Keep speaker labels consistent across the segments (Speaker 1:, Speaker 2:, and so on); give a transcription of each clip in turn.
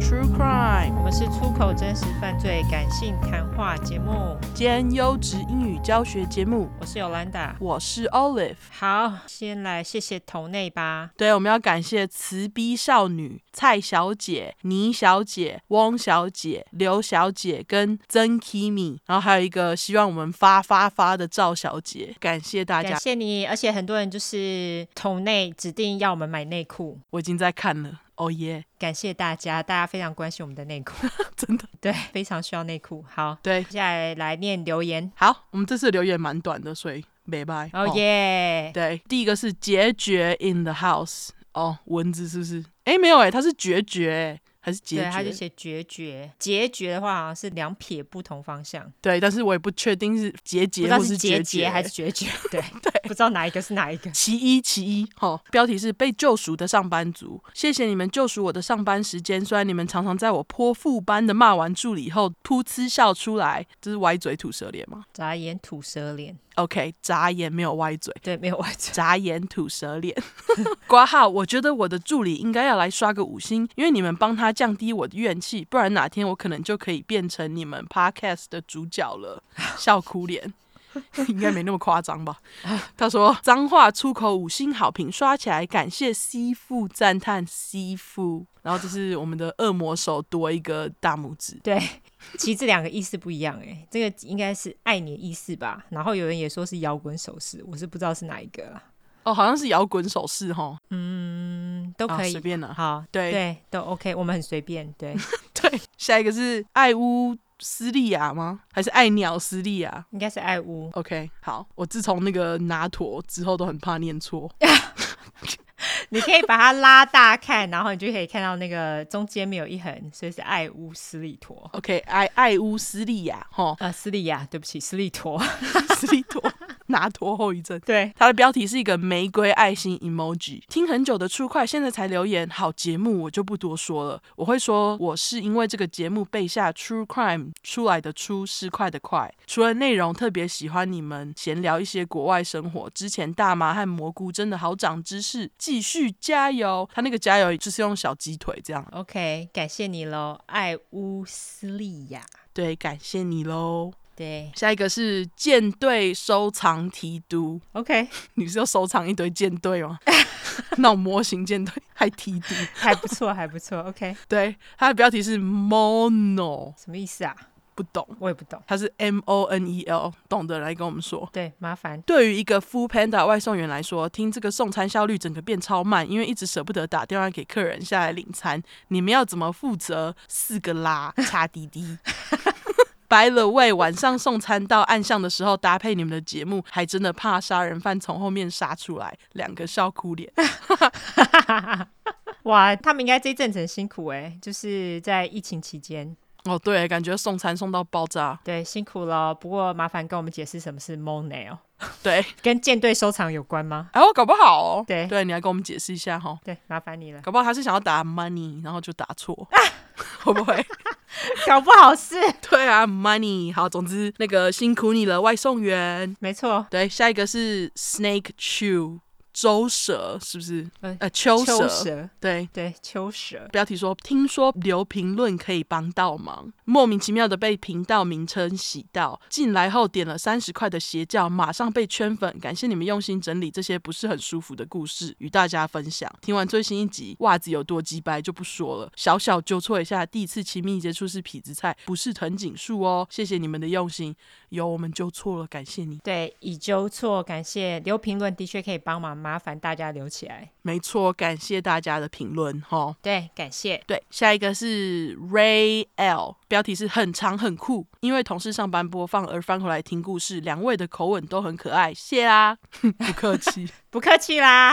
Speaker 1: True Crime
Speaker 2: 我们是出口真实犯罪感性谈话节目，
Speaker 1: 兼优质英语教学节目，
Speaker 2: 我是尤兰达。
Speaker 1: 我是 Olive。
Speaker 2: 好，先来谢谢头内吧。
Speaker 1: 对，我们要感谢慈逼少女蔡小姐、倪小姐、翁小姐、刘小姐跟曾 Kimi，然后还有一个希望我们发发发的赵小姐，感谢大
Speaker 2: 感
Speaker 1: 家。
Speaker 2: 谢你，而且很多人就是头内指定要我们买内裤，
Speaker 1: 我已经在看了，哦耶，
Speaker 2: 感谢大家，大家非常关心我们的内裤，
Speaker 1: 真的
Speaker 2: 对，非常需要内裤。好，
Speaker 1: 对
Speaker 2: 接。下来来念留言。
Speaker 1: 好，我们这次留言蛮短的，所以拜拜。
Speaker 2: 哦耶，
Speaker 1: 对，第一个是决绝 in the house。哦，蚊子是不是？哎，没有哎，它是决绝诶还是结
Speaker 2: 对，
Speaker 1: 绝？
Speaker 2: 他就写决绝，决绝的话好像是两撇不同方向，
Speaker 1: 对但是我也不确定是结
Speaker 2: 不知
Speaker 1: 节
Speaker 2: 道
Speaker 1: 或
Speaker 2: 是结
Speaker 1: 决
Speaker 2: 节
Speaker 1: 绝
Speaker 2: 还是 决绝，对对，不知道哪一个是哪一个。
Speaker 1: 其一，其一，哦，标题是被救赎的上班族。谢谢你们救赎我的上班时间，虽然你们常常在我泼妇般的骂完助理后噗嗤笑出来，这是歪嘴吐舌脸吗
Speaker 2: 眨眼吐舌脸，
Speaker 1: ？OK，眨眼没有歪嘴。
Speaker 2: 对，没有歪嘴。
Speaker 1: 眨眼吐舌脸， 挂号。我觉得我的助理应该要来刷个五星，因为你们帮他降低我的怨气，不然哪天我可能就可以变成你们 podcast 的主角了。 笑哭脸。应该没那么夸张 吧？他说脏话出口五星好评刷起来，感谢西父赞叹西父。然后这是我们的恶魔手多一个大拇指，
Speaker 2: 对，其实这两个意思不一样哎、这个应该是爱你的意思吧。然后有人也说是摇滚手势，我是不知道是哪一个啊啦。
Speaker 1: 哦，好像是摇滚手势哈，
Speaker 2: 嗯，都
Speaker 1: 啊
Speaker 2: 可以，
Speaker 1: 随便啦。
Speaker 2: 好，
Speaker 1: 对
Speaker 2: 对，都 OK，我们很随便，对，
Speaker 1: 对，下一个是爱乌斯利亚吗？还是爱鸟斯利亚？
Speaker 2: 应该是爱屋。
Speaker 1: OK，好，我自从那个拿陀之后都很怕念错。
Speaker 2: 你可以把它拉大看，然后你就可以看到那个中间没有一横，所以是爱屋斯利陀。，
Speaker 1: OK，爱爱乌斯利亚，吼
Speaker 2: 呃，斯利亚，对不起，斯利陀。
Speaker 1: 斯利陀拿陀后遗症。
Speaker 2: 对，
Speaker 1: 它的标题是一个玫瑰爱心 emoji。听很久的初快，现在才留言，好节目我就不多说了。我会说，我是因为这个节目背下 True Crime 出来的出是快的快。除了内容特别喜欢你们闲聊一些国外生活，之前大麻和蘑菇真的好长知识，继续加油。他那个加油就是用小鸡腿这样。
Speaker 2: OK，感谢你喽，爱乌斯利亚。
Speaker 1: 对，感谢你喽。
Speaker 2: 对
Speaker 1: 下一个是舰队收藏提督，
Speaker 2: ，OK，
Speaker 1: 你是要收藏一堆舰队吗？ 那种模型舰队还提督？
Speaker 2: 还不错，还不错，OK，
Speaker 1: 对，它的标题是 mono，
Speaker 2: 什么意思啊？
Speaker 1: 不懂，
Speaker 2: 我也不懂。
Speaker 1: 它是 M O N E L，懂的人来跟我们说。
Speaker 2: 对，麻烦。
Speaker 1: 对于一个 Food Panda 外送员来说，听这个送餐效率整个变超慢，因为一直舍不得打电话给客人下来领餐。你们要怎么负责？四个啦，叉滴滴。By the way，晚上送餐到暗巷的时候，搭配你们的节目，还真的怕杀人犯从后面杀出来，两个笑哭脸。
Speaker 2: 哇，他们应该这一阵子很辛苦哎、就是在疫情期间，
Speaker 1: 哦，对，感觉送餐送到爆炸。
Speaker 2: 对，辛苦了。不过麻烦跟我们解释什么是 Monail，
Speaker 1: 对，
Speaker 2: 跟舰队收藏有关吗？
Speaker 1: 哎，我搞不好、哦，
Speaker 2: 对
Speaker 1: 对，你来跟我们解释一下哈、
Speaker 2: 对，麻烦你了。
Speaker 1: 搞不好他是想要打 money，然后就打错，会不会？
Speaker 2: 搞不好是，
Speaker 1: 对啊，money。好，总之那个辛苦你了，外送员。
Speaker 2: 没错，
Speaker 1: 对，下一个是 snake chew 周蛇，是不是？
Speaker 2: 嗯
Speaker 1: 呃，秋蛇。
Speaker 2: 秋蛇，
Speaker 1: 对。
Speaker 2: 对，秋蛇。
Speaker 1: 标题说：“听说留评论可以帮到忙，莫名其妙的被频道名称洗到。进来后点了三十块的邪教，马上被圈粉。感谢你们用心整理这些不是很舒服的故事，与大家分享。听完最新一集，袜子有多鸡掰就不说了，小小纠错一下。第一次亲密接触是痞子菜，不是藤井树哦。谢谢你们的用心，有我们纠错了，感谢你。
Speaker 2: 对，已纠错，感谢留评论，的确可以帮忙，麻烦大家留起来。
Speaker 1: 没错，感谢大家的评论哈。吼
Speaker 2: 对，感谢。
Speaker 1: 对，下一个是 Ray L，标题是很长很酷，因为同事上班播放而翻回来听故事，两位的口吻都很可爱，谢啦， 不客 气。
Speaker 2: 不客气 啦。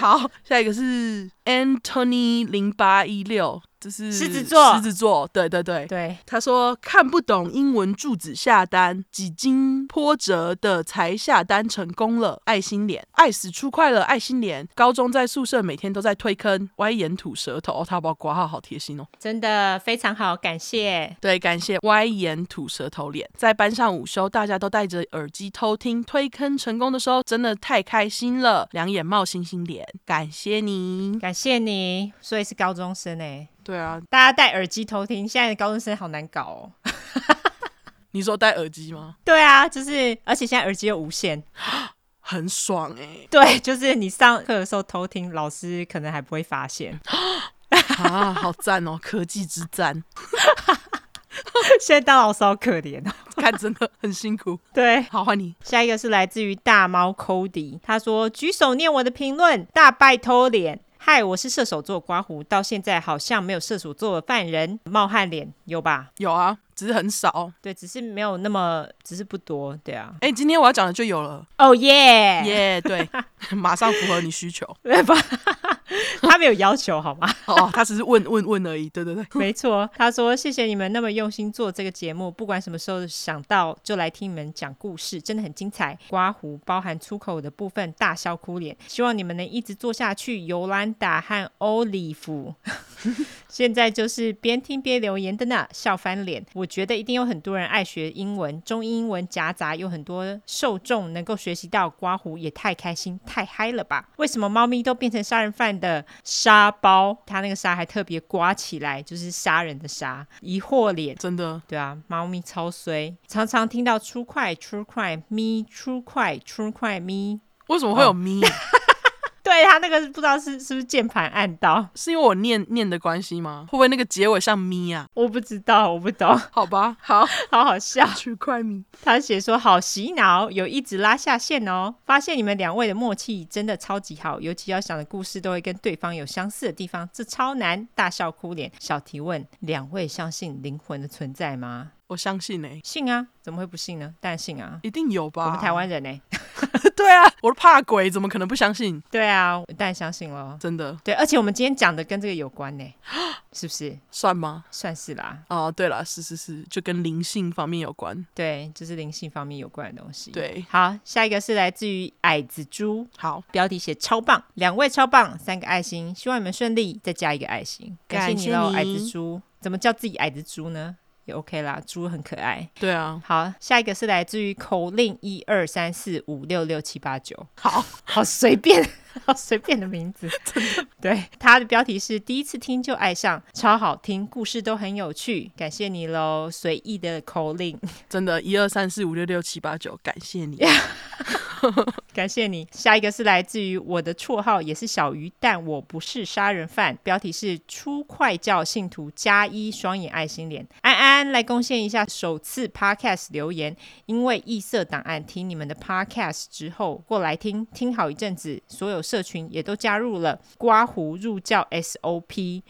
Speaker 1: 好，下一个是 Anthony 零八一六，这是
Speaker 2: 狮子座
Speaker 1: 狮子座，对对对。
Speaker 2: 对，
Speaker 1: 他说看不懂英文住址下单，几经波折的才下单成功了。爱心脸，爱死出快乐，爱心脸。高中在宿舍每天都在推坑，歪眼吐舌头，哦、他把我挂号好贴心哦。
Speaker 2: 真的非常好，感谢。
Speaker 1: 对，感谢歪眼吐舌头脸。在班上午休，大家都戴着耳机偷听，推坑成功的时候，真的太开心了，两眼冒星星脸，感谢你。
Speaker 2: 感谢你，所以是高中生哎、
Speaker 1: 对啊，
Speaker 2: 大家戴耳机偷听，现在的高中生好难搞哦。
Speaker 1: 你说戴耳机吗？
Speaker 2: 对啊，就是而且现在耳机又无线，
Speaker 1: 很爽哎、
Speaker 2: 对，就是你上课的时候偷听，老师可能还不会发现。
Speaker 1: 啊，好赞哦，科技之赞，
Speaker 2: 现在当老师好可怜哦。
Speaker 1: 看真的很辛苦。
Speaker 2: 对，
Speaker 1: 好，换你。
Speaker 2: 下一个是来自于大猫 Cody，他说：“举手念我的评论，大拜托脸。”嗨，我是射手座刮胡，到现在好像没有射手座的犯人冒汗脸，有吧？
Speaker 1: 有啊，只是很少。
Speaker 2: 对，只是没有那么，只是不多，对啊。
Speaker 1: 哎、今天我要讲的就有了，
Speaker 2: 哦 耶，
Speaker 1: 耶、对，马上符合你需求。
Speaker 2: 他没有要求好吗？
Speaker 1: 哦，他只是问问问而已。对对对，
Speaker 2: 没错，他说谢谢你们那么用心做这个节目，不管什么时候想到就来听你们讲故事，真的很精彩。刮胡包含出口的部分大笑哭脸，希望你们能一直做下去。尤兰达和欧里夫，现在就是边听边留言的呢，笑翻脸。我觉得一定有很多人爱学英文，中英文夹杂，有很多受众能够学习到刮胡，也太开心，太嗨了吧？为什么猫咪都变成杀人犯的沙包？它那个沙还特别刮起来，就是杀人的杀，疑惑脸。
Speaker 1: 真的
Speaker 2: 对啊，猫咪超衰，常常听到出快出快咪出快出快咪，
Speaker 1: 为什么会有咪？
Speaker 2: 对它那个不知道是是不是键盘按到，
Speaker 1: 是因为我念念的关系吗？会不会那个结尾像咪啊？
Speaker 2: 我不知道，我不懂，
Speaker 1: 好吧，好，
Speaker 2: 好好笑。
Speaker 1: 区块咪。
Speaker 2: 他写说好洗脑，有一直拉下线哦。发现你们两位的默契真的超级好，尤其要想的故事都会跟对方有相似的地方，这超难。大笑哭脸，小提问：两位相信灵魂的存在吗？
Speaker 1: 我相信哎、
Speaker 2: 信啊，怎么会不信呢？当然信啊，
Speaker 1: 一定有吧？
Speaker 2: 我们台湾人呢、
Speaker 1: 对啊，我怕鬼，怎么可能不相信？
Speaker 2: 对啊，我当然相信咯。
Speaker 1: 真的
Speaker 2: 对，而且我们今天讲的跟这个有关呢、是不是？
Speaker 1: 算吗？
Speaker 2: 算是啦，
Speaker 1: 哦，对了，是是是，就跟灵性方面有关。
Speaker 2: 对，就是灵性方面有关的东西。，
Speaker 1: 对，
Speaker 2: 好，下一个是来自于矮子猪，
Speaker 1: 好，
Speaker 2: 标题写超棒，两位超棒，三个爱心，希望你们顺利，再加一个爱心，感谢你喽，
Speaker 1: 感
Speaker 2: 矮
Speaker 1: 谢你
Speaker 2: 子猪，怎么叫自己矮子猪呢？也 OK 啦，猪很可爱。
Speaker 1: 对啊，
Speaker 2: 好，下一个是来自于口令一二三四五六六七八九，
Speaker 1: 好，
Speaker 2: 好随便， 好随便的名字， 真的。对，它的标题是第一次听就爱上，超好听，故事都很有趣，感谢你喽，随意的口令，
Speaker 1: 真的，一二三四五六六七八九，感谢你。
Speaker 2: 感谢你。下一个是来自于我的绰号也是小鱼，但我不是杀人犯。标题是出快教信徒加一双眼爱心脸。安安来贡献一下首次 podcast 留言，因为异色档案听你们的 podcast 之后过来听，听好一阵子，所有社群也都加入了刮胡入教 SOP。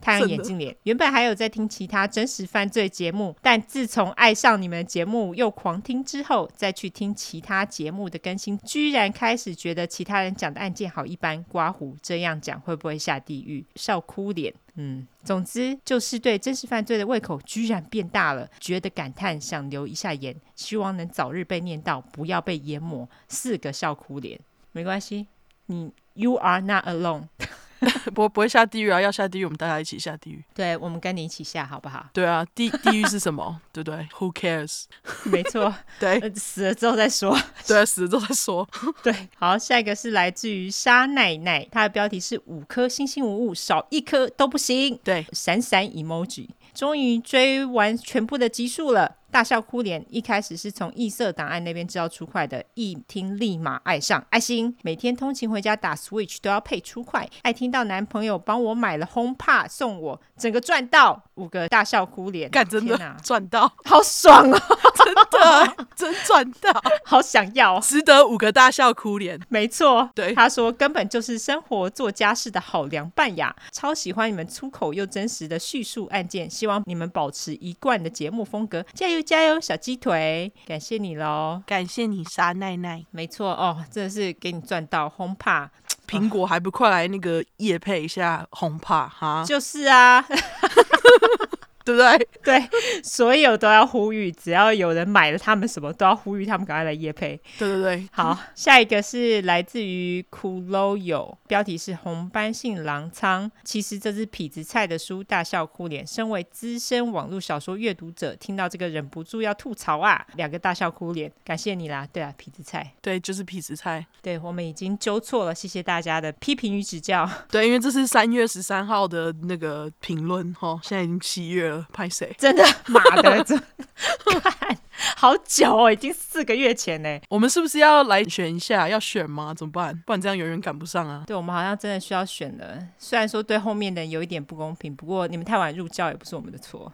Speaker 2: 太阳眼镜脸，原本还有在听其他真实犯罪节目，但自从爱上你们的节目又狂听之后，再去听其他节目的更新，居然开始觉得其他人讲的案件好一般，刮胡这样讲会不会下地狱？笑哭脸。嗯，总之就是对真实犯罪的胃口居然变大了，觉得感叹，想留一下言，希望能早日被念到，不要被淹没。四个笑哭脸，没关系，你 You are not alone，
Speaker 1: 不不会下地狱啊，要下地狱，我们大家一起下地狱。
Speaker 2: 对我们跟你一起下好不 好？
Speaker 1: 对啊，地地狱是什么？ 对不对？Who cares？
Speaker 2: 没错，
Speaker 1: 对
Speaker 2: 呃死了之后再说。
Speaker 1: 对啊，死了之后再说。
Speaker 2: 对，好，下一个是来自于沙奈奈，它的标题是五颗星星无误，少一颗都不行。
Speaker 1: 对，
Speaker 2: 闪闪 emoji，终于追完全部的集数了，大笑哭脸。一开始是从异色档案那边知道出快的，一听立马爱上，爱心。每天通勤回家打 Switch 都要配出快，爱听到男朋友帮我买了 HomePod 送我，整个赚到五个大笑哭脸，
Speaker 1: 干真
Speaker 2: 天
Speaker 1: 的
Speaker 2: 哪
Speaker 1: 赚到，
Speaker 2: 好爽哦，
Speaker 1: 真的真赚到，
Speaker 2: 好想要哦。
Speaker 1: 值得五个大笑哭脸。
Speaker 2: 没错，
Speaker 1: 对
Speaker 2: 他说根本就是生活做家事的好凉拌呀，超喜欢你们粗口又真实的叙述案件，希望你们保持一贯的节目风格，加油加油，小鸡腿，感谢你喽。
Speaker 1: 感谢你，沙奈奈。
Speaker 2: 没错哦，真的是给你赚到轰趴，
Speaker 1: 苹果还不啊快来那个夜配一下红帕哈？
Speaker 2: 就是啊，
Speaker 1: 对不对？
Speaker 2: 对，所有都要呼吁，只要有人买了他们什么，都要呼吁他们赶快来夜配。
Speaker 1: 对对对，
Speaker 2: 好，下一个是来自于 Kuloyo，标题是《红斑性狼疮》。其实这是痞子蔡的书，大笑哭脸。身为资深网络小说阅读者，听到这个忍不住要吐槽啊，两个大笑哭脸。感谢你啦，对啊，痞子蔡，
Speaker 1: 对，就是痞子菜。
Speaker 2: 对我们已经纠错了，谢谢大家的批评与指教。
Speaker 1: 对，因为这是三月十三号的那个评论哈，现在已经七月了，拍谁？
Speaker 2: 真的，妈的，这 看好久哦，已经四个月前呢。
Speaker 1: 我们是不是要来选一下？要选吗？怎么办？不然这样永远赶不上 啊！
Speaker 2: 对我们好像真的需要选了，虽然说对后面的人有一点不公平，不过你们太晚入教也不是我们的错。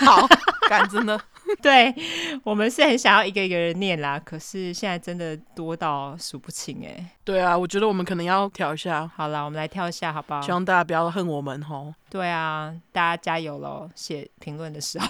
Speaker 1: 好，赶真的。
Speaker 2: 对我们是很想要一个一个人念啦，可是现在真的多到数不清哎。
Speaker 1: 对啊，我觉得我们可能要调一下，
Speaker 2: 好啦，我们来挑一下好不好
Speaker 1: 希？望大家不要恨我们吼。
Speaker 2: 对啊，大家加油喽！写评论的时 候。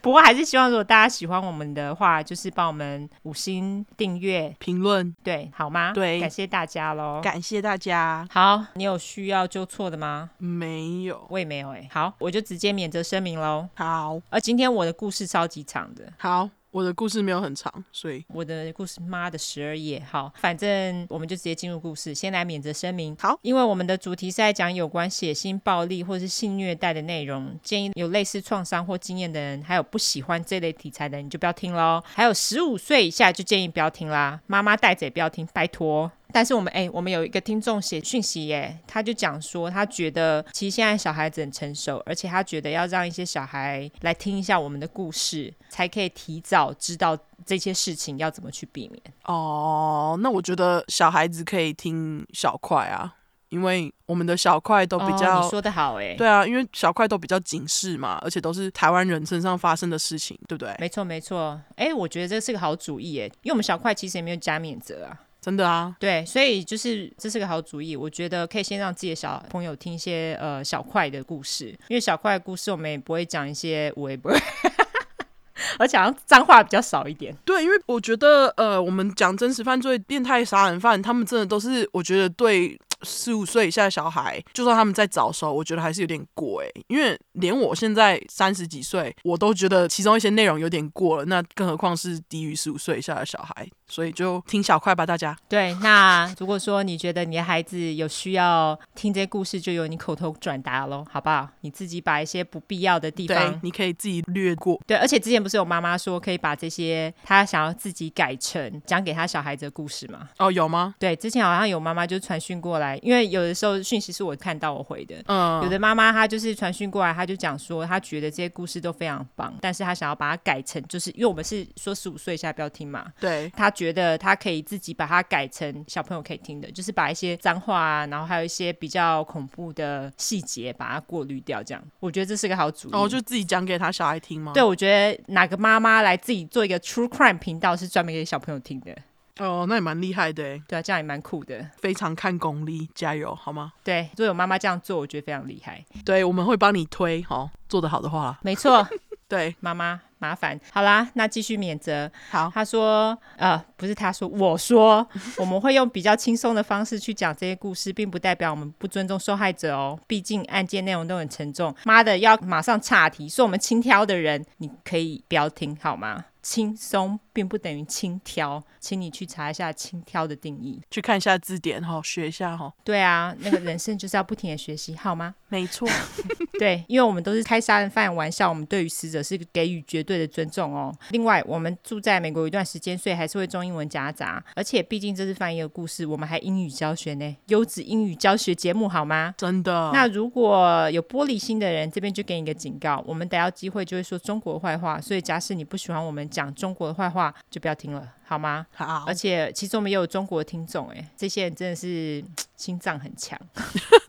Speaker 2: 不过还是希望，如果大家喜欢我们的话，就是帮我们五星订阅，
Speaker 1: 评论，
Speaker 2: 对，好吗？
Speaker 1: 对
Speaker 2: 感谢大家喽。
Speaker 1: 感谢大家。
Speaker 2: 好，你有需要纠错的吗？
Speaker 1: 没有，
Speaker 2: 我也没有哎、好，我就直接免责声明喽。
Speaker 1: 好
Speaker 2: 而今天我的故事超级长的，
Speaker 1: 好，我的故事没有很长，所以
Speaker 2: 我的故事妈的十二页。好，反正我们就直接进入故事，先来免责声明。
Speaker 1: 好
Speaker 2: 因为我们的主题是在讲有关血腥暴力或是性虐待的内容，建议有类似创伤或经验的人，还有不喜欢这类题材的人，你就不要听喽。还有十五岁以下就建议不要听啦，妈妈带着也不要听，拜托。但是我们哎、我们有一个听众写讯息耶，他就讲说，他觉得其实现在小孩子很成熟，而且他觉得要让一些小孩来听一下我们的故事，才可以提早知道这些事情要怎么去避免。
Speaker 1: 哦，那我觉得小孩子可以听小块啊，因为我们的小块都比较、
Speaker 2: 哦、你说的好哎，
Speaker 1: 对啊，因为小块都比较警示嘛，而且都是台湾人身上发生的事情，对不对？
Speaker 2: 没错没错，哎，我觉得这是个好主意哎，因为我们小块其实也没有加免责啊。
Speaker 1: 真的啊，
Speaker 2: 对，所以就是这是个好主意，我觉得可以先让自己的小朋友听一些呃小块的故事，因为小块的故事我们也不会讲一些微博， 而且好像脏话比较少 一点。
Speaker 1: 对，因为我觉得，呃，我们讲真实犯罪、变态杀人犯，他们真的都是，我觉得对十五岁以下的小孩，就算他们在早熟，我觉得还是有点过诶、因为连我现在三十几岁，我都觉得其中一些内容有点过了，那更何况是低于十五岁以下的小孩，所以就听小块吧，大家。
Speaker 2: 对，那如果说你觉得你的孩子有需要听这些故事，就由你口头转达喽，好不好？你自己把一些不必要的地
Speaker 1: 对
Speaker 2: 方，。
Speaker 1: 你可以自己略过。
Speaker 2: 对，而且之前不是有妈妈说可以把这些她想要自己改成讲给她小孩子的故事吗？
Speaker 1: 哦，有吗？
Speaker 2: 对，之前好像有妈妈就传讯过来，因为有的时候讯息是我看到我回的，
Speaker 1: 嗯，
Speaker 2: 有的妈妈她就是传讯过来，她就讲说她觉得这些故事都非常棒，但是她想要把它改成，就是因为我们是说十五岁以下不要听嘛。
Speaker 1: 对，
Speaker 2: 她觉得她可以自己把它改成小朋友可以听的，就是把一些脏话啊，然后还有一些比较恐怖的细节把它过滤掉，这样我觉得这是个好主意。
Speaker 1: 哦，就自己讲给他小孩听吗？
Speaker 2: 对，我觉得哪个妈妈来自己做一个 True Crime 频道是专门给小朋友听的，
Speaker 1: 哦，那也蛮厉害的欸，
Speaker 2: 对啊，这样也蛮酷的。
Speaker 1: 非常看功力，加油好吗？
Speaker 2: 对，如果有妈妈这样做，我觉得非常厉害。
Speaker 1: 对，我们会帮你推，哦，做得好的话啦，
Speaker 2: 没错，
Speaker 1: 对，
Speaker 2: 妈妈麻烦。好啦，那继续免责。
Speaker 1: 好，
Speaker 2: 他说，呃，不是他说，我说，我们会用比较轻松的方式去讲这些故事，并不代表我们不尊重受害者哦。毕竟案件内容都很沉重。妈的，要马上岔题，说我们轻佻的人，你可以不要听好吗？轻松并不等于轻佻，请你去查一下轻佻的定义。
Speaker 1: 去看一下字典哈，学一下哈。
Speaker 2: 对啊，那个人生就是要不停的学习，好吗？
Speaker 1: 没 错，
Speaker 2: 对，因为我们都是开杀人犯玩笑，我们对于死者是给予绝对的尊重哦。另外，我们住在美国一段时间，所以还是会中英文夹杂，而且毕竟这是翻译的故事，我们还英语教学呢，优质英语教学节目好吗？
Speaker 1: 真的。
Speaker 2: 那如果有玻璃心的人，这边就给你一个警告，我们逮到机会就会说中国的坏话，所以假使你不喜欢我们讲中国的坏话，就不要听了，好吗？
Speaker 1: 好
Speaker 2: 而，且其实我们也有中国的听众，哎，这些人真的是心脏很强。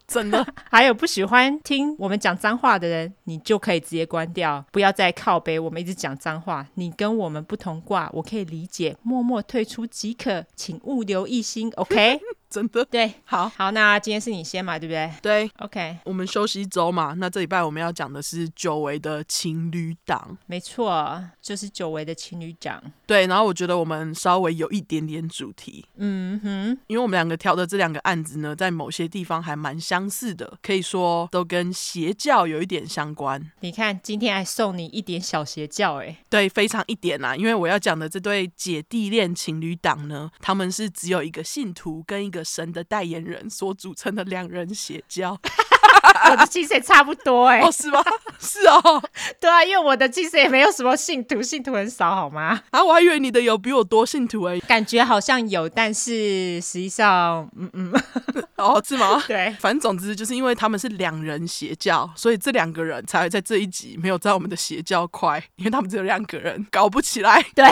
Speaker 1: 真的
Speaker 2: 还有不喜欢听我们讲脏话的人，你就可以直接关掉，不要再靠背我们一直讲脏话。你跟我们不同卦，我可以理解，默默退出即可，请勿留一心。OK？
Speaker 1: 真的
Speaker 2: 对，
Speaker 1: 好。
Speaker 2: 好，那今天是你先嘛，对不对
Speaker 1: 对
Speaker 2: ？OK，
Speaker 1: 我们休息一周嘛，那这礼拜我们要讲的是久违的情侣档。
Speaker 2: 没错，就是久违的情侣档。
Speaker 1: 对，然后我觉得我们稍微有一点点主题，
Speaker 2: 嗯哼，
Speaker 1: 因为我们两个挑的这两个案子呢，在某些地方还蛮相似的，可以说都跟邪教有一点相关。
Speaker 2: 你看，今天还送你一点小邪教、欸，哎，
Speaker 1: 对，非常一点啊啦、因为我要讲的这对姐弟恋情侣档呢，他们是只有一个信徒跟一个神的代言人所组成的两人邪教。
Speaker 2: 我的其实也差不多、欸，哎、
Speaker 1: 哦，是吗？ 是哦，
Speaker 2: 对啊，因为我的其实也没有什么信徒，信徒很少，好吗？
Speaker 1: 啊，我还以为你的有比我多信徒哎、
Speaker 2: 感觉好像有，但是实际上，嗯嗯，
Speaker 1: 哦，是吗？
Speaker 2: 对，
Speaker 1: 反正总之就是因为他们是两人邪教，所以这两个人才会在这一集没有在我们的邪教快，因为他们只有两个人，搞不起来，
Speaker 2: 对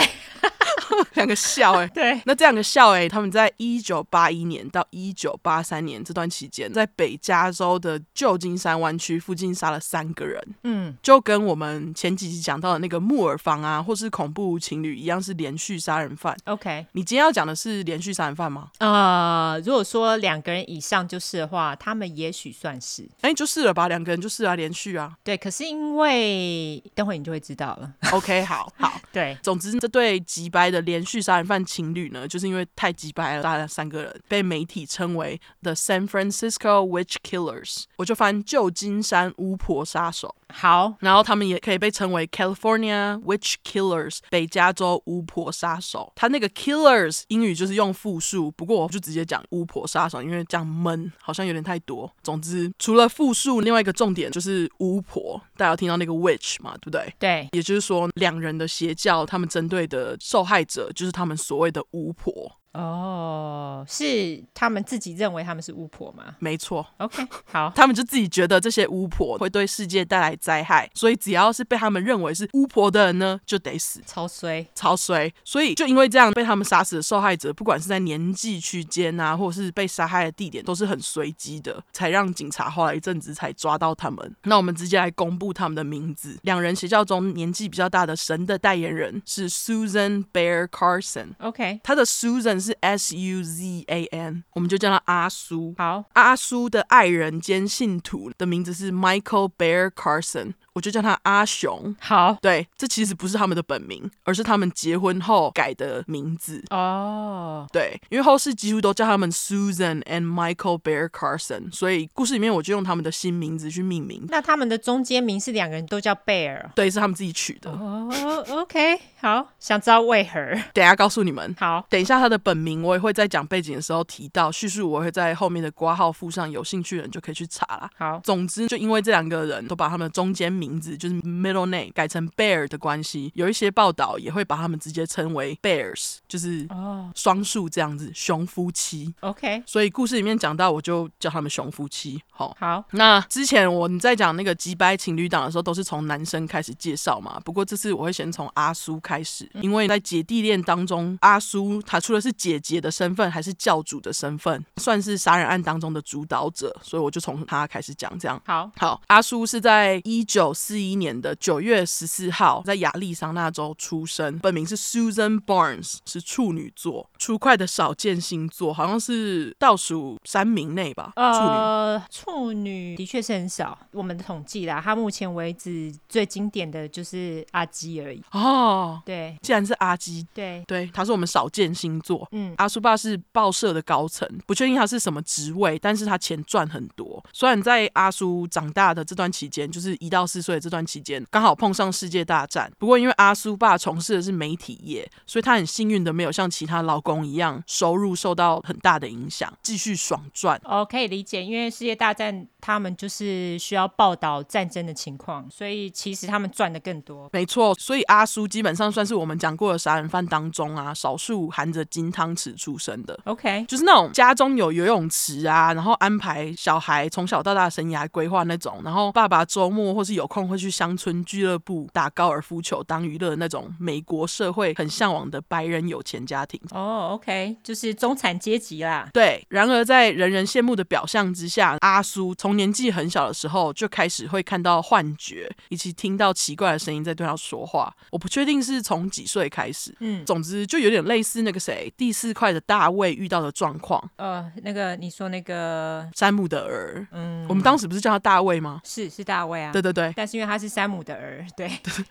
Speaker 1: 两个笑哎、
Speaker 2: 对，
Speaker 1: 那这两个校诶，他们在一九八一年到一九八三年这段期间，在北加州的旧金山湾区附近杀了三个人，
Speaker 2: 嗯，
Speaker 1: 就跟我们前几集讲到的那个木耳房啊，或是恐怖情侣一样，是连续杀人犯。
Speaker 2: OK，
Speaker 1: 你今天要讲的是连续杀人犯吗？
Speaker 2: 呃，如果说两个人以上就是的话，他们也许算是
Speaker 1: 哎、就是了吧，两个人就是啊，连续啊。
Speaker 2: 对。可是因为等会你就会知道了，
Speaker 1: OK，好好。
Speaker 2: 对，
Speaker 1: 总之，这对吉白的连续杀人犯情侣呢，就是因为太吉白了，大家三个人被媒体称为 The San Francisco Witch Killers，我就翻旧金山巫婆杀手。
Speaker 2: 好，
Speaker 1: 然后他们也可以被称为 California Witch Killers，北加州巫婆杀手。他那个 Killers 英语就是用复数，不过我就直接讲巫婆杀手，因为这样闷好像有点太多。总之，除了复数，另外一个重点就是巫婆，大家有听到那个 witch 嘛，对不对？
Speaker 2: 对，
Speaker 1: 也就是说，两人的邪教，他们针对的受害者就是他们所谓的巫婆。
Speaker 2: 哦，是他们自己认为他们是巫婆吗
Speaker 1: 没错，
Speaker 2: ？OK，好，
Speaker 1: 他们就自己觉得这些巫婆会对世界带来灾害，所以只要是被他们认为是巫婆的人呢，就得死。
Speaker 2: 超衰，
Speaker 1: 超衰，所以就因为这样被他们杀死的受害者，不管是在年纪区间啊，或者是被杀害的地点，都是很随机的，才让警察花了一阵子才抓到他们。那我们直接来公布他们的名字。两人邪教中年纪比较大的神的代言人是 Susan Bear Carson，
Speaker 2: OK，
Speaker 1: 他的 Susan 是 S U Z A N，我们就叫他阿苏。
Speaker 2: 好，
Speaker 1: 阿叔的爱人兼信徒的名字是 Michael Bear Carson，我就叫他阿雄。
Speaker 2: 好，
Speaker 1: 对，这其实不是他们的本名，而是他们结婚后改的名字。
Speaker 2: 哦，
Speaker 1: 对，因为后世几乎都叫他们 Susan and Michael Bear Carson，所以故事里面我就用他们的新名字去命名。
Speaker 2: 那他们的中间名是两个人都叫贝尔。
Speaker 1: 对，是他们自己取的。
Speaker 2: 哦，OK，好，想知道为何？
Speaker 1: 等一下告诉你们。
Speaker 2: 好，
Speaker 1: 等一下，他的本名我也会在讲背景的时候提到，叙述我会在后面的挂号附上，有兴趣的人就可以去查啦。
Speaker 2: 好，
Speaker 1: 总之，就因为这两个人都把他们的中间名字就是 middle name 改成 Bear 的关系，有一些报道也会把他们直接称为 Bears，就是
Speaker 2: 哦
Speaker 1: 双数这样子，熊夫妻。
Speaker 2: ，OK，
Speaker 1: 所以故事里面讲到，我就叫他们熊夫妻。好、
Speaker 2: 好，
Speaker 1: 那之前我们在讲那个吉白情侣档的时候，都是从男生开始介绍嘛。不过这次我会先从阿苏开始，因为在姐弟恋当中，阿苏她除了是姐姐的身份，还是教主的身份，算是杀人案当中的主导者，所以我就从他开始讲。这样，
Speaker 2: 好，
Speaker 1: 好，阿叔是在一九四一年的九月十四号在亚利桑那州出生，本名是 Susan Barnes，是处女座，出快的少见星座，好像是倒数三名内吧，处女。
Speaker 2: 呃，处女的确是很少，我们的统计啦，它目前为止最经典的就是阿基而已。
Speaker 1: 哦，
Speaker 2: 对，
Speaker 1: 既然是阿基，
Speaker 2: 对，
Speaker 1: 对，他是我们少见星座。
Speaker 2: 嗯，
Speaker 1: 阿苏爸是报社的高层，不确定他是什么职位，但是他钱赚很多。虽然在阿苏长大的这段期间，就是一到四岁的这段期间，刚好碰上世界大战。不过因为阿苏爸从事的是媒体业，所以他很幸运的没有像其他老公一样收入受到很大的影响，继续爽赚。
Speaker 2: 哦，可以理解，因为世界大战他们就是需要报道战争的情况，所以其实他们赚的更多。
Speaker 1: 没错，所以阿苏基本上算是我们讲过的杀人犯当中啊，少数含着金汤匙出生的。
Speaker 2: OK，
Speaker 1: 就是那种家中有游泳池啊，然后安排小孩从小到大生涯规划那种，然后爸爸周末或是有空会去乡村俱乐部打高尔夫球当娱乐的那种美国社会很向往的白人有钱家庭。
Speaker 2: 哦，OK，就是中产阶级啦。
Speaker 1: 对，然而在人人羡慕的表象之下，阿苏从年纪很小的时候就开始会看到幻觉，以及听到奇怪的声音在对他说话。我不确定是从几岁开始，
Speaker 2: 嗯，
Speaker 1: 总之就有点类似那个谁第四块的大卫遇到的状况，
Speaker 2: 呃，那个你说那个，
Speaker 1: 山姆的儿。
Speaker 2: 嗯，
Speaker 1: 我们当时不是叫他大卫吗？
Speaker 2: 是是大卫啊，
Speaker 1: 对对对，
Speaker 2: 但是因为他是山姆的儿，对，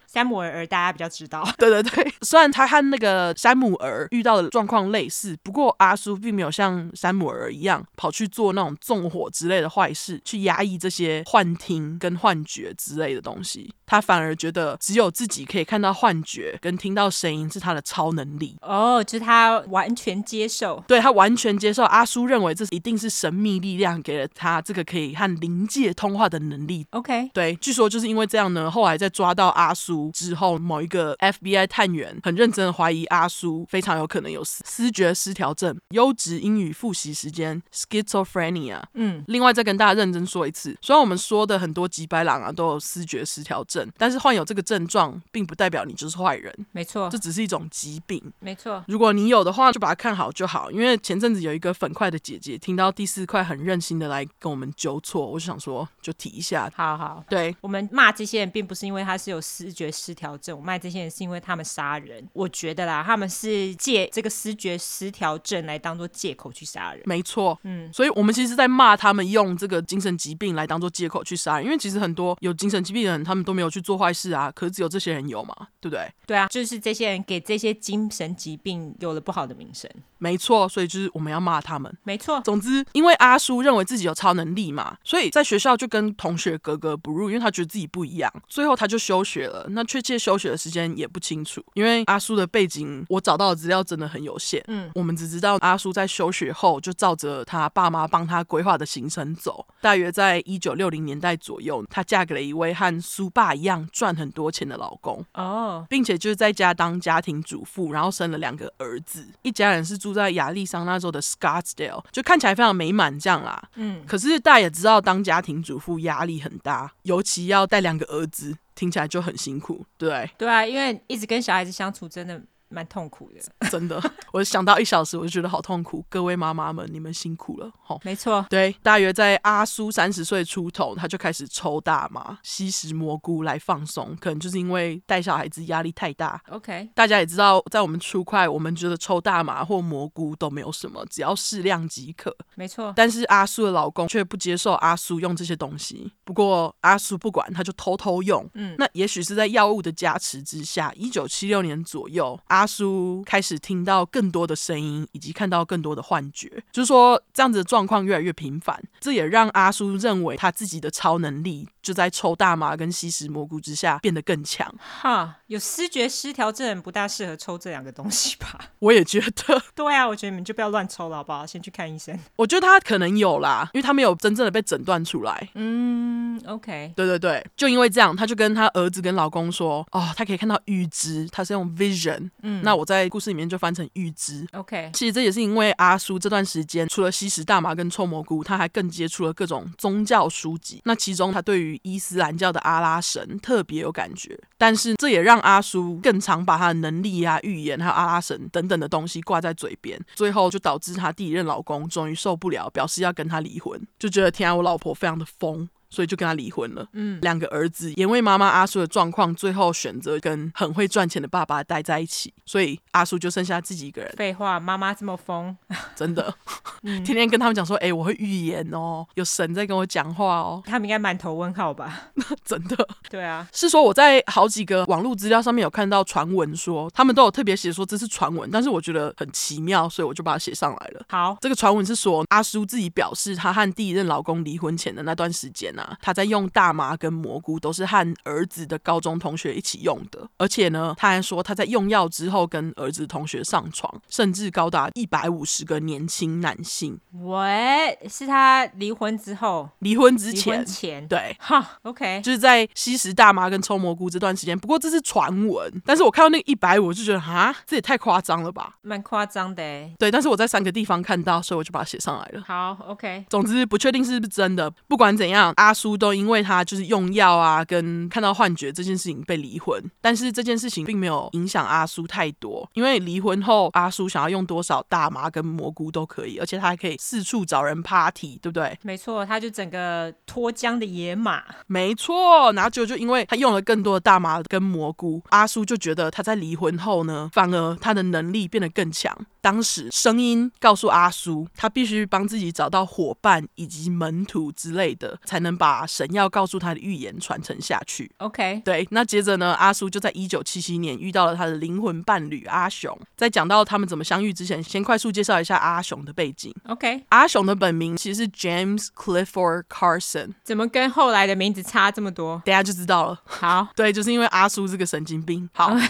Speaker 2: 山姆的儿大家比较知道。
Speaker 1: 对对对， 虽然他和那个山姆儿遇到的状况类似，不过阿苏并没有像山姆儿一样跑去做那种纵火之类的坏事，去压抑这些幻听跟幻觉之类的东西。他反而觉得只有自己可以看到幻觉跟听到声音是他的超能力。
Speaker 2: 哦，就是他完全接受，
Speaker 1: 对他完全接受阿苏认为这一定是神秘力量给了他这个可以和灵界通话的能力。
Speaker 2: OK，
Speaker 1: 对，据说就是因为这样呢，后来在抓到阿苏之后，某一个 FBI 探员很认真的怀疑阿苏非常有可能有思思觉失调症、优质英语复习时间 （schizophrenia）。
Speaker 2: 嗯，
Speaker 1: 另外再跟大家认真说一次，虽然我们说的很多吉白狼啊都有思觉失调症，但是患有这个症状并不代表你就是坏人，
Speaker 2: 没错
Speaker 1: 这，只是一种疾病。
Speaker 2: 没错，
Speaker 1: 如果你有的话，就把它看好就好。因为前阵子有一个粉块的姐姐听到第四块很任性的来跟我们纠错，我就想说就提一下。
Speaker 2: 好好。
Speaker 1: 对，
Speaker 2: 我们骂这些人，并不是因为他是有视觉失调症，我骂这些人是因为他们杀人。我觉得啦，他们是借这个视觉失调症来当做借口去杀人。
Speaker 1: 没错，
Speaker 2: 嗯，
Speaker 1: 所以我们其实，在骂他们用这个精神疾病来当做借口去杀人，因为其实很多有精神疾病的人，他们都没有去做坏事啊，可是只有这些人有嘛，对不对？
Speaker 2: 对啊，就是这些人给这些精神疾病有了不好的名声。
Speaker 1: 没错，所以就是我们要骂他们。
Speaker 2: 没错，
Speaker 1: 总之，因为阿叔认为自己有超能力嘛，所以在学校就跟同学格格不入，因为他觉得自己不一样。最后他就休学了，那确切休学的时间也不清楚，因为阿叔的背景我找到的资料真的很有限。
Speaker 2: 嗯，
Speaker 1: 我们只知道阿叔在休学后就照着他爸妈帮他规划的行程走。大约在一九六零年代左右，她嫁给了一位和苏爸一样赚很多钱的老公。
Speaker 2: 哦，
Speaker 1: 并且就是在家当家庭主妇，然后生了两个儿子，一家人是住在亚利桑那州的 Scottsdale，就看起来非常美满这样啦。
Speaker 2: 嗯，
Speaker 1: 可是大家也知道，当家庭主妇压力很大，尤其要带两个儿子，听起来就很辛苦，对不对？
Speaker 2: 对啊，因为一直跟小孩子相处真的蛮痛苦的。
Speaker 1: 真的，我想到一小时我就觉得好痛苦。各位妈妈们，你们辛苦了，吼。
Speaker 2: 没错，
Speaker 1: 对，大约在阿苏三十岁出头，他就开始抽大麻、吸食蘑菇来放松，可能就是因为带小孩子压力太大，
Speaker 2: OK，
Speaker 1: 大家也知道，在我们出快，我们觉得抽大麻或蘑菇都没有什么，只要适量即可。
Speaker 2: 没错，
Speaker 1: 但是阿苏的老公却不接受阿苏用这些东西。不过阿苏不管，他就偷偷用。
Speaker 2: 嗯
Speaker 1: 那也许是在药物的加持之下，一九七六年左右，阿苏开始听到更多的声音，以及看到更多的幻觉。就是说，这样子的状况越来越频繁，这也让阿苏认为他自己的超能力就在抽大麻跟吸食蘑菇之下变得更强。
Speaker 2: 哈，有视觉失调症的人不大适合抽这两个东西吧？
Speaker 1: 我也觉得。
Speaker 2: 对啊，我觉得你们就不要乱抽了，好不好？先去看医生。
Speaker 1: 我觉得他可能有啦，因为他没有真正的被诊断出来。
Speaker 2: 嗯，OK，
Speaker 1: 对对对，就因为这样，他就跟他儿子跟老公说，哦，他可以看到预知，他是用 vision，
Speaker 2: 嗯
Speaker 1: 那我在故事里面就翻成预知。
Speaker 2: OK，
Speaker 1: 其实这也是因为阿叔这段时间除了吸食大麻跟臭蘑菇，他还更接触了各种宗教书籍。那其中他对于伊斯兰教的阿拉神特别有感觉，但是这也让阿叔更常把他的能力啊、预言还有阿拉神等等的东西挂在嘴边，最后就导致他第一任老公终于受不了，表示要跟他离婚， 就觉得天啊，我老婆非常的疯。所以就跟他离婚了。
Speaker 2: 嗯，
Speaker 1: 两个儿子也为妈妈阿叔的状况，最后选择跟很会赚钱的爸爸待在一起，所以阿叔就剩下自己一个人，
Speaker 2: 废话，妈妈这么疯，
Speaker 1: 真的， 天天跟他们讲说，哎、我会预言哦，有神在跟我讲话哦，
Speaker 2: 他们应该满头问号吧？
Speaker 1: 真的
Speaker 2: 对啊，
Speaker 1: 是说我在好几个网络资料上面有看到传闻说，他们都有特别写说这是传闻，但是我觉得很奇妙，所以我就把它写上来了。
Speaker 2: 好，
Speaker 1: 这个传闻是说，阿叔自己表示，她和第一任老公离婚前的那段时间啊，她在用大麻跟蘑菇，都是和儿子的高中同学一起用的。而且呢，她还说她在用药之后跟儿子同学上床，甚至高达一百五十个年轻男性。
Speaker 2: 喂，是他离婚之后，
Speaker 1: 离婚之
Speaker 2: 离
Speaker 1: 前，
Speaker 2: 婚前，
Speaker 1: 对，
Speaker 2: 哈，OK，
Speaker 1: 就是在吸食大麻跟抽蘑菇这段时间。不过这是传闻，但是我看到那个一百五，我就觉得哈，这也太夸张了吧？
Speaker 2: 蛮夸张的欸。
Speaker 1: 对，但是我在三个地方看到，所以我就把它写上来了。
Speaker 2: 好，OK，
Speaker 1: 总之不确定是不是真的。不管怎样，阿叔都因为他就是用药啊，跟看到幻觉这件事情被离婚。但是这件事情并没有影响阿叔太多，因为离婚后阿叔想要用多少大麻跟蘑菇都可以，而且他还可以四处找人 party，对不对？
Speaker 2: 没错，他就整个脱缰的野马，
Speaker 1: 没错。然后结果就因为他用了更多的大麻跟蘑菇，阿叔就觉得他在离婚后呢，反而他的能力变得更强。当时声音告诉阿苏，他必须帮自己找到伙伴以及门徒之类的，才能把神要告诉他的预言传承下去。
Speaker 2: OK，
Speaker 1: 对，那接着呢，阿苏就在一九七七年遇到了他的灵魂伴侣阿雄。在讲到他们怎么相遇之前，先快速介绍一下阿雄的背景。
Speaker 2: OK，
Speaker 1: 阿雄的本名其实是 James Clifford Carson，
Speaker 2: 怎么跟后来的名字差这么多？
Speaker 1: 等一下就知道了。
Speaker 2: 好，
Speaker 1: 对，就是因为阿苏是个神经病。好。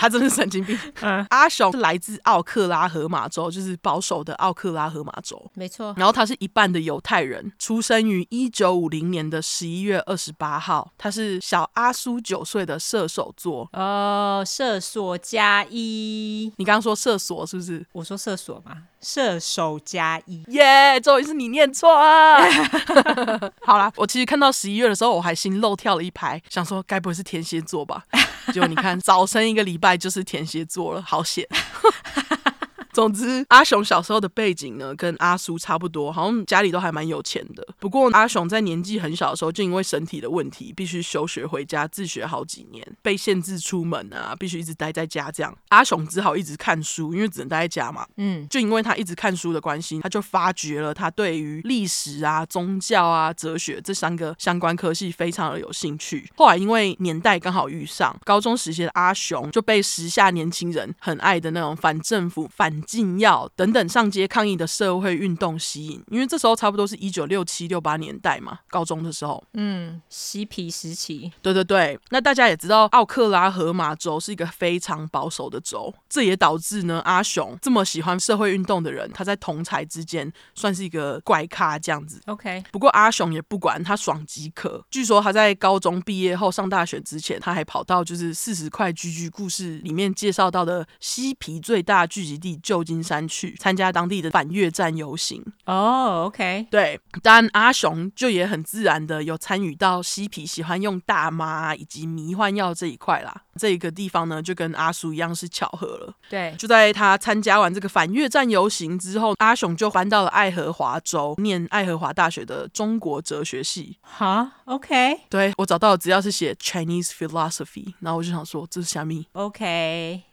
Speaker 1: 他真的是神经病。
Speaker 2: 嗯
Speaker 1: 阿雄是来自奥克拉荷马州，就是保守的奥克拉荷马州。
Speaker 2: 没错。
Speaker 1: 然后他是一半的犹太人，出生于一九五零年的十一月二十八号。他是小阿苏九岁的射手座。
Speaker 2: 哦，射手加一，
Speaker 1: 你刚刚说射所是不是？
Speaker 2: 我说射手嘛，射手加一。
Speaker 1: 耶、终于是你念错啊了。 好啦，我其实看到十一月的时候，我还心漏跳了一拍，想说该不会是天蝎座 吧？结果你看，早生一个礼拜就是天蝎座了，好 险。总之，阿雄小时候的背景呢，跟阿苏差不多，好像家里都还蛮有钱的。不过，阿雄在年纪很小的时候，就因为身体的问题，必须休学回家自学好几年，被限制出门啊，必须一直待在家这样。阿雄只好一直看书，因为只能待在家嘛。
Speaker 2: 嗯，
Speaker 1: 就因为他一直看书的关系，他就发掘了他对于历史啊、宗教啊、哲学这三个相关科系非常的有兴趣。后来因为年代刚好遇上，高中时期的阿雄就被时下年轻人很爱的那种反政府、反禁药等等上街抗议的社会运动吸引，因为这时候差不多是一九六七六八年代嘛，高中的时候。
Speaker 2: 嬉皮时期。
Speaker 1: 对对对，那大家也知道，奥克拉荷马州是一个非常保守的州，这也导致呢，阿雄这么喜欢社会运动的人，他在同才之间算是一个怪咖这样子。
Speaker 2: OK，
Speaker 1: 不过阿雄也不管，他爽即可。据说他在高中毕业后上大学之前，他还跑到就是四十块居居故事里面介绍到的嬉皮最大聚集地旧金山去参加当地的反越战游行。
Speaker 2: 哦、o k
Speaker 1: 对，当然阿雄就也很自然的有参与到嬉皮喜欢用大麻以及迷幻药这一块啦。这一个地方呢，就跟阿叔一样是巧合了。
Speaker 2: 对，
Speaker 1: 就在他参加完这个反越战游行之后，阿雄就搬到了爱荷华州念爱荷华大学的中国哲学系。
Speaker 2: 好，OK，OK，、
Speaker 1: 对我找到的资料是写 Chinese philosophy，然后我就想说这是虾米。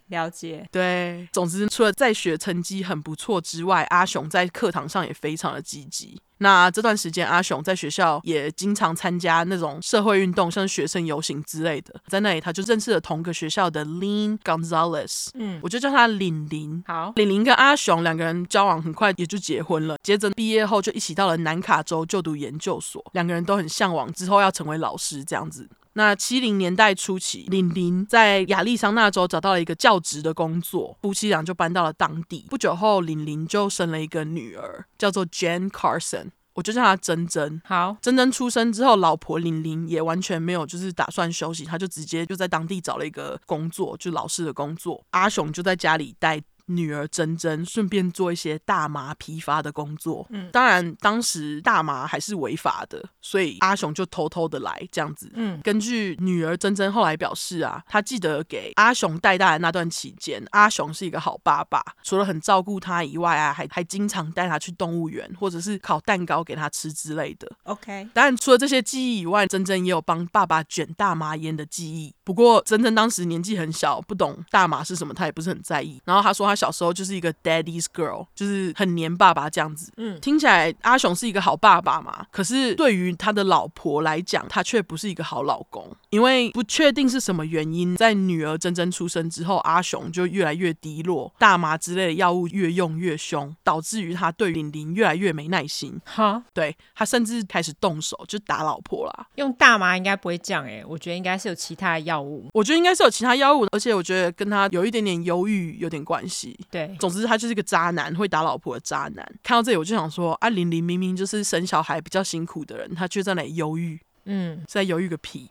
Speaker 2: 了解。
Speaker 1: 对，总之除了在学成绩很不错之外，阿雄在课堂上也非常的积极。那这段时间，阿雄在学校也经常参加那种社会运动，像是学生游行之类的。在那里，他就认识了同个学校的 Lin Gonzalez，
Speaker 2: 嗯，
Speaker 1: 我就叫他凛凛。
Speaker 2: 好，
Speaker 1: 李玲跟阿雄两个人交往很快也就结婚了，接着毕业后就一起到了南卡州就读研究所，两个人都很向往之后要成为老师这样子。那七零年代初期，李玲在亚利桑那州找到了一个教职的工作，夫妻俩就搬到了当地。不久后，李玲就生了一个女儿，叫做 Jane Carson，我就叫她珍珍。
Speaker 2: 好，
Speaker 1: 珍珍出生之后，老婆玲玲也完全没有就是打算休息，她就直接就在当地找了一个工作，就老师的工作。阿雄就在家里带。女儿珍珍顺便做一些大麻批发的工作，嗯，当然当时大麻还是违法的，所以阿雄就偷偷的来这样子，
Speaker 2: 嗯，
Speaker 1: 根据女儿珍珍后来表示啊，她记得给阿雄带大的那段期间，阿雄是一个好爸爸，除了很照顾他以外啊，还还经常带他去动物园，或者是烤蛋糕给他吃之类的。
Speaker 2: ，OK，
Speaker 1: 当然，除了这些记忆以外，珍珍也有帮爸爸卷大麻烟的记忆。不过，珍珍当时年纪很小，不懂大麻是什么，她也不是很在意。然后她说，她小时候就是一个 daddy's girl，就是很黏爸爸这样子。
Speaker 2: 嗯
Speaker 1: 听起来阿雄是一个好爸爸嘛，可是对于他的老婆来讲，他却不是一个好老公，因为不确定是什么原因，在女儿珍珍出生之后，阿雄就越来越低落，大麻之类的药物越用越凶，导致于他对玲玲越来越没耐心。
Speaker 2: 好，
Speaker 1: 对他甚至开始动手，就打老婆啦。
Speaker 2: 用大麻应该不会这样哎、我觉得应该是有其他的药物。
Speaker 1: 我觉得应该是有其他药物，而且我觉得跟他有一点点忧郁有点关系。
Speaker 2: 对，
Speaker 1: 总之，他就是个渣男，会打老婆的渣男。看到这里，我就想说，啊，玲玲明明就是生小孩比较辛苦的人，她却在那里忧郁，
Speaker 2: 嗯，
Speaker 1: 是在忧郁个 屁！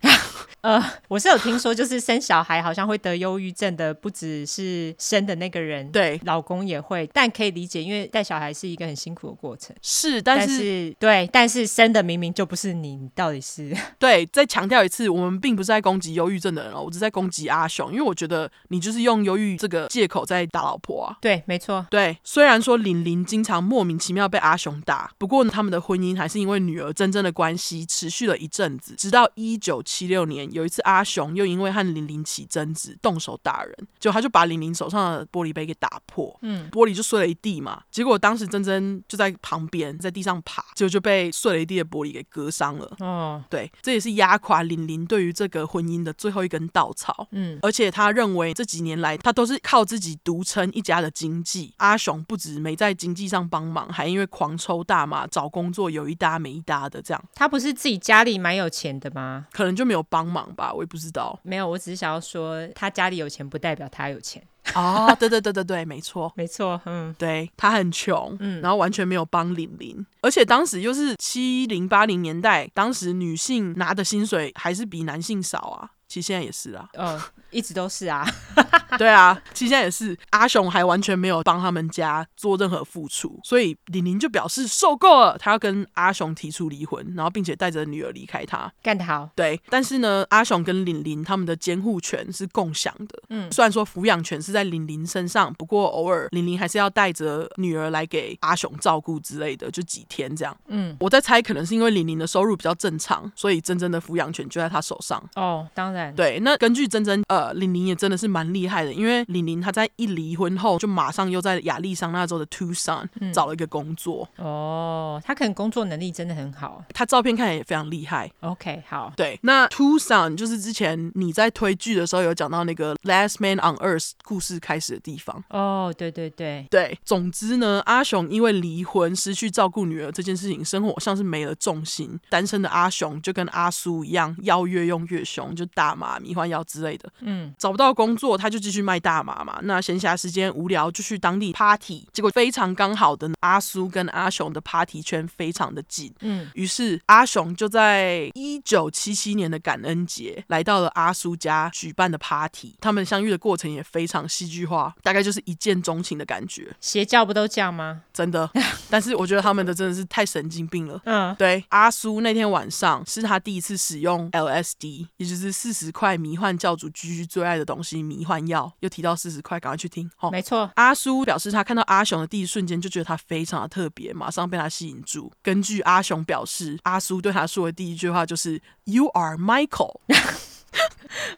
Speaker 2: 呃，我是有听说，就是生小孩好像会得忧郁症的，不只是生的那个人，，
Speaker 1: 对，
Speaker 2: 老公也会，但可以理解，因为带小孩是一个很辛苦的过程。
Speaker 1: 是，但是
Speaker 2: 但是对，但是生的明明就不是你，你到底是。
Speaker 1: 对，再强调一次，我们并不是在攻击忧郁症的人哦，我只是在攻击阿雄，因为我觉得你就是用忧郁这个借口在打老婆啊
Speaker 2: 对，没错，
Speaker 1: 对，虽然说玲玲经常莫名其妙被阿雄打，不过呢他们的婚姻还是因为女儿真正的关系持续了一阵阵子，直到一九七六年，有一次阿雄又因为和玲玲起争执，动手打人，结果他就把玲玲手上的玻璃杯给打破，嗯，玻璃就碎了一地嘛。结果当时珍珍就在旁边，在地上爬，结果就被碎了一地的玻璃给割伤了。
Speaker 2: 哦，
Speaker 1: 对，这也是压垮玲玲对于这个婚姻的最后一根稻草。
Speaker 2: 嗯，
Speaker 1: 而且他认为这几年来，他都是靠自己独撑一家的经济。阿雄不止没在经济上帮忙，还因为狂抽大麻、找工作有一搭没一搭的，这样
Speaker 2: 他不是自己家里蛮有钱的吗？。
Speaker 1: 可能就没有帮忙吧，我也不知道
Speaker 2: 没有，我只是想要说，他家里有钱不代表他有钱。
Speaker 1: 哦，对对对对对，没错。
Speaker 2: 没错，嗯，
Speaker 1: 对他很穷，
Speaker 2: 嗯
Speaker 1: 然后完全没有帮玲玲，而且当时又是七零八零年代，当时女性拿的薪水还是比男性少啊，其实现在也是啊，
Speaker 2: 哦，一直都是啊，
Speaker 1: 对啊，其实现在也是，阿雄还完全没有帮他们家做任何付出，所以玲玲就表示受够了，她要跟阿雄提出离婚，然后并且带着女儿离开他。
Speaker 2: 干得好，
Speaker 1: 对，但是呢，阿雄跟玲玲他们的监护权是共享的。
Speaker 2: 嗯
Speaker 1: 虽然说抚养权是在玲玲身上，不过偶尔玲玲还是要带着女儿来给阿雄照顾之类的，就几天这样。
Speaker 2: 嗯，
Speaker 1: 我在猜，可能是因为玲玲的收入比较正常，所以真正的抚养权就在她手上。
Speaker 2: 哦，当然，
Speaker 1: 对，那根据珍珍，呃，玲玲也真的是蛮厉害的，因为玲玲她在一离婚后，就马上又在亚利桑那州的 Tucson 找了一个工作。
Speaker 2: 哦，他可能工作能力真的很好。
Speaker 1: 她照片看起来也非常厉害。
Speaker 2: OK，好，
Speaker 1: 对，那 Tucson 就是之前你在推剧的时候有讲到那个《Last Man on Earth》故事开始的地方。
Speaker 2: 哦，对对对，
Speaker 1: 对，总之呢，阿雄因为离婚失去照顾女儿这件事情，生活像是没了重心。单身的阿雄就跟阿苏一样，腰越用越凶，就大麻、迷幻药之类的。
Speaker 2: 嗯，
Speaker 1: 找不到工作，他就继续卖大麻嘛。那闲暇时间无聊就去当地 party，结果非常刚好的阿苏跟阿雄的 party 圈非常的近，
Speaker 2: 嗯，
Speaker 1: 于是阿雄就在一九七七年的感恩节来到了阿苏家举办的 party。他们相遇的过程也非常戏剧化，大概就是一见钟情的感觉，
Speaker 2: 邪教不都这样吗？
Speaker 1: 真的。但是我觉得他们的真的是太神经病了。
Speaker 2: 嗯，
Speaker 1: 对，阿苏那天晚上是他第一次使用 LSD，也就是四十块迷幻教主居居最爱的东西迷幻药。又提到四十块，赶快去听。好、
Speaker 2: 哦没错，
Speaker 1: 阿苏表示，他看到阿雄的第一瞬间就觉得他非常的特别，马上被他吸引住。根据阿雄表示，阿苏对他说的第一句话就是 “You are Michael”，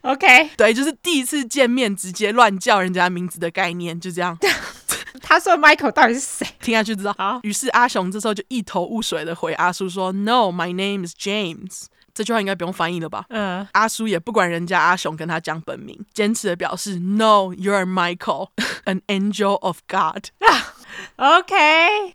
Speaker 2: OK，
Speaker 1: 对，就是第一次见面直接乱叫人家名字的概念，就这样
Speaker 2: 他说 Michael 到底是谁？
Speaker 1: 听下去知道。
Speaker 2: 好，
Speaker 1: 于是阿雄这时候就一头雾水的回阿苏说：“No, my name is James。”这句话应该不用翻译了吧？
Speaker 2: 嗯，
Speaker 1: 阿苏也不管人家阿雄跟他讲本名，坚持的表示 “No, you're Michael, an angel of God。
Speaker 2: OK，”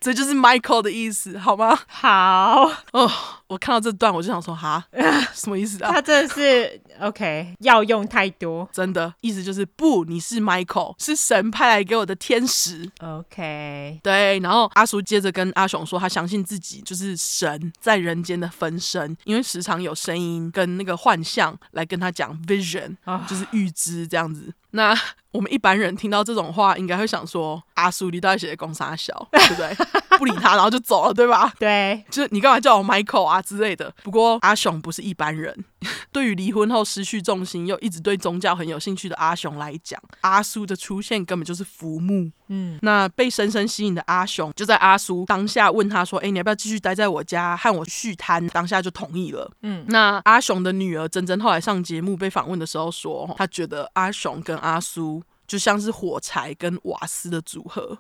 Speaker 1: 这就是 Michael 的意思，好吗？
Speaker 2: 好，
Speaker 1: 哦，我看到这段我就想说， 哈，什么意思啊？
Speaker 2: 他真的是 OK，药用太多。
Speaker 1: 真的意思就是不，你是 Michael，是神派来给我的天使。
Speaker 2: OK，
Speaker 1: 对，然后阿叔接着跟阿雄说，他相信自己就是神在人间的分身，因为时常有声音跟那个幻象来跟他讲 vision，、
Speaker 2: 啊
Speaker 1: 就是预知这样子。那我们一般人听到这种话，应该会想说：阿叔，你到底写的公啥小，对不 对？不理他，然后就走了，对吧？
Speaker 2: 对，
Speaker 1: 就是你干嘛叫我 Michael 啊之类的。不过阿雄不是一般人， 对于离婚后失去重心又一直对宗教很有兴趣的阿雄来讲，阿叔的出现根本就是浮木。
Speaker 2: 嗯，
Speaker 1: 那被深深吸引的阿雄，就在阿苏当下问他说：“哎、你要不要继续待在我家和我续摊？”当下就同意了。
Speaker 2: 嗯，
Speaker 1: 那阿雄的女儿珍珍后来上节目被访问的时候说，她觉得阿雄跟阿苏就像是火柴跟瓦斯的组合，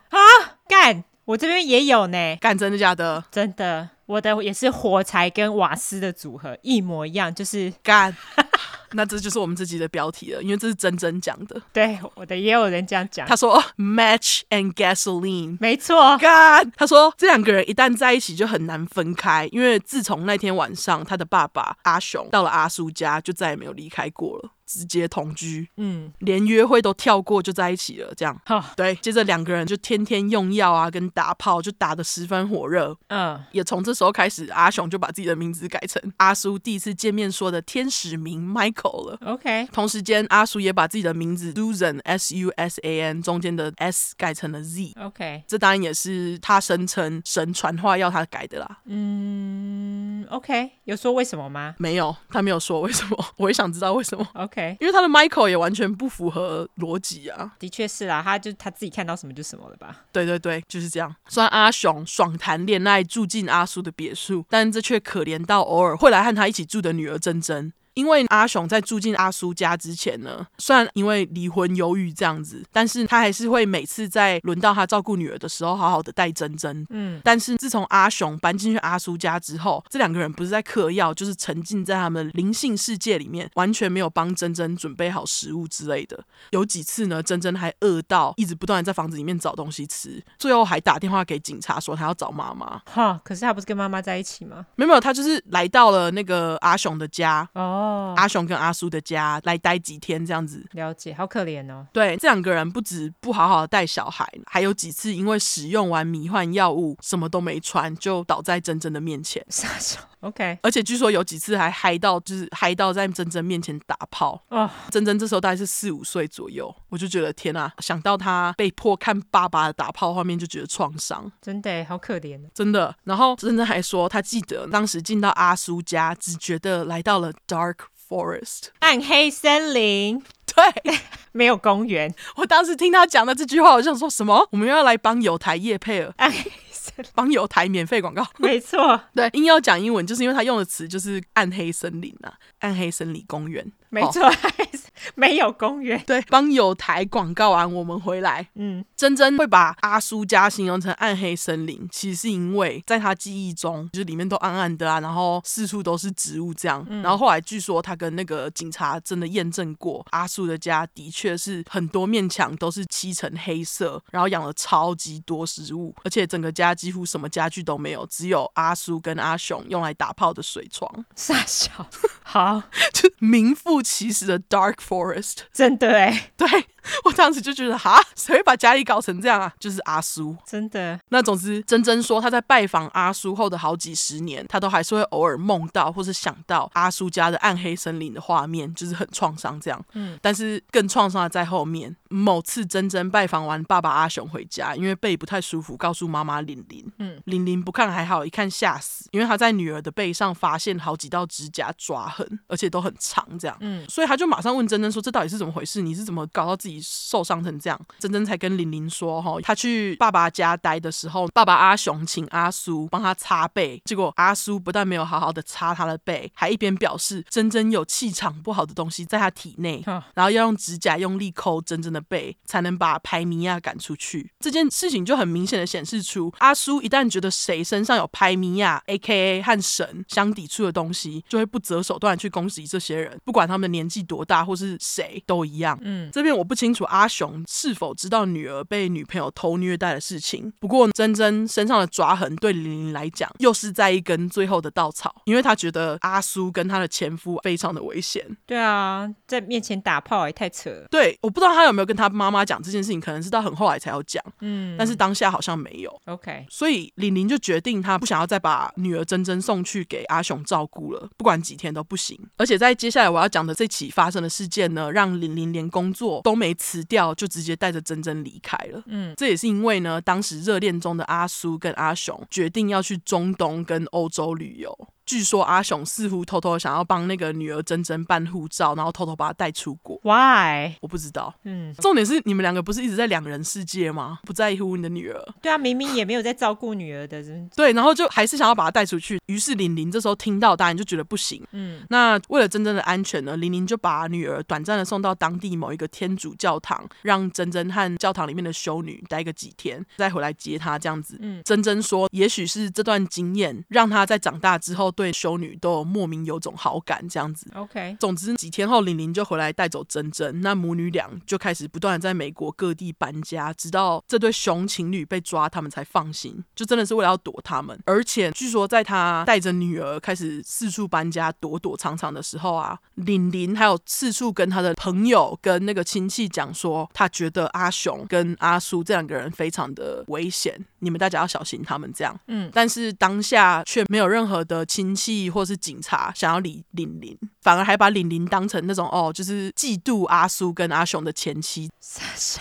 Speaker 2: 干，我这边也有呢，
Speaker 1: 干真的假的？
Speaker 2: 真的，我的也是火柴跟瓦斯的组合一模一样，就是
Speaker 1: 干。 那这就是我们自己的标题了，因为这是珍珍讲的。
Speaker 2: 对我的也有人这样讲
Speaker 1: 她，说 “match and gasoline”，
Speaker 2: 没错，
Speaker 1: God，他说这两个人一旦在一起就很难分开，因为自从那天晚上，他的爸爸阿雄到了阿苏家，就再也没有离开过了，直接同居，
Speaker 2: 嗯，
Speaker 1: 连约会都跳过就在一起了，这样。
Speaker 2: 好、
Speaker 1: 对，接着两个人就天天用药啊，跟打炮，就打得十分火热。
Speaker 2: 嗯，
Speaker 1: 也从这时候开始，阿雄就把自己的名字改成阿苏第一次见面说的天使名 Michael 了。
Speaker 2: OK，
Speaker 1: 同时间，阿叔也把自己的名字 Susan S U S A N 中间的 S 改成了 Z，
Speaker 2: OK，
Speaker 1: 这当然也是他声称神传话要他改的啦。
Speaker 2: 嗯，OK，有说为什么吗
Speaker 1: 没有，他没有说为什么，我也想知道为什么，
Speaker 2: ？OK，
Speaker 1: 因为他的 Michael 也完全不符合逻辑啊。
Speaker 2: 的确是啦、他就他自己看到什么就什么了吧？
Speaker 1: 对对对，就是这样。虽然阿雄爽谈恋爱，住进阿叔的别墅，但这却可怜到偶尔会来和他一起住的女儿珍珍。因为阿雄在住进阿叔家之前呢，虽然因为离婚忧郁这样子，但是他还是会每次在轮到他照顾女儿的时候，好好的带珍珍。嗯，但是自从阿雄搬进去阿叔家之后，这两个人不是在嗑药，就是沉浸在他们的灵性世界里面，完全没有帮珍珍准备好食物之类的。有几次呢，珍珍还饿到一直不断的在房子里面找东西吃，最后还打电话给警察说她要找妈妈。
Speaker 2: 哈，可是他不是跟妈妈在一起吗？
Speaker 1: 没有没有，她就是来到了那个阿雄的家，
Speaker 2: 哦，
Speaker 1: 阿雄跟阿苏的家来待几天这样子。
Speaker 2: 了解，好可怜哦。
Speaker 1: 对，这两个人不止不好好地带小孩，还有几次因为使用完迷幻药物什么都没穿，就倒在珍珍的面前。
Speaker 2: 傻笑，OK，
Speaker 1: 而且据说有几次还嗨到，就是嗨到在珍珍面前打炮。
Speaker 2: 哦，
Speaker 1: 珍珍这时候大概是四五岁左右，我就觉得天啊，想到她被迫看爸爸打炮画面，就觉得创伤，
Speaker 2: 真的耶好可怜哦。
Speaker 1: 真的。然后珍珍还说，她记得当时进到阿苏家，只觉得来到了 Dark Forest。
Speaker 2: 暗黑森林
Speaker 1: 对
Speaker 2: 没有公园，
Speaker 1: 我当时听她讲的这句话，我就想说什么？我们又要来帮友台叶配了，
Speaker 2: 暗黑森林，
Speaker 1: 帮友台免费广告。
Speaker 2: 没错，
Speaker 1: 对， 硬要讲英文，就是因为她用的词就是暗黑森林啊，暗黑森林公园。
Speaker 2: 没
Speaker 1: 哦
Speaker 2: 错，暗黑森 没有公园。
Speaker 1: 对，帮友台广告完，我们回来。
Speaker 2: 嗯，
Speaker 1: 珍珍会把阿苏家形容成暗黑森林，其实是因为在她记忆中，就是里面都暗暗的啊，然后四处都是植物这样。然后后来据说她跟那个警察真的验证过，阿苏的家的确是很多面墙都是漆成黑色，然后养了超级多食物，而且整个家几乎什么家具都没有，只有阿苏跟阿雄用来打炮的水床，
Speaker 2: 傻笑， 好，
Speaker 1: 就名副其实的 Dark Forest。
Speaker 2: 真的哎，
Speaker 1: 对我当时就觉得，哈， 谁会把家里搞成这样啊？就是阿苏。
Speaker 2: 真的
Speaker 1: 那总之，珍珍说她在拜访阿苏后的好几十年，她都还是会偶尔梦到或是想到阿苏家的暗黑森林的画面，就是很创伤这样。嗯，但是更创伤的在后面。某次珍珍拜访完爸爸阿雄回家，因为背不太舒服，告诉妈妈玲玲。嗯，玲玲不看还好，一看吓死，因为她在女儿的背上发现好几道指甲抓痕，而且都很长这样。嗯，所以她就马上问珍珍说：“这到底是怎么回事？你是怎么搞到自己受伤成这样？”珍珍才跟玲玲说：“哈，她去爸爸家待的时候，爸爸阿雄请阿苏帮她擦背，结果阿苏不但没有好好的擦她的背，还一边表示珍珍有气场不好的东西在她体内，
Speaker 2: 啊
Speaker 1: 然后要用指甲用力抠珍珍的背，才能把排米亚赶出去。这件事情就很明显的显示出，阿苏一旦觉得谁身上有排啊米亚 （A.K.A. 和神）相抵触的东西，就会不择手段地去攻击这些人，不管他们的年纪多大或是谁都一样。嗯，这边我不清楚阿雄是否知道女儿被女朋友偷虐待的事情，不过珍珍身上的抓痕对玲玲来讲，又是在一根最后的稻草，因为她觉得阿苏跟她的前夫非常的危险。
Speaker 2: 对啊，在面前打炮也太扯了。
Speaker 1: 对，我不知道他有没有跟他妈妈讲这件事情，可能是到很后来才有讲，嗯，但是当下好像没有，
Speaker 2: OK，
Speaker 1: 所以玲玲就决定她不想要再把女儿珍珍送去给阿雄照顾了，不管几天都不行。而且在接下来我要讲的这起发生的事件呢，让玲玲连工作都没辞掉，就直接带着珍珍离开了。嗯，这也是因为呢，当时热恋中的阿苏跟阿雄决定要去中东跟欧洲旅游。据说阿雄似乎偷偷想要帮那个女儿珍珍办护照，然后偷偷把她带出国。
Speaker 2: Why？
Speaker 1: 我不知道，
Speaker 2: 嗯，
Speaker 1: 重点是你们两个不是一直在两人世界吗？不在乎你的女儿，
Speaker 2: 对啊，明明也没有在照顾女儿的，真
Speaker 1: 对，然后就还是想要把她带出去。于是玲玲这时候听到答案就觉得不行，嗯，那为了珍珍的安全呢，玲玲就把女儿短暂的送到当地某一个天主教堂，让珍珍和教堂里面的修女待个几天，再回来接她这样子。嗯，珍珍说，也许是这段经验让她在长大之后对修女都有莫名有种好感这样子。
Speaker 2: OK，
Speaker 1: 总之，几天后，玲玲就回来带走珍珍，那母女俩就开始不断的在美国各地搬家，直到这对熊情侣被抓，他们才放心，就真的是为了要躲他们。而且据说，在她带着女儿开始四处搬家、躲躲藏藏的时候啊，玲玲还有四处跟她的朋友、跟那个亲戚讲说，她觉得阿雄跟阿叔这两个人非常的危险，你们大家要小心他们这样。但是当下却没有任何的亲戚或是警察想要理玲玲，反而还把玲玲当成那种哦，就是嫉妒阿苏跟阿雄的前妻。
Speaker 2: 傻笑。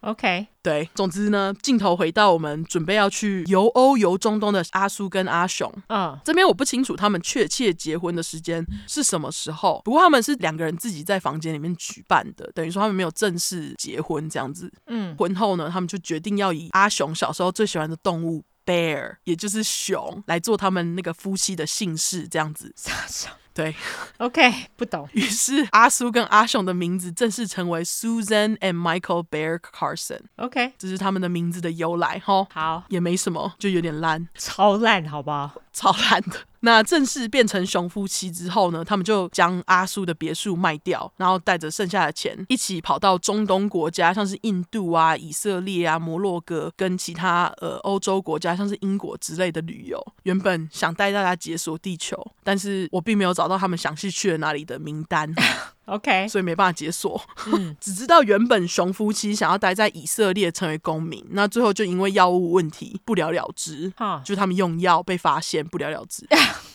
Speaker 2: OK，
Speaker 1: 对，总之呢，镜头回到我们准备要去游欧游中东的阿苏跟阿雄。
Speaker 2: 嗯，
Speaker 1: 这边我不清楚他们确切结婚的时间是什么时候，不过他们是两个人自己在房间里面举办的，等于说他们没有正式结婚这样子。
Speaker 2: 嗯，
Speaker 1: 婚后呢，他们就决定要以阿雄小时候最喜欢的动物 bear，也就是熊，来做他们那个夫妻的姓氏这样子。
Speaker 2: 傻笑。
Speaker 1: 对
Speaker 2: OK，不懂。
Speaker 1: 于是，阿苏跟阿雄的名字正式成为 Susan and Michael Bear Carson，
Speaker 2: OK，
Speaker 1: 这是他们的名字的由来哈。
Speaker 2: 好，
Speaker 1: 也没什么，就有点烂。
Speaker 2: 超烂，好不好？
Speaker 1: 超烂的。那正式变成熊夫妻之后呢，他们就将阿苏的别墅卖掉，然后带着剩下的钱一起跑到中东国家，像是印度啊、以色列啊、摩洛哥跟其他呃欧洲国家，像是英国之类的旅游。原本想带大家解锁地球，但是我并没有找到他们详细去了哪里的名单，
Speaker 2: OK，
Speaker 1: 所以没办法解锁。
Speaker 2: 嗯
Speaker 1: 只知道原本熊夫妻想要待在以色列成为公民，那最后就因为药物问题不了了之。
Speaker 2: 哈
Speaker 1: 就他们用药被发现，不了了之。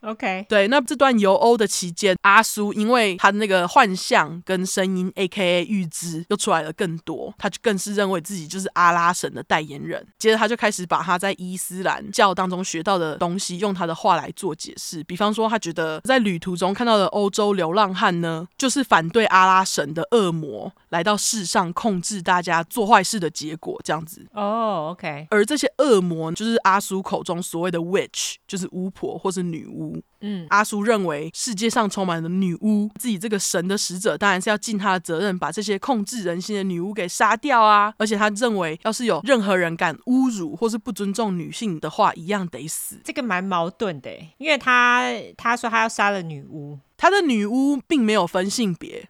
Speaker 2: ，OK，
Speaker 1: 对，那这段游欧的期间，阿苏因为他的那个幻象跟声音 （A.K.A. 预知）又出来了更多，他就更是认为自己就是阿拉神的代言人。接着他就开始把他在伊斯兰教当中学到的东西，用他的话来做解释。比方说，他觉得在旅途中看到的欧洲流浪汉呢，就是反对阿拉神的恶魔来到世上控制大家做坏事的结果，这样子。
Speaker 2: 哦，OK，
Speaker 1: 而这些恶魔就是阿苏口中所谓的 witch，就是巫婆或是女巫。
Speaker 2: 嗯
Speaker 1: 阿苏认为世界上充满了女巫，自己这个神的使者当然是要尽他的责任，把这些控制人心的女巫给杀掉啊！而且他认为，要是有任何人敢侮辱或是不尊重女性的话，一样得死。
Speaker 2: 这个蛮矛盾的耶，因为他他说他要杀了女巫。
Speaker 1: 他的女巫并没有分性别，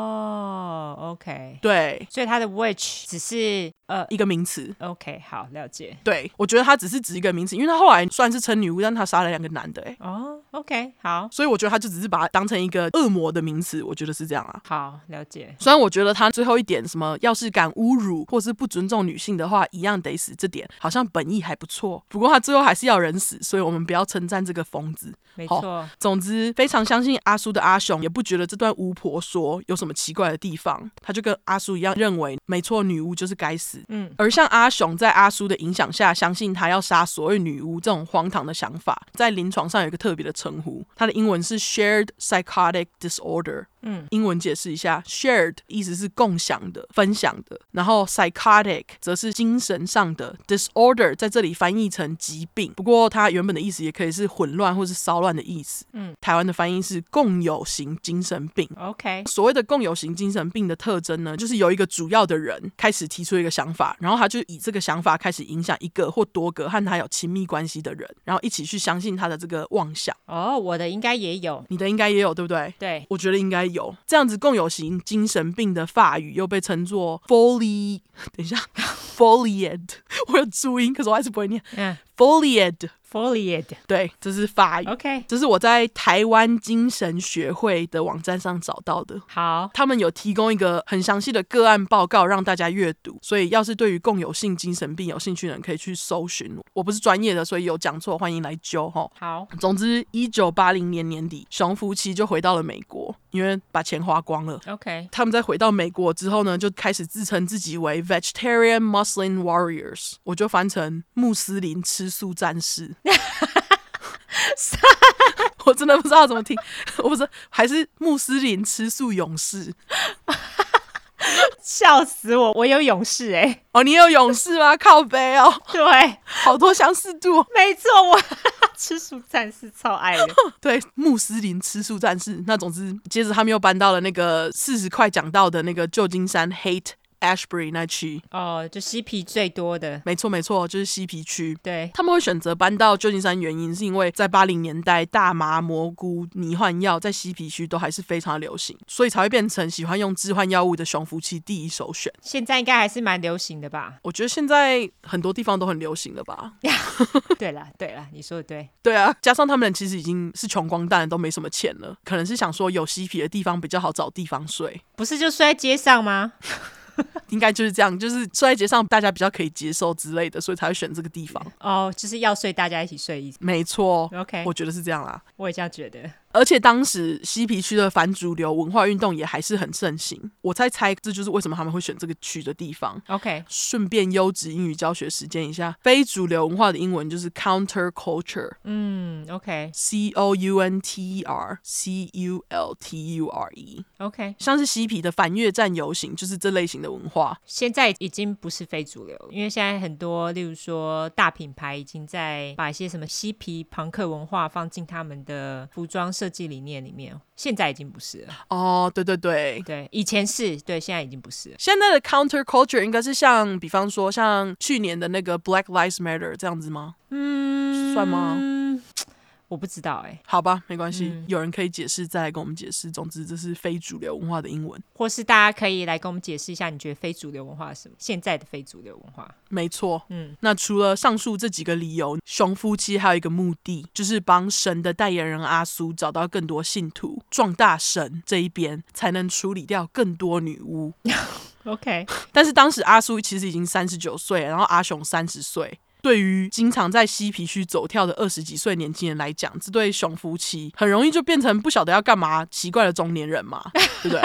Speaker 2: 哦，OK，
Speaker 1: 对，
Speaker 2: 所以他的 witch 只是呃
Speaker 1: 一个名词。
Speaker 2: ，OK，好，了解。
Speaker 1: 对，我觉得他只是指一个名词，因为他后来算是称女巫，但他杀了两个男的、欸，
Speaker 2: 哦，OK，好，
Speaker 1: 所以我觉得他就只是把它当成一个恶魔的名词，我觉得是这样啊。
Speaker 2: 好，了解。
Speaker 1: 虽然我觉得他最后一点什么，要是敢侮辱或是不尊重女性的话，一样得死，这点好像本意还不错。不过他最后还是要人死，所以我们不要称赞这个疯子。
Speaker 2: 没
Speaker 1: 好
Speaker 2: 错，
Speaker 1: 总之，非常相信阿苏的阿雄也不觉得这段巫婆说有什么奇怪的地方，他就跟阿苏一样认为，没错，女巫就是该死。
Speaker 2: 嗯，
Speaker 1: 而像阿雄在阿苏的影响下，相信他要杀所谓女巫这种荒唐的想法，在临床上有一个特别的称呼，它的英文是 shared psychotic disorder。
Speaker 2: 嗯，
Speaker 1: 英文解释一下，shared 意思是共享的、分享的，然后 psychotic 则是精神上的，disorder 在这里翻译成疾病，不过它原本的意思也可以是混乱或是骚乱的意思。
Speaker 2: 嗯，
Speaker 1: 台湾的翻译是共有型精神病。
Speaker 2: OK，
Speaker 1: 所谓的共有型精神病的特征呢，就是有一个主要的人开始提出一个想法，然后他就以这个想法开始影响一个或多个和他有亲密关系的人，然后一起去相信他的这个妄想。
Speaker 2: 哦，我的应该也有，
Speaker 1: 你的应该也有，对不对？
Speaker 2: 对
Speaker 1: 我觉得应该有这样子共有型精神病的法语又被称作 folie，等一 下 folied，我 有注音，可是我还是不会念
Speaker 2: 嗯
Speaker 1: folied。
Speaker 2: ，foliate，OK，、
Speaker 1: 对，这是法语，这是我在台湾精神学会的网站上找到的。
Speaker 2: 好，
Speaker 1: 他们有提供一个很详细的个案报告让大家阅读，所以要是对于共有性精神病有兴趣的人，可以去搜寻。我不是专业的，所以有讲错欢迎来揪哈。
Speaker 2: 好，
Speaker 1: 总之，一九八零年年底，熊夫妻就回到了美国，因为把钱花光了。
Speaker 2: OK，
Speaker 1: 他们在回到美国之后呢，就开始自称自己为 Vegetarian Muslim Warriors，我就翻成穆斯林吃素战士。我真的不知道怎么听，我不是还是穆斯林吃素勇士
Speaker 2: 笑死我，我有勇士哎、
Speaker 1: 哦？你有勇士吗？靠背哦，
Speaker 2: 对，
Speaker 1: 好多相似度哦。
Speaker 2: 没错，我 吃素战士超爱的，
Speaker 1: 对，穆斯林吃素战士。那总之，接着他们又搬到了那个四十块讲到的那个旧金山 Hate Ashbury 那区。
Speaker 2: 哦，就嬉皮最多的，
Speaker 1: 没错，没错，就是嬉皮区。
Speaker 2: 对，
Speaker 1: 他们会选择搬到旧金山，原因是因为在八零年代，大麻、蘑菇、迷幻药在西皮区都还是非常流行，所以才会变成喜欢用致幻药物的熊夫妻第一首选。
Speaker 2: 现在应该还是蛮流行的 吧？
Speaker 1: 我觉得现在很多地方都很流行了吧？
Speaker 2: 对啦，对啦，你说的对，
Speaker 1: 对啊，加上他们其实已经是穷光蛋，都没什么钱了，可能是想说有嬉皮的地方比较好找地方睡，
Speaker 2: 不是就睡在街上吗？
Speaker 1: 应该就是这样，就是睡在街上大家比较可以接受之类的，所以才会选这个地方。
Speaker 2: 哦，就是要睡，大家一起睡一
Speaker 1: 没错，
Speaker 2: ，OK，
Speaker 1: 我觉得是这样啦。
Speaker 2: 我也这样觉得。
Speaker 1: 而且当时西皮区的反主流文化运动也还是很盛行。我在猜，这就是为什么他们会选这个区的地方。
Speaker 2: OK，
Speaker 1: 顺便优质英语教学实践一下，非主流文化的英文就是 counter culture，c
Speaker 2: 嗯，OK
Speaker 1: o u n t e r c u l t u r e，
Speaker 2: OK，
Speaker 1: 像是嬉皮的反越战游行，就是这类型的文化。
Speaker 2: 现在已经不是非主流，因为现在很多，例如说大品牌已经在把一些什么嬉皮朋克文化放进他们的服装设计理念里面，现在已经不是了。
Speaker 1: 哦，对对对，
Speaker 2: 对，以前是对，现在已经不是了。
Speaker 1: 现在的 counter culture 应该是像，比方说像去年的那个 Black Lives Matter 这样子吗？嗯，算吗？
Speaker 2: 嗯，我不知道哎、
Speaker 1: 好吧，没关系，有人可以解释再来跟我们解释。总之，这是非主流文化的英文，
Speaker 2: 或是大家可以来跟我们解释一下，你觉得非主流文化是什么？现在的非主流文化，
Speaker 1: 没错。
Speaker 2: 嗯，
Speaker 1: 那除了上述这几个理由，熊夫妻还有一个目的，就是帮神的代言人阿苏找到更多信徒，壮大神这一边，才能处理掉更多女巫。
Speaker 2: OK，
Speaker 1: 但是当时阿苏其实已经三十九岁了，然后阿雄三十岁。对于经常在嬉皮区走跳的二十几岁年轻人来讲，这对熊夫妻很容易就变成不晓得要干嘛奇怪的中年人嘛， 对不对？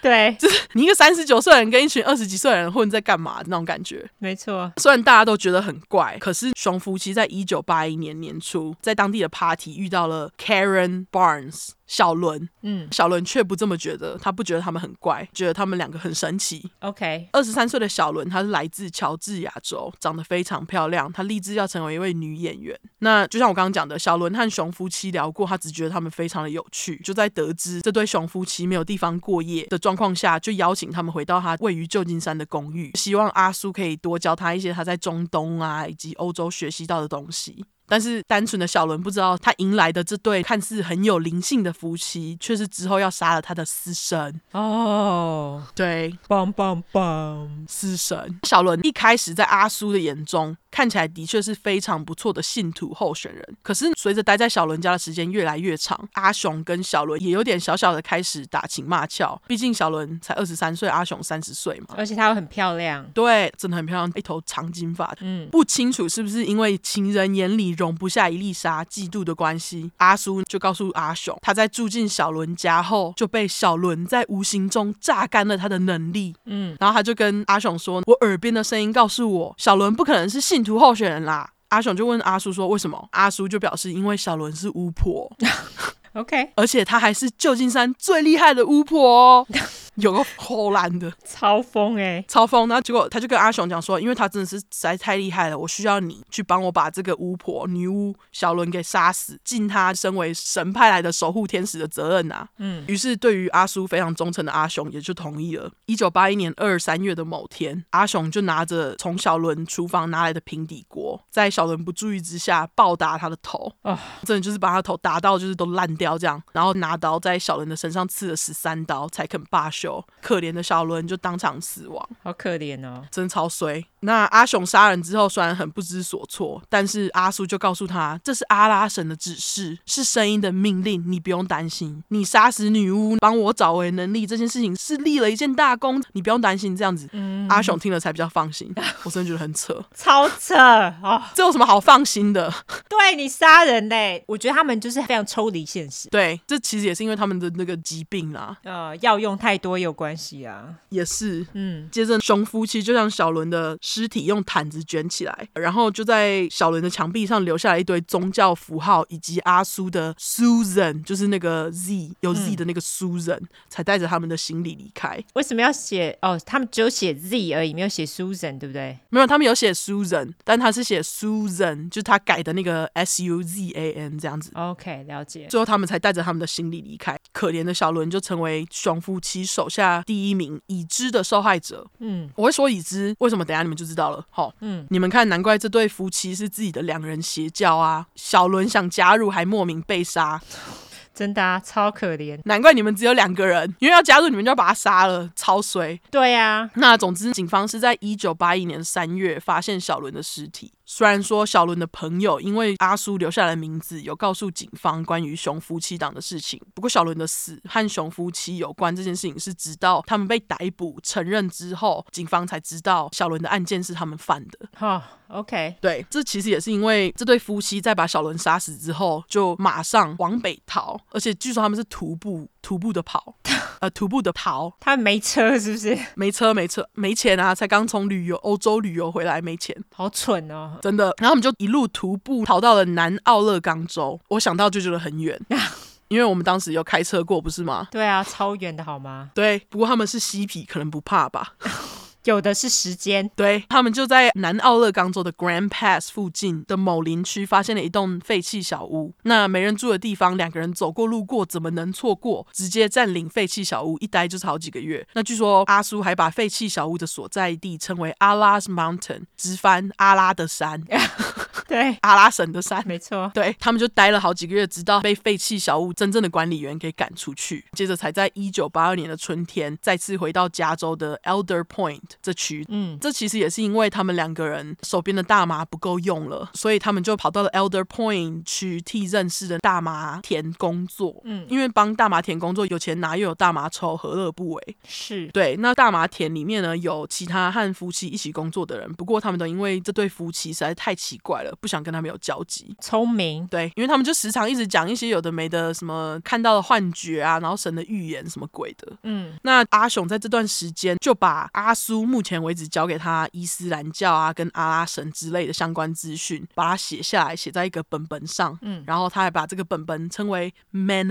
Speaker 2: 对，
Speaker 1: 你一个三十九岁的人跟一群二十几岁的人混在干嘛那种感觉。
Speaker 2: 没错，
Speaker 1: 虽然大家都觉得很怪，可是熊夫妻在一九八一年年初在当地的 party 遇到了 Karen Barnes 小伦，
Speaker 2: 嗯
Speaker 1: 小伦却不这么觉得，他不觉得他们很怪，觉得他们两个很神奇。
Speaker 2: ，OK，
Speaker 1: 二十三岁的小伦，她是来自乔治亚州，长得非常漂亮，她立志要成为一位女演员。那就像我刚刚讲的，小伦和熊夫妻聊过，她只觉得他们非常的有趣。就在得知这对熊夫妻没有地方过夜的状况下，就邀请他们回到他位于旧金山的公寓，希望阿苏可以多教他一些他在中东啊以及欧洲学习到的东西。但是单纯的小伦不知道，他迎来的这对看似很有灵性的夫妻，却是之后要杀了他的私生。
Speaker 2: 哦，
Speaker 1: 对，
Speaker 2: 棒棒棒，
Speaker 1: 死神小伦一开始在阿苏的眼中看起来的确是非常不错的信徒候选人，可是随着待在小伦家的时间越来越长，阿雄跟小伦也有点小小的开始打情骂俏。毕竟小伦才二十三岁，阿雄三十岁嘛。
Speaker 2: 而且她又很漂亮，
Speaker 1: 对，真的很漂亮，一头长金发。
Speaker 2: 嗯
Speaker 1: 不清楚是不是因为情人眼里容不下一粒沙，嫉妒的关系，阿苏就告诉阿雄，他在住进小伦家后，就被小伦在无形中榨干了他的能力。
Speaker 2: 嗯，
Speaker 1: 然后他就跟阿雄说：“我耳边的声音告诉我，小伦不可能是信徒候选人啦。”阿雄就问阿叔说：“为什么？”阿叔就表示：“因为小伦是巫婆，
Speaker 2: OK，
Speaker 1: 而且他还是旧金山最厉害的巫婆 哦，有个偷懒的
Speaker 2: 超疯哎、
Speaker 1: 超疯。”然后结果他就跟阿雄讲说：“因为他真的是实在太厉害了，我需要你去帮我把这个巫婆女巫小伦给杀死，尽他身为神派来的守护天使的责任啊。”
Speaker 2: 嗯
Speaker 1: 于是，对于阿苏非常忠诚的阿雄也就同意了。一九八一年二三月的某天，阿雄就拿着从小伦厨房拿来的平底锅，在小伦不注意之下暴打他的头，
Speaker 2: 哦
Speaker 1: 真的就是把他头打到就是都烂掉这样，然后拿刀在小伦的身上刺了十三刀才肯罢休。可怜的小伦就当场死亡。
Speaker 2: 好可怜哦。
Speaker 1: 真超衰。那阿雄杀人之后，虽然很不知所措，但是阿苏就告诉他，这是阿拉神的指示，是声音的命令，你不用担心。你杀死女巫，帮我找回能力，这件事情是立了一件大功，你不用担心。这样子，阿雄听了才比较放心。我真的觉得很扯，
Speaker 2: 超扯哦！
Speaker 1: 这有什么好放心的？
Speaker 2: 对你杀人嘞，我觉得他们就是非常抽离现实，
Speaker 1: 对，这其实也是因为他们的那个疾病啦，
Speaker 2: 呃，药用太多也有关系啊。
Speaker 1: 也是
Speaker 2: 嗯，
Speaker 1: 接着，熊夫妻就将小伦的尸体用毯子卷起来，然后就在小伦的墙壁上留下了一堆宗教符号，以及阿苏的 Susan，就是那个 Z 有 Z 的那个 Susan，、才带着他们的行李离开。
Speaker 2: 为什么要写？哦，他们只有写 Z 而已，没有写 Susan，对不对？
Speaker 1: 没有，他们有写 Susan，但他是写 Susan，就是他改的那个 S U Z A N 这样子。
Speaker 2: OK，了解。
Speaker 1: 最后，他们才带着他们的行李离开。可怜的小伦就成为熊夫妻手下第一名已知的受害者。
Speaker 2: 嗯
Speaker 1: 我会说已知，为什么？等一下你们就知道了。好，
Speaker 2: 嗯，
Speaker 1: 你们看，难怪这对夫妻是自己的两人邪教啊！小伦想加入，还莫名被杀，
Speaker 2: 真的啊，超可怜。
Speaker 1: 难怪你们只有两个人，因为要加入你们就要把他杀了，超衰。
Speaker 2: 对啊，
Speaker 1: 那总之，警方是在一九八一年三月发现小伦的尸体。虽然说小伦的朋友因为阿苏留下来的名字有告诉警方关于熊夫妻档的事情，不过小伦的死和熊夫妻有关这件事情是直到他们被逮捕承认之后，警方才知道小伦的案件是他们犯的。
Speaker 2: 哦，OK，
Speaker 1: 对，这其实也是因为这对夫妻在把小伦杀死之后，就马上往北逃，而且据说他们是徒步徒步的跑， 呃，徒步的逃，
Speaker 2: 他没车是不是？
Speaker 1: 没车没车没钱啊，才刚从旅游欧洲旅游回来没钱，
Speaker 2: 好蠢哦！
Speaker 1: 真的。然后我们就一路徒步逃到了南奥勒冈州，我想到就觉得很远，因为我们当时有开车过，不是吗？
Speaker 2: 对啊，超远的好吗？
Speaker 1: 对，不过他们是嬉皮，可能不怕吧。
Speaker 2: 有的是时间，
Speaker 1: 对他们就在南奥勒冈州的 Grand Pass 附近的某林区发现了一栋废弃小屋。那没人住的地方，两个人走过路过，怎么能错过？直接占领废弃小屋，一待就是好几个月。那据说阿苏还把废弃小屋的所在地称为阿拉 's Mountain，直翻阿拉的山，
Speaker 2: 对，
Speaker 1: 阿拉神的山。
Speaker 2: 没错。
Speaker 1: 对他们就待了好几个月，直到被废弃小屋真正的管理员给赶出去，接着才在一九八二年的春天再次回到加州的 Elder Point 这区。嗯，这其实也是因为他们两个人手边的大麻不够用了，所以他们就跑到了 Elder Point 去替认识的大麻田工作。嗯，因为帮大麻田工作有钱拿，又有大麻抽，何乐不为？
Speaker 2: 是
Speaker 1: 对，那大麻田里面呢有其他和夫妻一起工作的人，不过他们都因为这对夫妻实在太奇怪了，不想跟他们有交集，
Speaker 2: 聪明，
Speaker 1: 对，因为他们就时常一直讲一些有的没的，什么看到的幻觉啊，然后神的预言什么鬼的。
Speaker 2: 嗯，
Speaker 1: 那阿雄在这段时间就把阿苏目前为止交给他伊斯兰教啊、跟阿拉神之类的相关资讯，把它写下来，写在一个本本上。嗯，然后他还把这个本本称为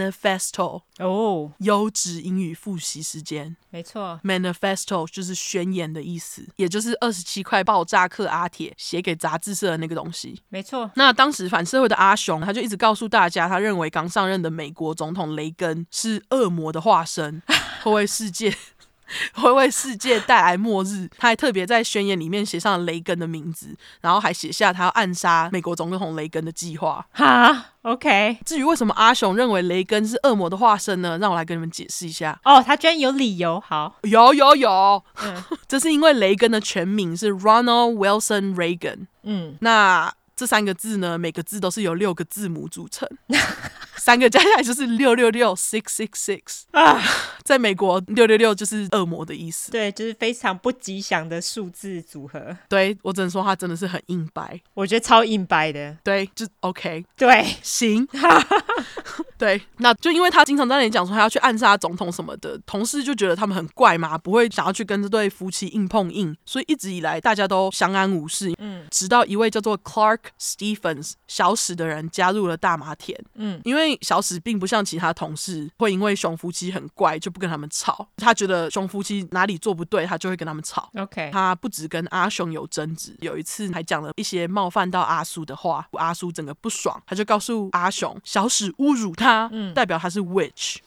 Speaker 1: Manifesto，
Speaker 2: 哦，
Speaker 1: 优质英语复习时间。
Speaker 2: 没错，
Speaker 1: Manifesto 就是宣言的意思，也就是二十七块爆炸课阿铁写给杂志社的那个东西。
Speaker 2: 没错，
Speaker 1: 那当时反社会的阿雄，他就一直告诉大家，他认为刚上任的美国总统雷根是恶魔的化身，会为世界。 会为世界带来末日。他还特别在宣言里面写上雷根的名字，然后还写下他要暗杀美国总统雷根的计划。
Speaker 2: 哈，OK，
Speaker 1: 至于为什么阿雄认为雷根是恶魔的化身呢？让我来跟你们解释一下。
Speaker 2: 哦，他居然有理由，好，
Speaker 1: 有有有，
Speaker 2: 嗯
Speaker 1: 这是因为雷根的全名是 Ronald Wilson Reagan。
Speaker 2: 嗯，
Speaker 1: 那这三个字呢，每个字都是由六个字母组成， 三个加起来就是六六六 six six six
Speaker 2: 啊。
Speaker 1: 在美国，六六六就是恶魔的意思。
Speaker 2: 对，就是非常不吉祥的数字组合，
Speaker 1: 对我只能说他真的是很硬掰。
Speaker 2: 我觉得超硬掰的。
Speaker 1: 对，就 OK，
Speaker 2: 对，
Speaker 1: 行。 对，那就因为他经常在那里讲说他要去暗杀总统什么的，同事就觉得他们很怪嘛，不会想要去跟这对夫妻硬碰硬，所以一直以来大家都相安无事。
Speaker 2: 嗯，
Speaker 1: 直到一位叫做 Clark Stephens 小史的人加入了大麻田。
Speaker 2: 嗯，
Speaker 1: 因为小史并不像其他同事会因为熊夫妻很怪就不跟他们吵，他觉得熊夫妻哪里做不对，他就会跟他们吵。
Speaker 2: OK，
Speaker 1: 他不止跟阿雄有争执，有一次还讲了一些冒犯到阿苏的话，阿苏整个不爽，他就告诉阿雄，小史侮辱他，代表他是 witch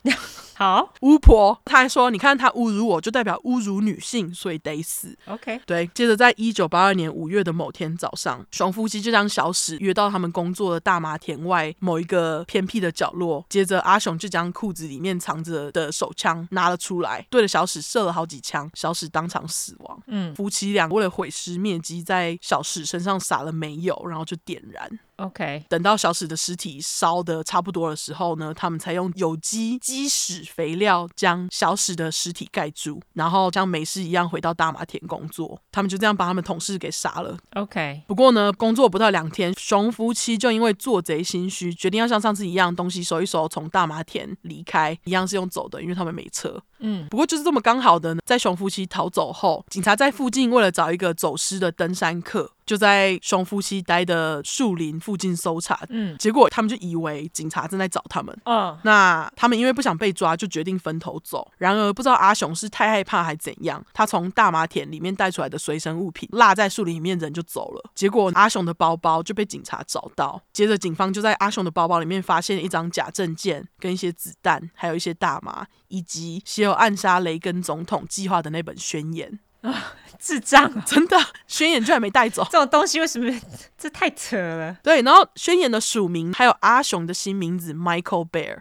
Speaker 2: 好
Speaker 1: 巫婆。他还说，你看他侮辱我，就代表侮辱女性，所以得死。
Speaker 2: ，OK，
Speaker 1: 对，接着在一九八二年五月的某天早上，熊夫妻就将小史约到他们工作的大麻田外某一个偏僻的角落。接着阿雄就将裤子里面藏着的手枪拿了出来，对着小史射了好几枪，小史当场死亡。
Speaker 2: 嗯
Speaker 1: 夫妻俩为了毁尸灭迹，在小史身上撒了煤油，然后就点燃。
Speaker 2: ，OK，
Speaker 1: 等到小史的尸体烧的差不多的时候呢，他们才用有机鸡屎肥料将小史的尸体盖住，然后像没事一样回到大麻田工作。他们就这样把他们同事给杀了。
Speaker 2: OK，
Speaker 1: 不过呢，工作不到两天，熊夫妻就因为做贼心虚，决定要像上次一样，东西收一收，从大麻田离开，一样是用走的，因为他们没车。
Speaker 2: 嗯，
Speaker 1: 不过就是这么刚好的呢，在熊夫妻逃走后，警察在附近为了找一个走失的登山客，就在熊夫妻待的树林附近搜查。
Speaker 2: 嗯，
Speaker 1: 结果他们就以为警察正在找他们。
Speaker 2: 哦，
Speaker 1: 那他们因为不想被抓，就决定分头走。然而，不知道阿雄是太害怕还怎样，他从大麻田里面带出来的随身物品落在树林里面，人就走了。结果阿雄的包包就被警察找到，接着警方就在阿雄的包包里面发现一张假证件、跟一些子弹，还有一些大麻，以及写有暗杀雷根总统计划的那本宣言。
Speaker 2: 智障哦，
Speaker 1: 真的，宣言居然没带走。
Speaker 2: 这种东西为什么 这太扯了？
Speaker 1: 对，然后宣言的署名还有阿雄的新名字 Michael Bear。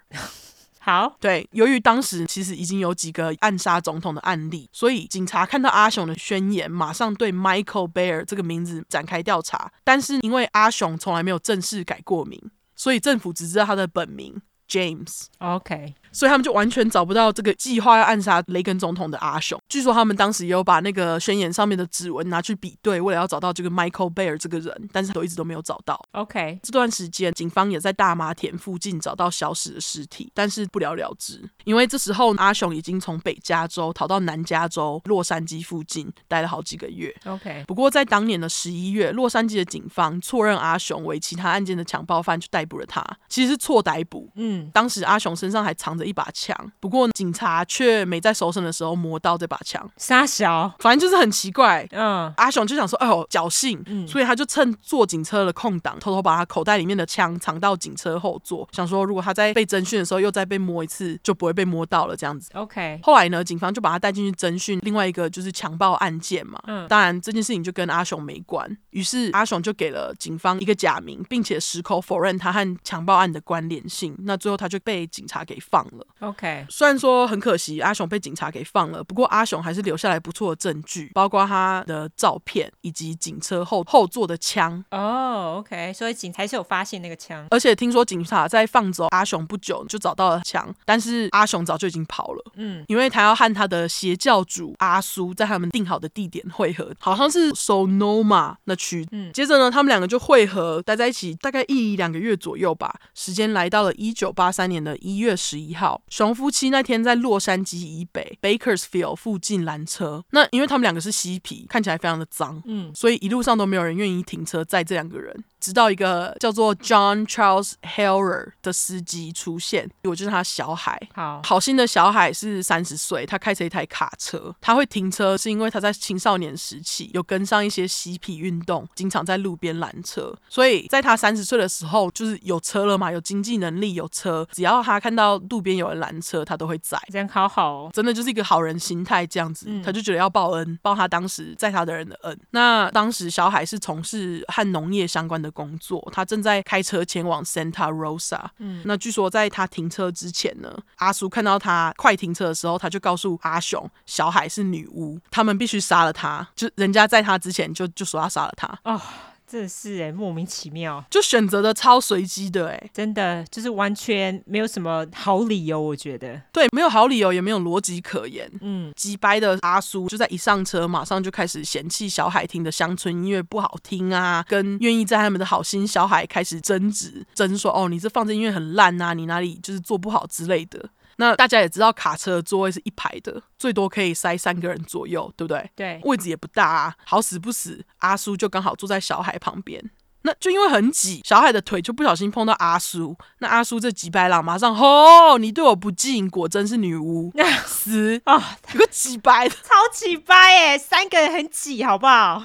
Speaker 2: 好，
Speaker 1: 对，由于当时其实已经有几个暗杀总统的案例，所以警察看到阿雄的宣言，马上对 Michael Bear 这个名字展开调查。但是因为阿雄从来没有正式改过名，所以政府只知道他的本名 James。
Speaker 2: OK，
Speaker 1: 所以他们就完全找不到这个计划要暗杀雷根总统的阿雄。据说他们当时也有把那个宣言上面的指纹拿去比对，为了要找到这个 Michael Bear 这个人，但是都一直都没有找到。
Speaker 2: OK，
Speaker 1: 这段时间，警方也在大麻田附近找到消失的尸体，但是不了了之。因为这时候阿雄已经从北加州逃到南加州洛杉矶附近，待了好几个月。
Speaker 2: OK，
Speaker 1: 不过，在当年的十一月，洛杉矶的警方错认阿雄为其他案件的强暴犯，就逮捕了他。其实是错逮捕，
Speaker 2: 嗯，
Speaker 1: 当时阿雄身上还藏着一把枪，不过警察却没在搜身的时候摸到这把枪，
Speaker 2: 沙小，
Speaker 1: 反正就是很奇怪。
Speaker 2: 嗯
Speaker 1: 阿雄就想说，哎呦，侥幸，所以他就趁坐警车的空档，偷偷把他口袋里面的枪藏到警车后座，想说如果他在被侦讯的时候又再被摸一次，就不会被摸到了这样子。
Speaker 2: ，OK，
Speaker 1: 后来呢，警方就把他带进去侦讯，另外一个就是强暴案件嘛。
Speaker 2: 嗯
Speaker 1: 当然这件事情就跟阿雄没关，于是阿雄就给了警方一个假名，并且矢口否认他和强暴案的关联性。那最后他就被警察给放了。
Speaker 2: OK，
Speaker 1: 虽然说很可惜，阿雄被警察给放了，不过阿雄还是留下来不错的证据，包括他的照片以及警车后后座的枪。
Speaker 2: 哦、o k 所以警察是有发现那个枪。
Speaker 1: 而且听说警察在放走阿雄不久就找到了枪，但是阿雄早就已经跑了。
Speaker 2: 嗯，
Speaker 1: 因为他要和他的邪教主阿苏在他们定好的地点会合，好像是 Sonoma 那区。
Speaker 2: 嗯
Speaker 1: 接着呢，他们两个就会合，待在一起大概一两个月左右吧。时间来到了一九八三年的一月十一号，熊夫妻那天在洛杉矶以北 Bakersfield 附近拦车。那因为他们两个是嬉皮，看起来非常的脏，
Speaker 2: 嗯
Speaker 1: 所以一路上都没有人愿意停车载这两个人，直到一个叫做 John Charles Heller 的司机出现，我就是他的小孩。
Speaker 2: 好，
Speaker 1: 好心的小海是三十岁，他开着一台卡车。他会停车是因为他在青少年时期有跟上一些嬉皮运动，经常在路边拦车。所以在他三十岁的时候，就是有车了嘛，有经济能力，有车，只要他看到路边有人拦车，他都会载。
Speaker 2: 人好好哦。
Speaker 1: 真的就是一个好人心态这样子，
Speaker 2: 嗯
Speaker 1: 他就觉得要报恩，报他当时在他的人的恩。那当时小海是从事和农业相关的工作，他正在开车前往 Santa Rosa。嗯，那据说在他停车之前呢，阿苏看到他快停车的时候，他就告诉阿雄，小海是女巫，他们必须杀了他。就人家在他之前就就说要杀了他，
Speaker 2: 哦，真的是哎，莫名其妙，
Speaker 1: 就选择的超随机的欸诶、
Speaker 2: 真的就是完全没有什么好理由，我觉得。
Speaker 1: 对，没有好理由，也没有逻辑可言。
Speaker 2: 嗯
Speaker 1: 击掰的阿苏就在一上车，马上就开始嫌弃小海听的乡村音乐不好听啊，跟愿意在他们的好心小海开始争执，争说哦，你这放这音乐很烂啊，你哪里就是做不好之类的。那大家也知道，卡车的座位是一排的，最多可以塞三个人左右，对不对？
Speaker 2: 对，
Speaker 1: 位置也不大啊，好死不死，阿苏就刚好坐在小海旁边。那就因为很挤，小海的腿就不小心碰到阿苏，那阿苏这几百郎马上吼、你对我不敬，果真是女巫，死！
Speaker 2: 哦，
Speaker 1: 有个几百的
Speaker 2: 超挤掰哎，三个人很挤，好不好？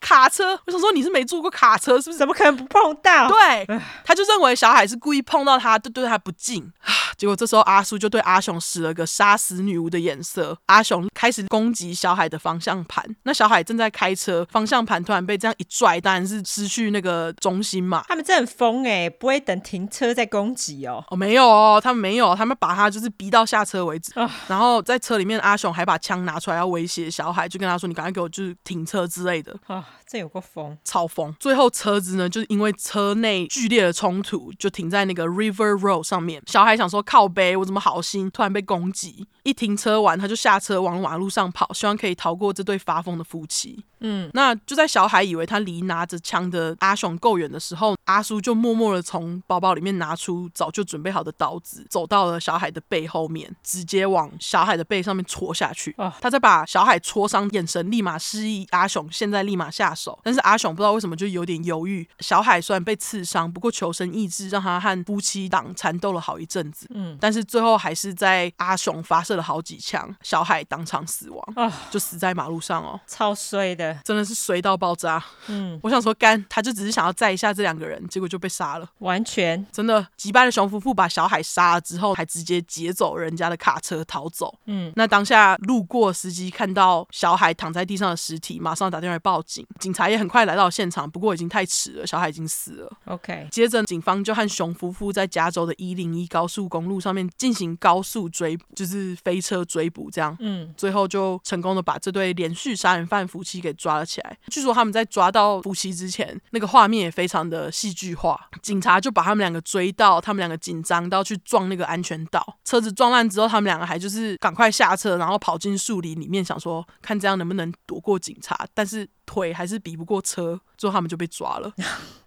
Speaker 1: 卡车，我想说你是没坐过卡车是不是？
Speaker 2: 怎么可能不碰到？
Speaker 1: 对，他就认为小海是故意碰到他，就对他不敬。 啊结果这时候阿叔就对阿雄使了个杀死女巫的眼色，阿雄开始攻击小海的方向盘。那小海正在开车，方向盘突然被这样一拽，当然是失去那个中心嘛。
Speaker 2: 他们真的很疯哎，不会等停车再攻击哦。
Speaker 1: 哦，没有哦，他们没有，他们把他就是逼到下车为止。
Speaker 2: 啊
Speaker 1: 然后在车里面，阿雄还把枪拿出来要威胁小海，就跟他说：“你赶快给我就是停车之类的。”
Speaker 2: 啊、这有过疯。
Speaker 1: 超疯。最后车子呢，就是因为车内剧烈的冲突，就停在那个 River Road 上面。小孩想说靠背，我怎么好心突然被攻击？一停车完，他就下车往马路上跑，希望可以逃过这对发疯的夫妻。
Speaker 2: 嗯，
Speaker 1: 那就在小海以为他离拿着枪的阿雄够远的时候，阿叔就默默的从包包里面拿出早就准备好的刀子，走到了小海的背后面，直接往小海的背上面戳下去。
Speaker 2: 哦
Speaker 1: 他再把小海戳伤，眼神立马示意阿雄现在立马下手。但是阿雄不知道为什么就有点犹豫。小海虽然被刺伤，不过求生意志让他和夫妻档缠斗了好一阵子。
Speaker 2: 嗯
Speaker 1: 但是最后还是在阿雄发射了好几枪，小海当场死亡，
Speaker 2: 哦，
Speaker 1: 就死在马路上哦。
Speaker 2: 超衰的的，
Speaker 1: 真的是随到爆炸。
Speaker 2: 嗯，
Speaker 1: 我想说干，他就只是想要载一下这两个人，结果就被杀了。
Speaker 2: 完全
Speaker 1: 真的，击败的熊夫妇把小海杀了之后，还直接劫走人家的卡车逃走。
Speaker 2: 嗯，
Speaker 1: 那当下路过司机看到小海躺在地上的尸体，马上打电话报警。警察也很快来到现场，不过已经太迟了，小海已经死了。
Speaker 2: OK，
Speaker 1: 接着，警方就和熊夫妇在加州的一零一高速公路上面进行高速追捕，就是飞车追捕这样。
Speaker 2: 嗯，
Speaker 1: 最后就成功的把这对连续杀人犯夫妻给抓了起来。据说他们在抓到夫妻之前，那个画面也非常的戏剧化。警察就把他们两个追到，他们两个紧张到去撞那个安全岛，车子撞烂之后，他们两个还就是赶快下车，然后跑进树林里面，想说看这样能不能躲过警察，但是腿还是比不过车，最后他们就被抓了。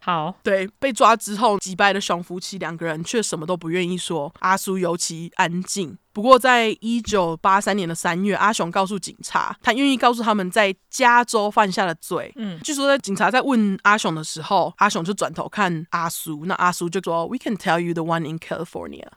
Speaker 2: 好，
Speaker 1: 对，被抓之后，击败的熊夫妻两个人却什么都不愿意说。阿苏尤其安静。不过，在一九八三年的三月，阿雄告诉警察，他愿意告诉他们在加州犯下的罪。
Speaker 2: 嗯，
Speaker 1: 据说在警察在问阿雄的时候，阿雄就转头看阿苏，那阿苏就说：“We can tell you the one in California。”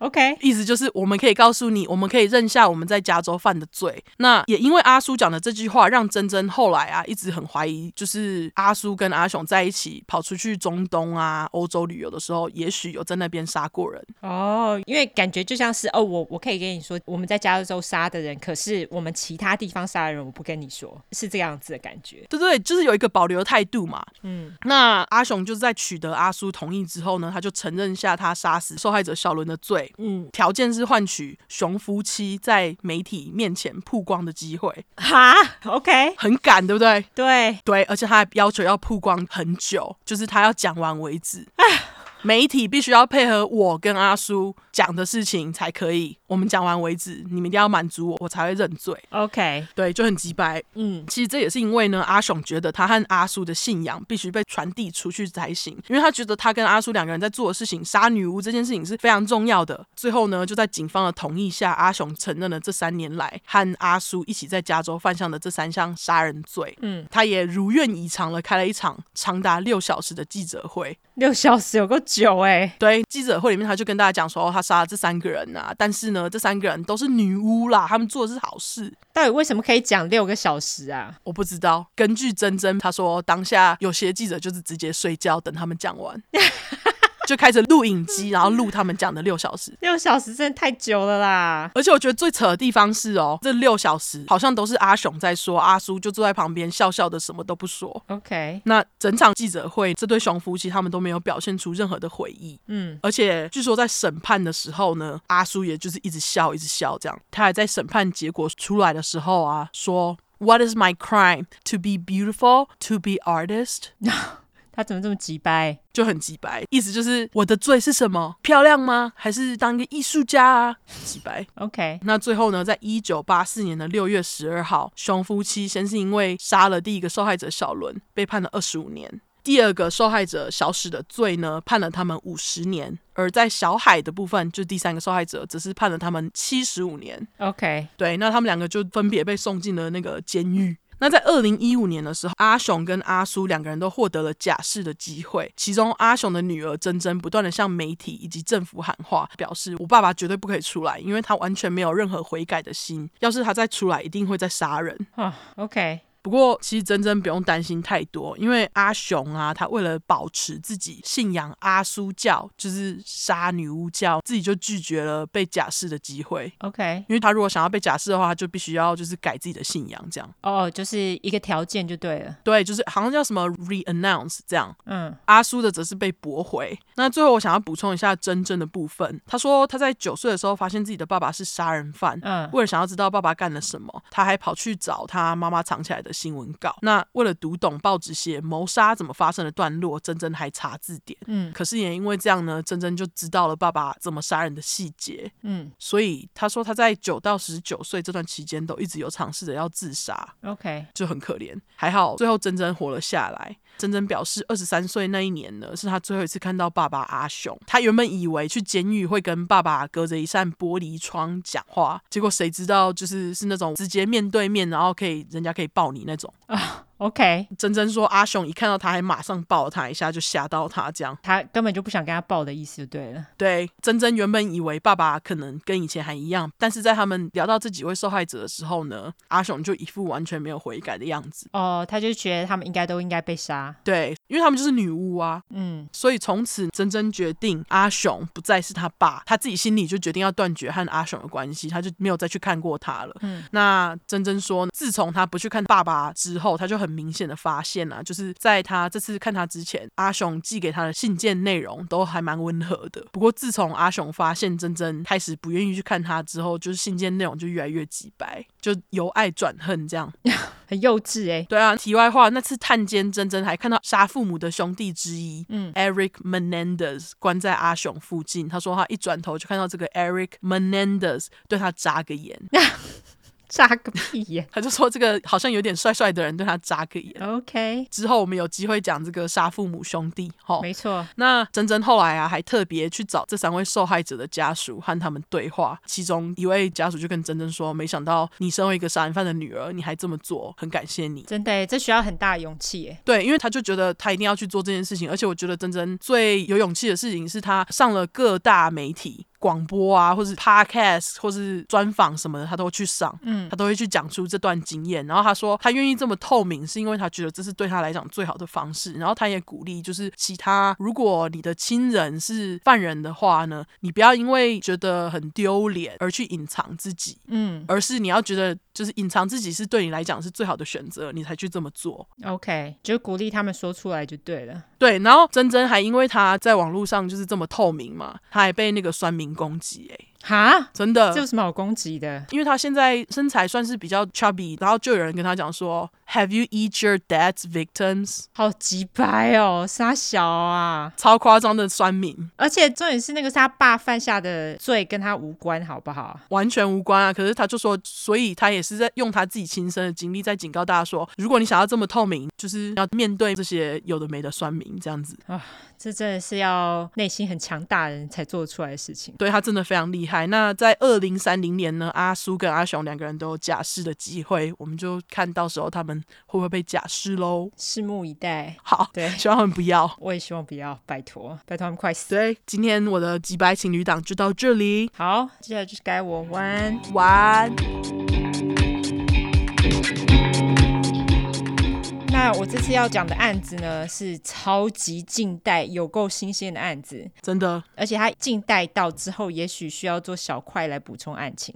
Speaker 2: OK，
Speaker 1: 意思就是我们可以告诉你，我们可以认下我们在加州犯的罪。那也因为阿苏讲的这句话，让珍珍后来啊一直很怀疑，就是阿苏跟阿雄在一起跑出去中东啊、欧洲旅游的时候，也许有在那边杀过人。
Speaker 2: 哦，因为感觉就像是哦，我我可以跟你说，我们在加州杀的人，可是我们其他地方杀的人，我不跟你说，是这样子的感觉。
Speaker 1: 对对，就是有一个保留态度嘛。
Speaker 2: 嗯，
Speaker 1: 那阿雄就是在取得阿苏同意之后呢，他就承认下他杀死受害者小伦的罪，
Speaker 2: 嗯，
Speaker 1: 条件是换取熊夫妻在媒体面前曝光的机会，
Speaker 2: 哈，OK，
Speaker 1: 很敢，对不对？
Speaker 2: 对，
Speaker 1: 对，而且他还要求要曝光很久，就是他要讲完为止。媒体必须要配合我跟阿叔讲的事情才可以，我们讲完为止，你们一定要满足我，我才会认罪。
Speaker 2: OK，
Speaker 1: 对，就很直白。
Speaker 2: 嗯
Speaker 1: 其实这也是因为呢，阿雄觉得他和阿叔的信仰必须被传递出去才行，因为他觉得他跟阿叔两个人在做的事情，杀女巫这件事情是非常重要的。最后呢，就在警方的同意下，阿雄承认了这三年来和阿叔一起在加州犯下的这三项杀人罪。
Speaker 2: 嗯，
Speaker 1: 他也如愿以偿了，开了一场长达六小时的记者会。
Speaker 2: 六小时有够久哎、
Speaker 1: 对，记者会里面他就跟大家讲说，哦他杀了这三个人啊，但是呢，这三个人都是女巫啦，他们做的是好事。
Speaker 2: 到底为什么可以讲六个小时啊？
Speaker 1: 我不知道。根据珍珍她说，当下有些记者就是直接睡觉，等他们讲完，就开着录影机，然后录他们讲的六小时。
Speaker 2: 六小时真的太久了啦。
Speaker 1: 而且我觉得最扯的地方是哦，这六小时好像都是阿雄在说，阿叔就坐在旁边笑笑的，什么都不说。
Speaker 2: OK，
Speaker 1: 那整场记者会，这对熊夫妻他们都没有表现出任何的悔意，
Speaker 2: 嗯，
Speaker 1: 而且据说在审判的时候呢，阿叔也就是一直笑，一直笑这样。他还在审判结果出来的时候啊，说 What is my crime? To be beautiful, to be artist，
Speaker 2: 他怎么这么急掰？
Speaker 1: 就很直白，意思就是我的罪是什么？漂亮吗？还是当一个艺术家啊？直白。
Speaker 2: OK，
Speaker 1: 那最后呢，在一九八四年的六月十二号，熊夫妻先是因为杀了第一个受害者小伦，被判了二十五年；第二个受害者小史的罪呢，判了他们五十年；而在小海的部分，就第三个受害者，只是判了他们七十五年。
Speaker 2: OK，
Speaker 1: 对，那他们两个就分别被送进了那个监狱。那在二零一五年的时候，阿雄跟阿苏两个人都获得了假释的机会。其中，阿雄的女儿珍珍不断的向媒体以及政府喊话，表示我爸爸绝对不可以出来，因为他完全没有任何悔改的心。要是他再出来，一定会再杀人。
Speaker 2: 啊、o k
Speaker 1: 不过，其实珍珍不用担心太多，因为阿雄啊，他为了保持自己信仰阿苏教，就是杀女巫教，自己就拒绝了被假释的机会。
Speaker 2: OK，
Speaker 1: 因为他如果想要被假释的话，他就必须要就是改自己的信仰，这样
Speaker 2: 哦、就是一个条件就对了。
Speaker 1: 对，就是好像叫什么 reannounce 这样。
Speaker 2: 嗯
Speaker 1: 阿苏的则是被驳回。那最后我想要补充一下真正的部分，他说他在九岁的时候发现自己的爸爸是杀人犯。
Speaker 2: 嗯
Speaker 1: 为了想要知道爸爸干了什么，他还跑去找他妈妈藏起来的新闻稿。那为了读懂报纸写谋杀怎么发生的段落，珍珍还查字典。
Speaker 2: 嗯
Speaker 1: 可是也因为这样呢，珍珍就知道了爸爸怎么杀人的细节。
Speaker 2: 嗯
Speaker 1: 所以他说他在九到十九岁这段期间都一直有尝试着要自杀，
Speaker 2: ，OK，
Speaker 1: 就很可怜。还好最后珍珍活了下来。珍珍表示，二十三岁那一年呢，是她最后一次看到爸爸阿雄。她原本以为去监狱会跟爸爸隔着一扇玻璃窗讲话，结果谁知道就是是那种直接面对面，然后可以人家可以抱你那种。
Speaker 2: OK，
Speaker 1: 珍珍说阿雄一看到他还马上抱他一下，就吓到他这样。
Speaker 2: 他根本就不想跟他抱的意思，就对了。
Speaker 1: 对，珍珍原本以为爸爸可能跟以前还一样，但是在他们聊到这几位受害者的时候呢，阿雄就一副完全没有悔改的样子。
Speaker 2: 哦，他就觉得他们应该都应该被杀。
Speaker 1: 对，因为他们就是女巫啊，
Speaker 2: 嗯，
Speaker 1: 所以从此珍珍决定阿雄不再是他爸，他自己心里就决定要断绝和阿雄的关系，他就没有再去看过他了。
Speaker 2: 嗯，
Speaker 1: 那珍珍说，自从他不去看爸爸之后，他就很明显的发现啊，就是在他这次看他之前，阿雄寄给他的信件内容都还蛮温和的。不过自从阿雄发现珍珍开始不愿意去看他之后，就是信件内容就越来越几白，就由爱转恨这样。
Speaker 2: 很幼稚 哎、
Speaker 1: 对啊，题外话，那次探监珍珍还看到杀父母的兄弟之一，
Speaker 2: 嗯
Speaker 1: ，Eric Menendez 关在阿雄附近。他说他一转头就看到这个 Eric Menendez 对他眨个 眼，
Speaker 2: 炸个屁眼。
Speaker 1: 他就说这个好像有点帅帅的人对他眨个眼。
Speaker 2: OK，
Speaker 1: 之后我们有机会讲这个杀父母兄弟，哈。
Speaker 2: 没错，
Speaker 1: 那珍珍后来啊，还特别去找这三位受害者的家属和他们对话。其中一位家属就跟珍珍说：“没想到你身为一个杀人犯的女儿，你还这么做，很感谢你。”
Speaker 2: 真的欸、这需要很大的勇气哎、
Speaker 1: 对，因为他就觉得他一定要去做这件事情，而且我觉得珍珍最有勇气的事情是他上了各大媒体广播啊，或是 podcast 或是专访什么的，他都会去上，
Speaker 2: 嗯
Speaker 1: 他都会去讲出这段经验。然后他说他愿意这么透明，是因为他觉得这是对他来讲最好的方式。然后他也鼓励，就是其他如果你的亲人是犯人的话呢，你不要因为觉得很丢脸而去隐藏自己。
Speaker 2: 嗯
Speaker 1: 而是你要觉得，就是隐藏自己是对你来讲是最好的选择，你才去这么做。
Speaker 2: ，OK，就鼓励他们说出来就对了。
Speaker 1: 对，然后珍珍还因为她在网络上就是这么透明嘛，她还被那个酸民攻击、欸，
Speaker 2: 哈，
Speaker 1: 真的
Speaker 2: 这，有什么好攻击的？
Speaker 1: 因为她现在身材算是比较 chubby，然后就有人跟她讲说，Have you eat your dad's victims？
Speaker 2: 好鸡掰哦，傻小啊！
Speaker 1: 超夸张的酸民，
Speaker 2: 而且重点是那个是他爸犯下的罪，跟他无关，好不好？
Speaker 1: 完全无关啊。可是她就说，所以她也是在用她自己亲身的经历在警告大家说，如果你想要这么透明，就是要面对这些有的没的酸民这样子。
Speaker 2: 这真的是要内心很强大的人才做得出来的事情。
Speaker 1: 对他真的非常厉害。那在二零三零年呢，阿苏跟阿雄两个人都有假释的机会，我们就看到时候他们会不会被假释喽。
Speaker 2: 拭目以待。
Speaker 1: 好，
Speaker 2: 对
Speaker 1: 希望他们不要。
Speaker 2: 我也希望不要，拜托，拜托他们快死。
Speaker 1: 对，今天我的几白情侣档就到这里，
Speaker 2: 好，接下来就是该我晚安。
Speaker 1: 晚安。
Speaker 2: 那我这次要讲的案子呢，是超级近代有够新鲜的案子，
Speaker 1: 真的，
Speaker 2: 而且它近代到之后，也许需要做小块来补充案情，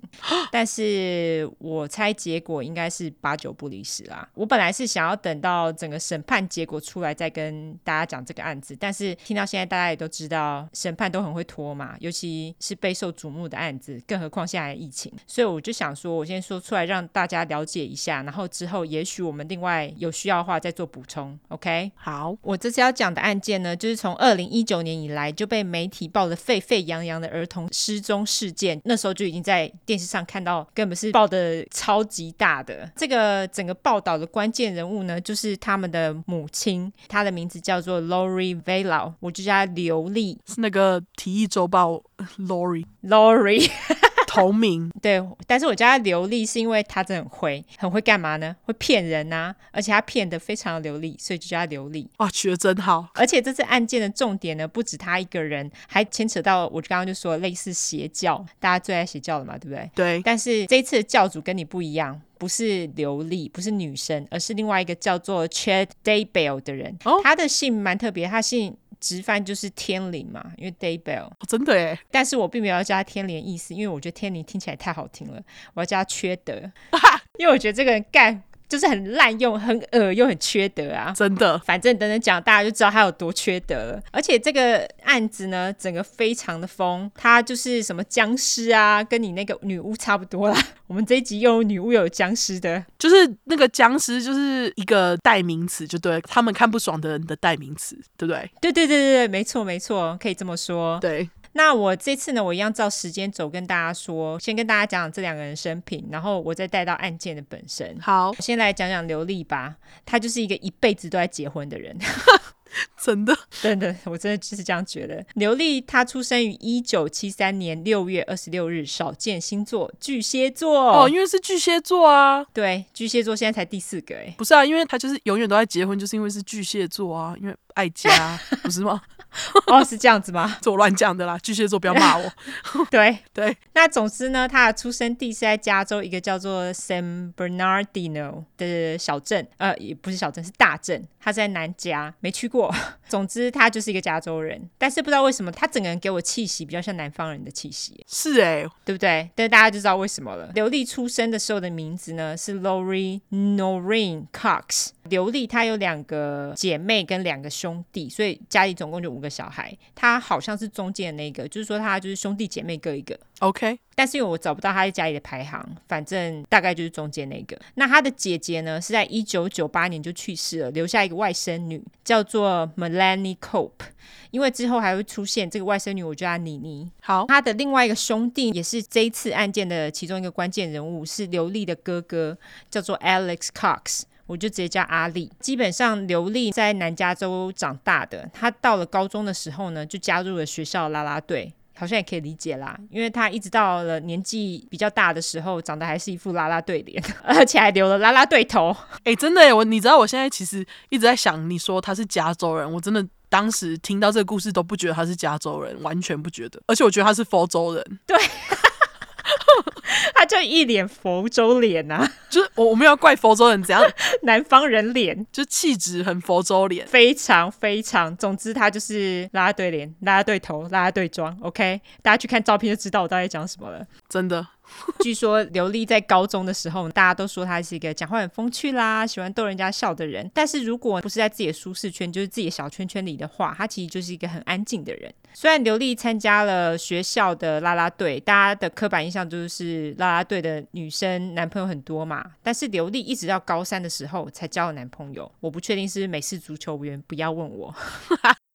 Speaker 2: 但是我猜结果应该是八九不离十啦。我本来是想要等到整个审判结果出来再跟大家讲这个案子，但是听到现在大家也都知道，审判都很会拖嘛，尤其是备受瞩目的案子，更何况现在疫情，所以我就想说，我先说出来让大家了解一下，然后之后也许我们另外有需要的话再做补充，OK？
Speaker 1: 好，
Speaker 2: 我这次要讲的案件呢，就是从二零一九年以来就被媒体报得沸沸扬扬的儿童失踪事件，那时候就已经在电视上看到，根本是报的超级大的。这个整个报道的关键人物呢，就是他们的母亲，她的名字叫做 Lori Vela，我就叫她刘丽
Speaker 1: 是那个《提议周报》Lori
Speaker 2: Lori。
Speaker 1: 同名，
Speaker 2: 对，但是我叫他流利是因为他真的很会，很会干嘛呢？会骗人呐、而且他骗得非常流利，所以就叫他流利。
Speaker 1: 哇，取得真好。
Speaker 2: 而且这次案件的重点呢，不止他一个人，还牵扯到我刚刚就说类似邪教，大家最爱邪教了嘛，对不对？
Speaker 1: 对，
Speaker 2: 但是这一次的教主跟你不一样，不是刘丽，不是女生，而是另外一个叫做 Chad Daybell 的人。
Speaker 1: 哦
Speaker 2: 他的姓蛮特别，他姓直翻就是天灵嘛，因为 Daybell。
Speaker 1: 哦真的耶，
Speaker 2: 但是我并没有要叫他天灵意思，因为我觉得天灵听起来太好听了，我要叫他缺德，因为我觉得这个人干就是很滥用、很恶又很缺德啊。
Speaker 1: 真的，
Speaker 2: 反正等等讲，大家就知道他有多缺德了。而且这个案子呢，整个非常的疯，他就是什么僵尸啊，跟你那个女巫差不多啦。我们这一集又有女巫又有僵尸的，
Speaker 1: 就是那个僵尸，就是一个代名词，就对他们看不爽的人的代名词，对不对？
Speaker 2: 对对对对对，没错没错，可以这么说。
Speaker 1: 对，
Speaker 2: 那我这次呢，我一样照时间轴跟大家说，先跟大家讲讲这两个人生平，然后我再带到案件的本身。
Speaker 1: 好，
Speaker 2: 先来讲讲刘丽吧，她就是一个一辈子都在结婚的人。
Speaker 1: 真的，
Speaker 2: 真的，我真的就是这样觉得。刘丽她出生于一九七三年六月二十六日，少见星座巨蟹座。
Speaker 1: 哦，因为是巨蟹座啊，
Speaker 2: 对，巨蟹座现在才第四个哎。
Speaker 1: 不是啊，因为他就是永远都在结婚，就是因为是巨蟹座啊，因为爱家，不是吗？
Speaker 2: 哦，是这样子吗？
Speaker 1: 这我乱讲的啦，巨蟹座不要骂我。
Speaker 2: 对，
Speaker 1: 对，
Speaker 2: 那总之呢，他的出生地是在加州一个叫做 San Bernardino 的小镇，呃，也不是小镇，是大镇。他在南加，没去过。 总之，他就是一个加州人，但是不知道为什么，他整个人给我气息比较像南方人的气息，
Speaker 1: 是哎、
Speaker 2: 对不对？但是大家就知道为什么了。刘丽出生的时候的名字呢是 Lori Noreen Cox。刘丽她有两个姐妹跟两个兄弟，所以家里总共就五个小孩。她好像是中间的那个，就是说她就是兄弟姐妹各一个。
Speaker 1: o k
Speaker 2: 但是因为我找不到他在家里的排行，反正大概就是中间那个。那他的姐姐呢，是在一九九八年就去世了，留下一个外甥女，叫做 Melanie Cope。因为之后还会出现这个外甥女，我叫她妮妮。
Speaker 1: 好，
Speaker 2: 他的另外一个兄弟也是这一次案件的其中一个关键人物，是刘丽的哥哥，叫做 Alex Cox。我就直接叫阿丽。基本上，刘丽在南加州长大的。她到了高中的时候呢，就加入了学校啦啦队，好像也可以理解啦，因为她一直到了年纪比较大的时候，长得还是一副啦啦队脸， 而且还留了啦啦队头。
Speaker 1: 哎、真的哎、我你知道我现在其实一直在想，你说他是加州人，我真的当时听到这个故事都不觉得他是加州人，完全不觉得，而且我觉得他是佛州人，
Speaker 2: 她就一脸佛州脸呐、啊，
Speaker 1: 就是我我没有要怪佛州人怎样，
Speaker 2: 南方人脸。
Speaker 1: 就气质很佛州脸。
Speaker 2: 非常非常，总之他就是啦啦队脸、啦啦队头、啦啦队装，OK，大家去看照片就知道我到底讲什么了。
Speaker 1: 真的，
Speaker 2: 据说刘丽在高中的时候，大家都说她是一个讲话很风趣啦，喜欢逗人家笑的人。但是如果不是在自己的舒适圈，就是自己的小圈圈里的话，她其实就是一个很安静的人。虽然刘丽参加了学校的啦啦队，大家的刻板印象就是啦啦队的女生男朋友很多嘛，但是刘丽一直到高三的时候才交了男朋友。我不确定是不是美式足球员，不要问我。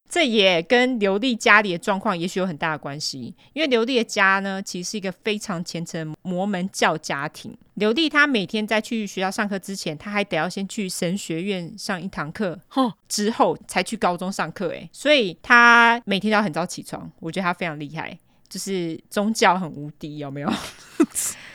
Speaker 2: 这也跟刘丽家里的状况也许有很大的关系，因为刘丽的家呢，其实是一个非常虔诚的摩门教家庭。刘丽她每天在去学校上课之前，她还得要先去神学院上一堂课
Speaker 1: 哼，
Speaker 2: 之后才去高中上课。诶，所以她每天都要很早起床，我觉得她非常厉害，就是宗教很无敌，有没有？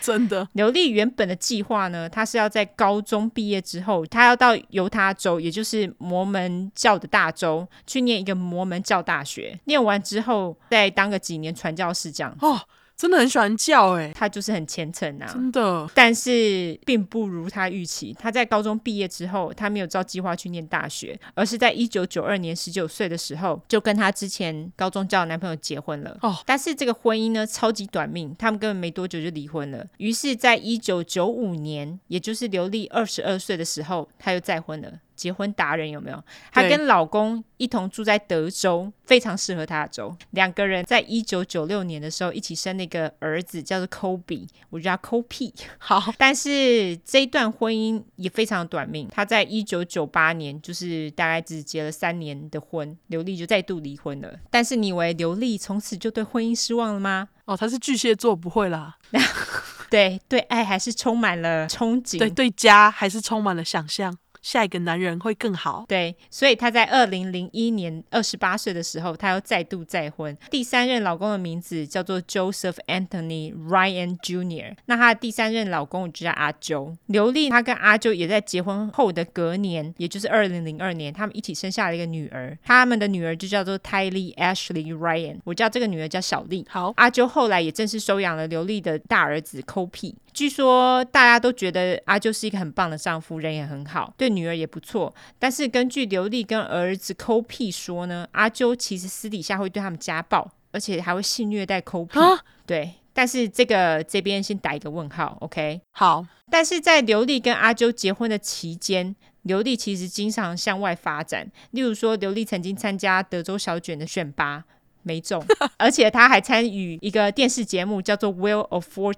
Speaker 1: 真的，
Speaker 2: 刘丽原本的计划呢，她是要在高中毕业之后，她要到犹他州，也就是摩门教的大州，去念一个摩门教大学。念完之后，再当个几年传教士这样。
Speaker 1: 哦，真的很喜欢叫哎、
Speaker 2: 她就是很虔诚啊，
Speaker 1: 真的，
Speaker 2: 但是并不如她预期。她在高中毕业之后，她没有照计划去念大学，而是在一九九二年十九岁的时候，就跟她之前高中交的男朋友结婚了。
Speaker 1: 哦，
Speaker 2: 但是这个婚姻呢，超级短命，他们根本没多久就离婚了。于是，在一九九五年，也就是刘丽二十二岁的时候，她又再婚了。结婚达人有没有？她
Speaker 1: 对
Speaker 2: 跟老公一同住在德州，非常适合她的州。两个人在一九九六年的时候一起生了一个儿子，叫做 Kobe，我叫他 Kobe。
Speaker 1: 好，
Speaker 2: 但是这一段婚姻也非常短命，她在一九九八年，就是大概只结了三年的婚，刘丽就再度离婚了。但是你以为刘丽从此就对婚姻失望了吗？
Speaker 1: 哦，他是巨蟹座，不会啦，
Speaker 2: 对，对爱还是充满了憧憬。
Speaker 1: 对对家还是充满了想象，下一个男人会更好。
Speaker 2: 对，所以她在二零零一年二十八岁的时候，她又再度再婚。第三任老公的名字叫做 Joseph Anthony Ryan Jr.，那她的第三任老公就叫阿周。刘丽她跟阿周也在结婚后的隔年，也就是二零零二年，他们一起生下了一个女儿，他们的女儿就叫做 Tylee Ashley Ryan，我叫这个女儿叫小丽。
Speaker 1: 好，
Speaker 2: 阿啾后来也正式收养了刘丽的大儿子 Kopi。据说大家都觉得阿啾是一个很棒的丈夫，人也很好，对女儿也不错。但是根据刘丽跟儿子 Kopi 说呢，阿啾其实私底下会对他们家暴，而且还会性虐待 Kopi、
Speaker 1: 啊
Speaker 2: 对，但是这个这边先打一个问号，OK？
Speaker 1: 好，
Speaker 2: 但是在刘丽跟阿啾结婚的期间，刘丽其实经常向外发展，例如说，刘丽曾经参加德州小卷的选拔。没中， 而且她还参与一个电视节目，叫做《Wheel of Fortune》，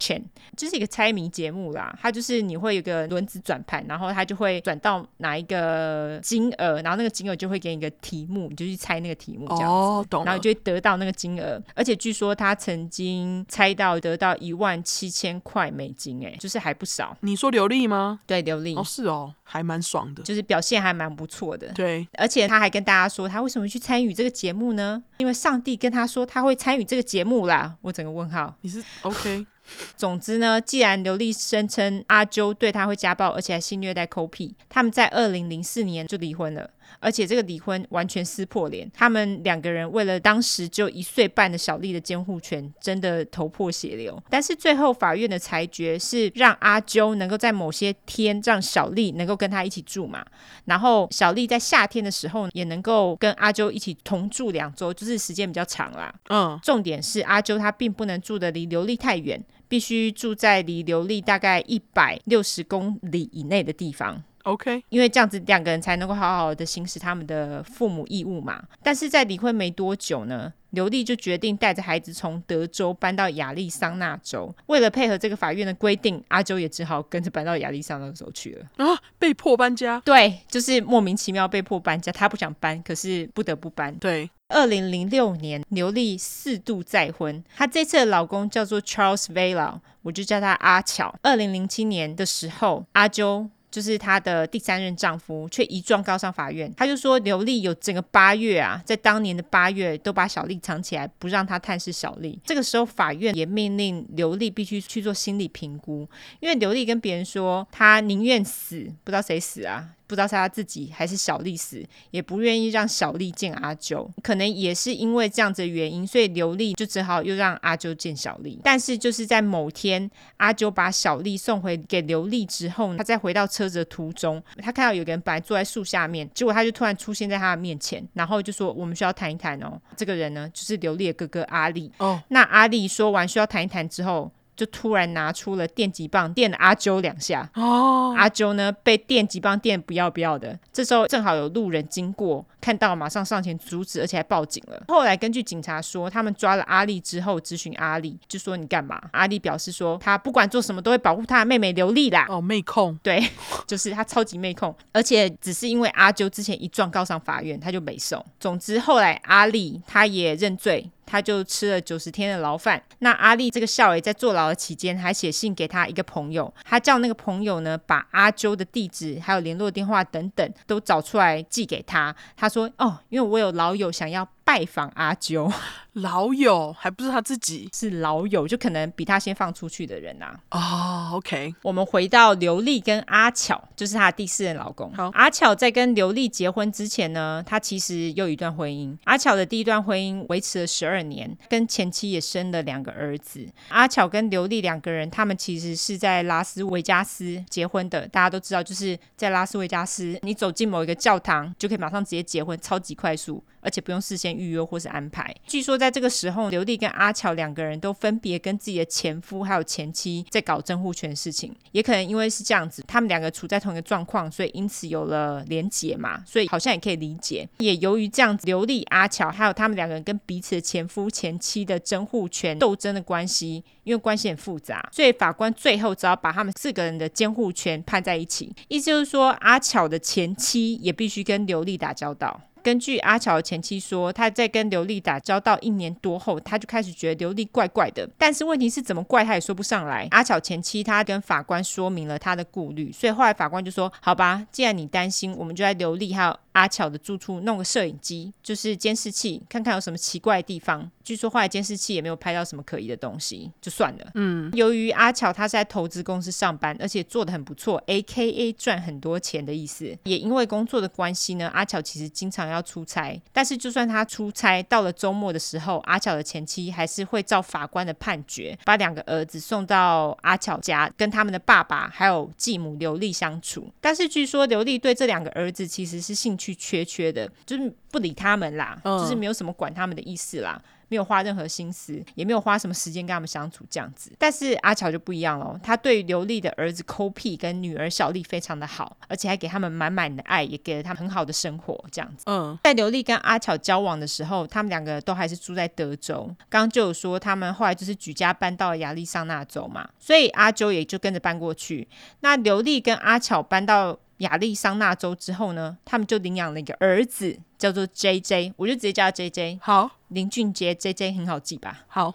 Speaker 2: 就是一个猜谜节目啦。它就是你会有个轮子转盘，然后它就会转到哪一个金额，然后那个金额就会给你一个题目，你就去猜那个题目这样子。
Speaker 1: 哦，懂
Speaker 2: 然
Speaker 1: 了
Speaker 2: 后，就会得到那个金额。而且据说他曾经猜到得到一万七千块美金，哎，就是还不少。
Speaker 1: 你说流利吗？
Speaker 2: 对，刘丽、
Speaker 1: 哦，是哦，还蛮爽的。
Speaker 2: 嗯就是表现还蛮不错的。
Speaker 1: 对，
Speaker 2: 而且他还跟大家说，他为什么去参与这个节目呢？因为上帝跟他说他会参与这个节目啦。我整个问号。
Speaker 1: 你是 OK，
Speaker 2: 总之呢，既然刘丽声称阿啾对她会家暴，而且还性虐待 k 屁，他们在二零零四年就离婚了，而且这个离婚完全撕破脸。他们两个人为了当时只有一岁半的小丽的监护权，真的头破血流。但是最后法院的裁决是让阿啾能够在某些天让小丽能够跟他一起住嘛，然后小丽在夏天的时候也能够跟阿啾一起同住两周，就是时间比较长啦。
Speaker 1: 嗯，
Speaker 2: 重点是阿啾他并不能住的离流利太远，必须住在离流利大概一百六十公里以内的地方。
Speaker 1: OK，
Speaker 2: 因为这样子两个人才能够好好的行使他们的父母义务嘛。但是在离婚没多久呢，刘丽就决定带着孩子从德州搬到亚利桑那州。为了配合这个法院的规定，阿啾也只好跟着搬到亚利桑那州去了。
Speaker 1: 啊，被迫搬家，
Speaker 2: 对，就是莫名其妙被迫搬家，他不想搬，可是不得不搬。
Speaker 1: 对，
Speaker 2: 二零零六年，刘丽四度再婚，她这次的老公叫做 Charles Vela，我就叫他阿巧。二零零七年的时候，阿啾。就是她的第三任丈夫，却一状告上法院。他就说刘丽有整个八月啊，在当年的八月都把小丽藏起来，不让她探视小丽。这个时候，法院也命令刘丽必须去做心理评估，因为刘丽跟别人说她宁愿死，不知道谁死啊，不知道是她自己还是小丽死，也不愿意让小丽见阿啾，可能也是因为这样子的原因，所以刘丽就只好又让阿啾见小丽。但是就是在某天，阿啾把小丽送回给刘丽之后，他在回到车子的途中，他看到有个人本来坐在树下面，结果他就突然出现在他的面前，然后就说：“我们需要谈一谈哦。”这个人呢，就是刘丽的哥哥阿力。
Speaker 1: 哦，
Speaker 2: 那阿力说完需要谈一谈之后，就突然拿出了电击棒，电了阿啾两下。
Speaker 1: 哦，
Speaker 2: 阿啾呢被电击棒电不要不要的，这时候正好有路人经过，看到马上上前阻止，而且还报警了。后来根据警察说，他们抓了阿丽之后，咨询阿丽，就说你干嘛？阿丽表示说，他不管做什么都会保护他的妹妹刘丽啦。
Speaker 1: 哦，妹控，
Speaker 2: 对， 就是他超级妹控，而且只是因为阿啾之前一状告上法院，他就没送。总之后来阿丽他也认罪，他就吃了九十天的牢饭。那阿丽这个少爷在坐牢的期间，还写信给他一个朋友，他叫那个朋友呢把阿啾的地址、还有联络电话等等都找出来寄给他。他说：“哦，因为我有老友想要拜访阿啾。”
Speaker 1: 老友还不是他自己
Speaker 2: 是老友，就可能比他先放出去的人啊。
Speaker 1: 哦 OK，
Speaker 2: 我们回到刘丽跟阿巧，就是她的第四任老公。
Speaker 1: 好
Speaker 2: 阿巧在跟刘丽结婚之前呢，她其实有一段婚姻。阿巧的第一段婚姻维持了十二年，跟前妻也生了两个儿子。阿巧跟刘丽两个人，他们其实是在拉斯维加斯结婚的。大家都知道，就是在拉斯维加斯，你走进某一个教堂，就可以马上直接结婚，超级快速。而且不用事先预约或是安排。据说在这个时候，刘丽跟阿巧两个人都分别跟自己的前夫还有前妻在搞监护权的事情，也可能因为是这样子，他们两个处在同一个状况，所以因此有了连结嘛，所以好像也可以理解。也由于这样子，刘丽、阿巧还有他们两个人跟彼此的前夫、前妻的监护权斗争的关系，因为关系很复杂，所以法官最后只好把他们四个人的监护权判在一起。意思就是说，阿巧的前妻也必须跟刘丽打交道。根据阿巧的前妻说，她在跟刘丽打交道一年多后，她就开始觉得刘丽怪怪的。但是问题是怎么怪，她也说不上来。阿巧前妻她跟法官说明了她的顾虑，所以后来法官就说：“好吧，既然你担心，我们就在刘丽还有阿巧的住处弄个摄影机，就是监视器，看看有什么奇怪的地方。”据说后来监视器也没有拍到什么可疑的东西，就算了。由于阿巧她是在投资公司上班，而且做的很不错，A K A 赚很多钱的意思。也因为工作的关系呢，阿巧其实经常要出差。但是就算她出差，到了周末的时候，阿巧的前妻还是会照法官的判决，把两个儿子送到阿巧家，跟他们的爸爸还有继母刘丽相处。但是据说刘丽对这两个儿子其实是兴趣缺缺的，就是不理他们啦，
Speaker 1: 嗯
Speaker 2: 就是没有什么管他们的意思啦。没有花任何心思，也没有花什么时间跟他们相处这样子。但是阿巧就不一样喽，他对刘丽的儿子抠屁跟女儿小丽非常的好，而且还给他们满满的爱，也给了他们很好的生活这样子。
Speaker 1: 嗯，
Speaker 2: 在刘丽跟阿巧交往的时候，他们两个都还是住在德州。刚刚就有说，他们后来就是举家搬到亚利桑那州嘛，所以阿啾也就跟着搬过去。那刘丽跟阿巧搬到亚利桑那州之后呢，他们就领养了一个儿子，叫做 J J，我就直接叫他 J J。
Speaker 1: 好
Speaker 2: 林俊杰 J J 很好记吧？
Speaker 1: 好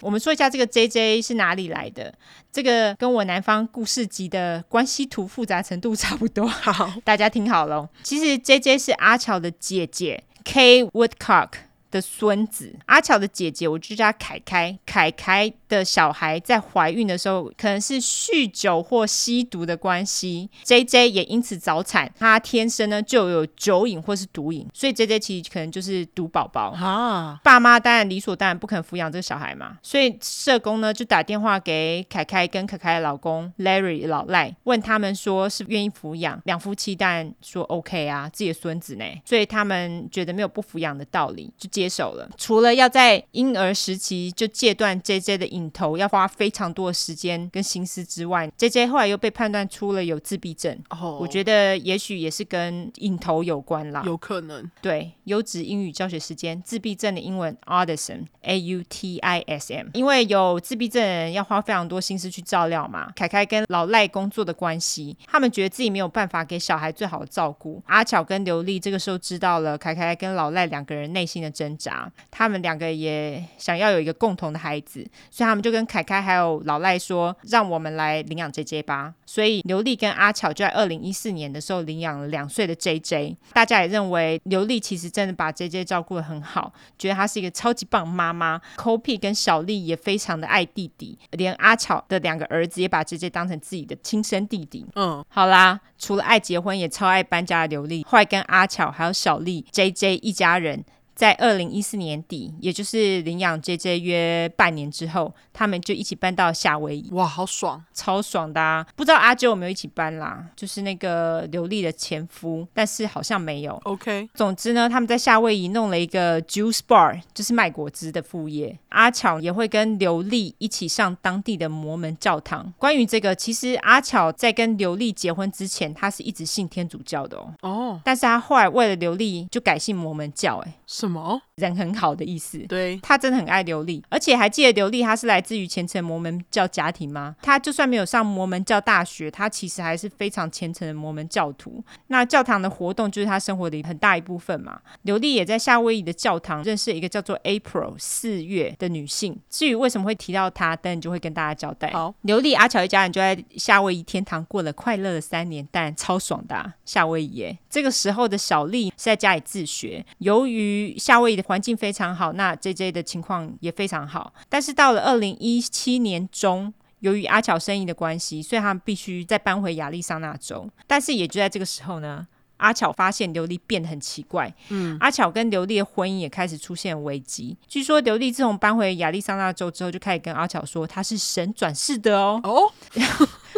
Speaker 2: 我们说一下这个 J J 是哪里来的，这个跟我南方故事集的关系图复杂程度差不多，
Speaker 1: 好，
Speaker 2: 大家听 好了。其实 J J 是阿巧的姐姐 K Woodcock 的孙子，阿巧的姐姐我就叫她凯凯。凯凯的小孩在怀孕的时候，可能是酗酒或吸毒的关系，J J 也因此早产，她天生呢就有酒瘾或是毒瘾，所以 J J 其实可能就是毒宝宝。
Speaker 1: 啊，
Speaker 2: 爸妈当然理所当然不肯抚养这个小孩嘛，所以社工呢就打电话给凯凯跟凯凯的老公 Larry 老赖，问他们说是愿意抚养，两夫妻当然说 OK 啊，自己的孙子呢，所以他们觉得没有不抚养的道理，就接手了。除了要在婴儿时期就戒断 JJ 的瘾头，要花非常多的时间跟心思之外，JJ 后来又被判断出了有自闭症，
Speaker 1: 哦，
Speaker 2: 我觉得也许也是跟瘾头有关啦。
Speaker 1: 有可能，
Speaker 2: 嗯对，优质英语教学时间，自闭症的英文 autism a u t i s m，因为有自闭症的人要花非常多心思去照料嘛。凯凯跟老赖工作的关系，他们觉得自己没有办法给小孩最好的照顾。阿巧跟刘丽这个时候知道了凯凯跟老赖两个人内心的挣扎，他们两个也想要有一个共同的孩子，所以他们就跟凯凯还有老赖说，让我们来领养 JJ 吧。所以刘丽跟阿巧就在二零一四年的时候领养了两岁的 JJ。大家也认为刘丽其实真的把 JJ 照顾得很好，觉得她是一个超级棒的妈妈。Kopi 跟小丽也非常的爱弟弟，连阿巧的两个儿子也把 JJ 当成自己的亲生弟弟。
Speaker 1: 嗯，
Speaker 2: 好啦，除了爱结婚，也超爱搬家的刘丽，后来跟阿巧还有小丽、J J 一家人。在二零一四年底，也就是领养 J J 约半年之后，他们就一起搬到夏威夷，
Speaker 1: 哇，好爽，
Speaker 2: 超爽的、啊。不知道阿啾有没有一起搬啦？就是那个刘丽的前夫，但是好像没有。
Speaker 1: OK，
Speaker 2: 总之呢，他们在夏威夷弄了一个 juice bar，就是卖果汁的副业。阿巧也会跟刘丽一起上当地的摩门教堂。关于这个，其实阿巧在跟刘丽结婚之前，她是一直信天主教的哦，
Speaker 1: 哦，
Speaker 2: 但是她后来为了刘丽就改信摩门教，哎，
Speaker 1: 什么？
Speaker 2: 人很好的意思。
Speaker 1: 对，
Speaker 2: 她真的很爱刘丽，而且还记得刘丽她是来自于虔诚摩门教家庭吗？她就算没有上摩门教大学，她其实还是非常虔诚的摩门教徒。那教堂的活动就是她生活的很大一部分嘛。刘丽也在夏威夷的教堂认识一个叫做 April 四月的女性。至于为什么会提到她，等你就会跟大家交代。
Speaker 1: 好，
Speaker 2: 刘丽、阿巧一家人就在夏威夷天堂过了快乐的三年，但超爽的啊、夏威夷耶。这个时候的小丽是在家里自学，由于夏威夷的环境非常好，那 J J 的情况也非常好。但是到了二零一七年中。由于阿巧生意的关系，所以他们必须再搬回亚利桑那州。但是也就在这个时候呢，阿巧发现刘丽变得很奇怪，嗯，阿巧跟刘丽的婚姻也开始出现危机。据说刘丽自从搬回亚利桑那州之后，就开始跟阿巧说她是神转世的哦。
Speaker 1: 哦，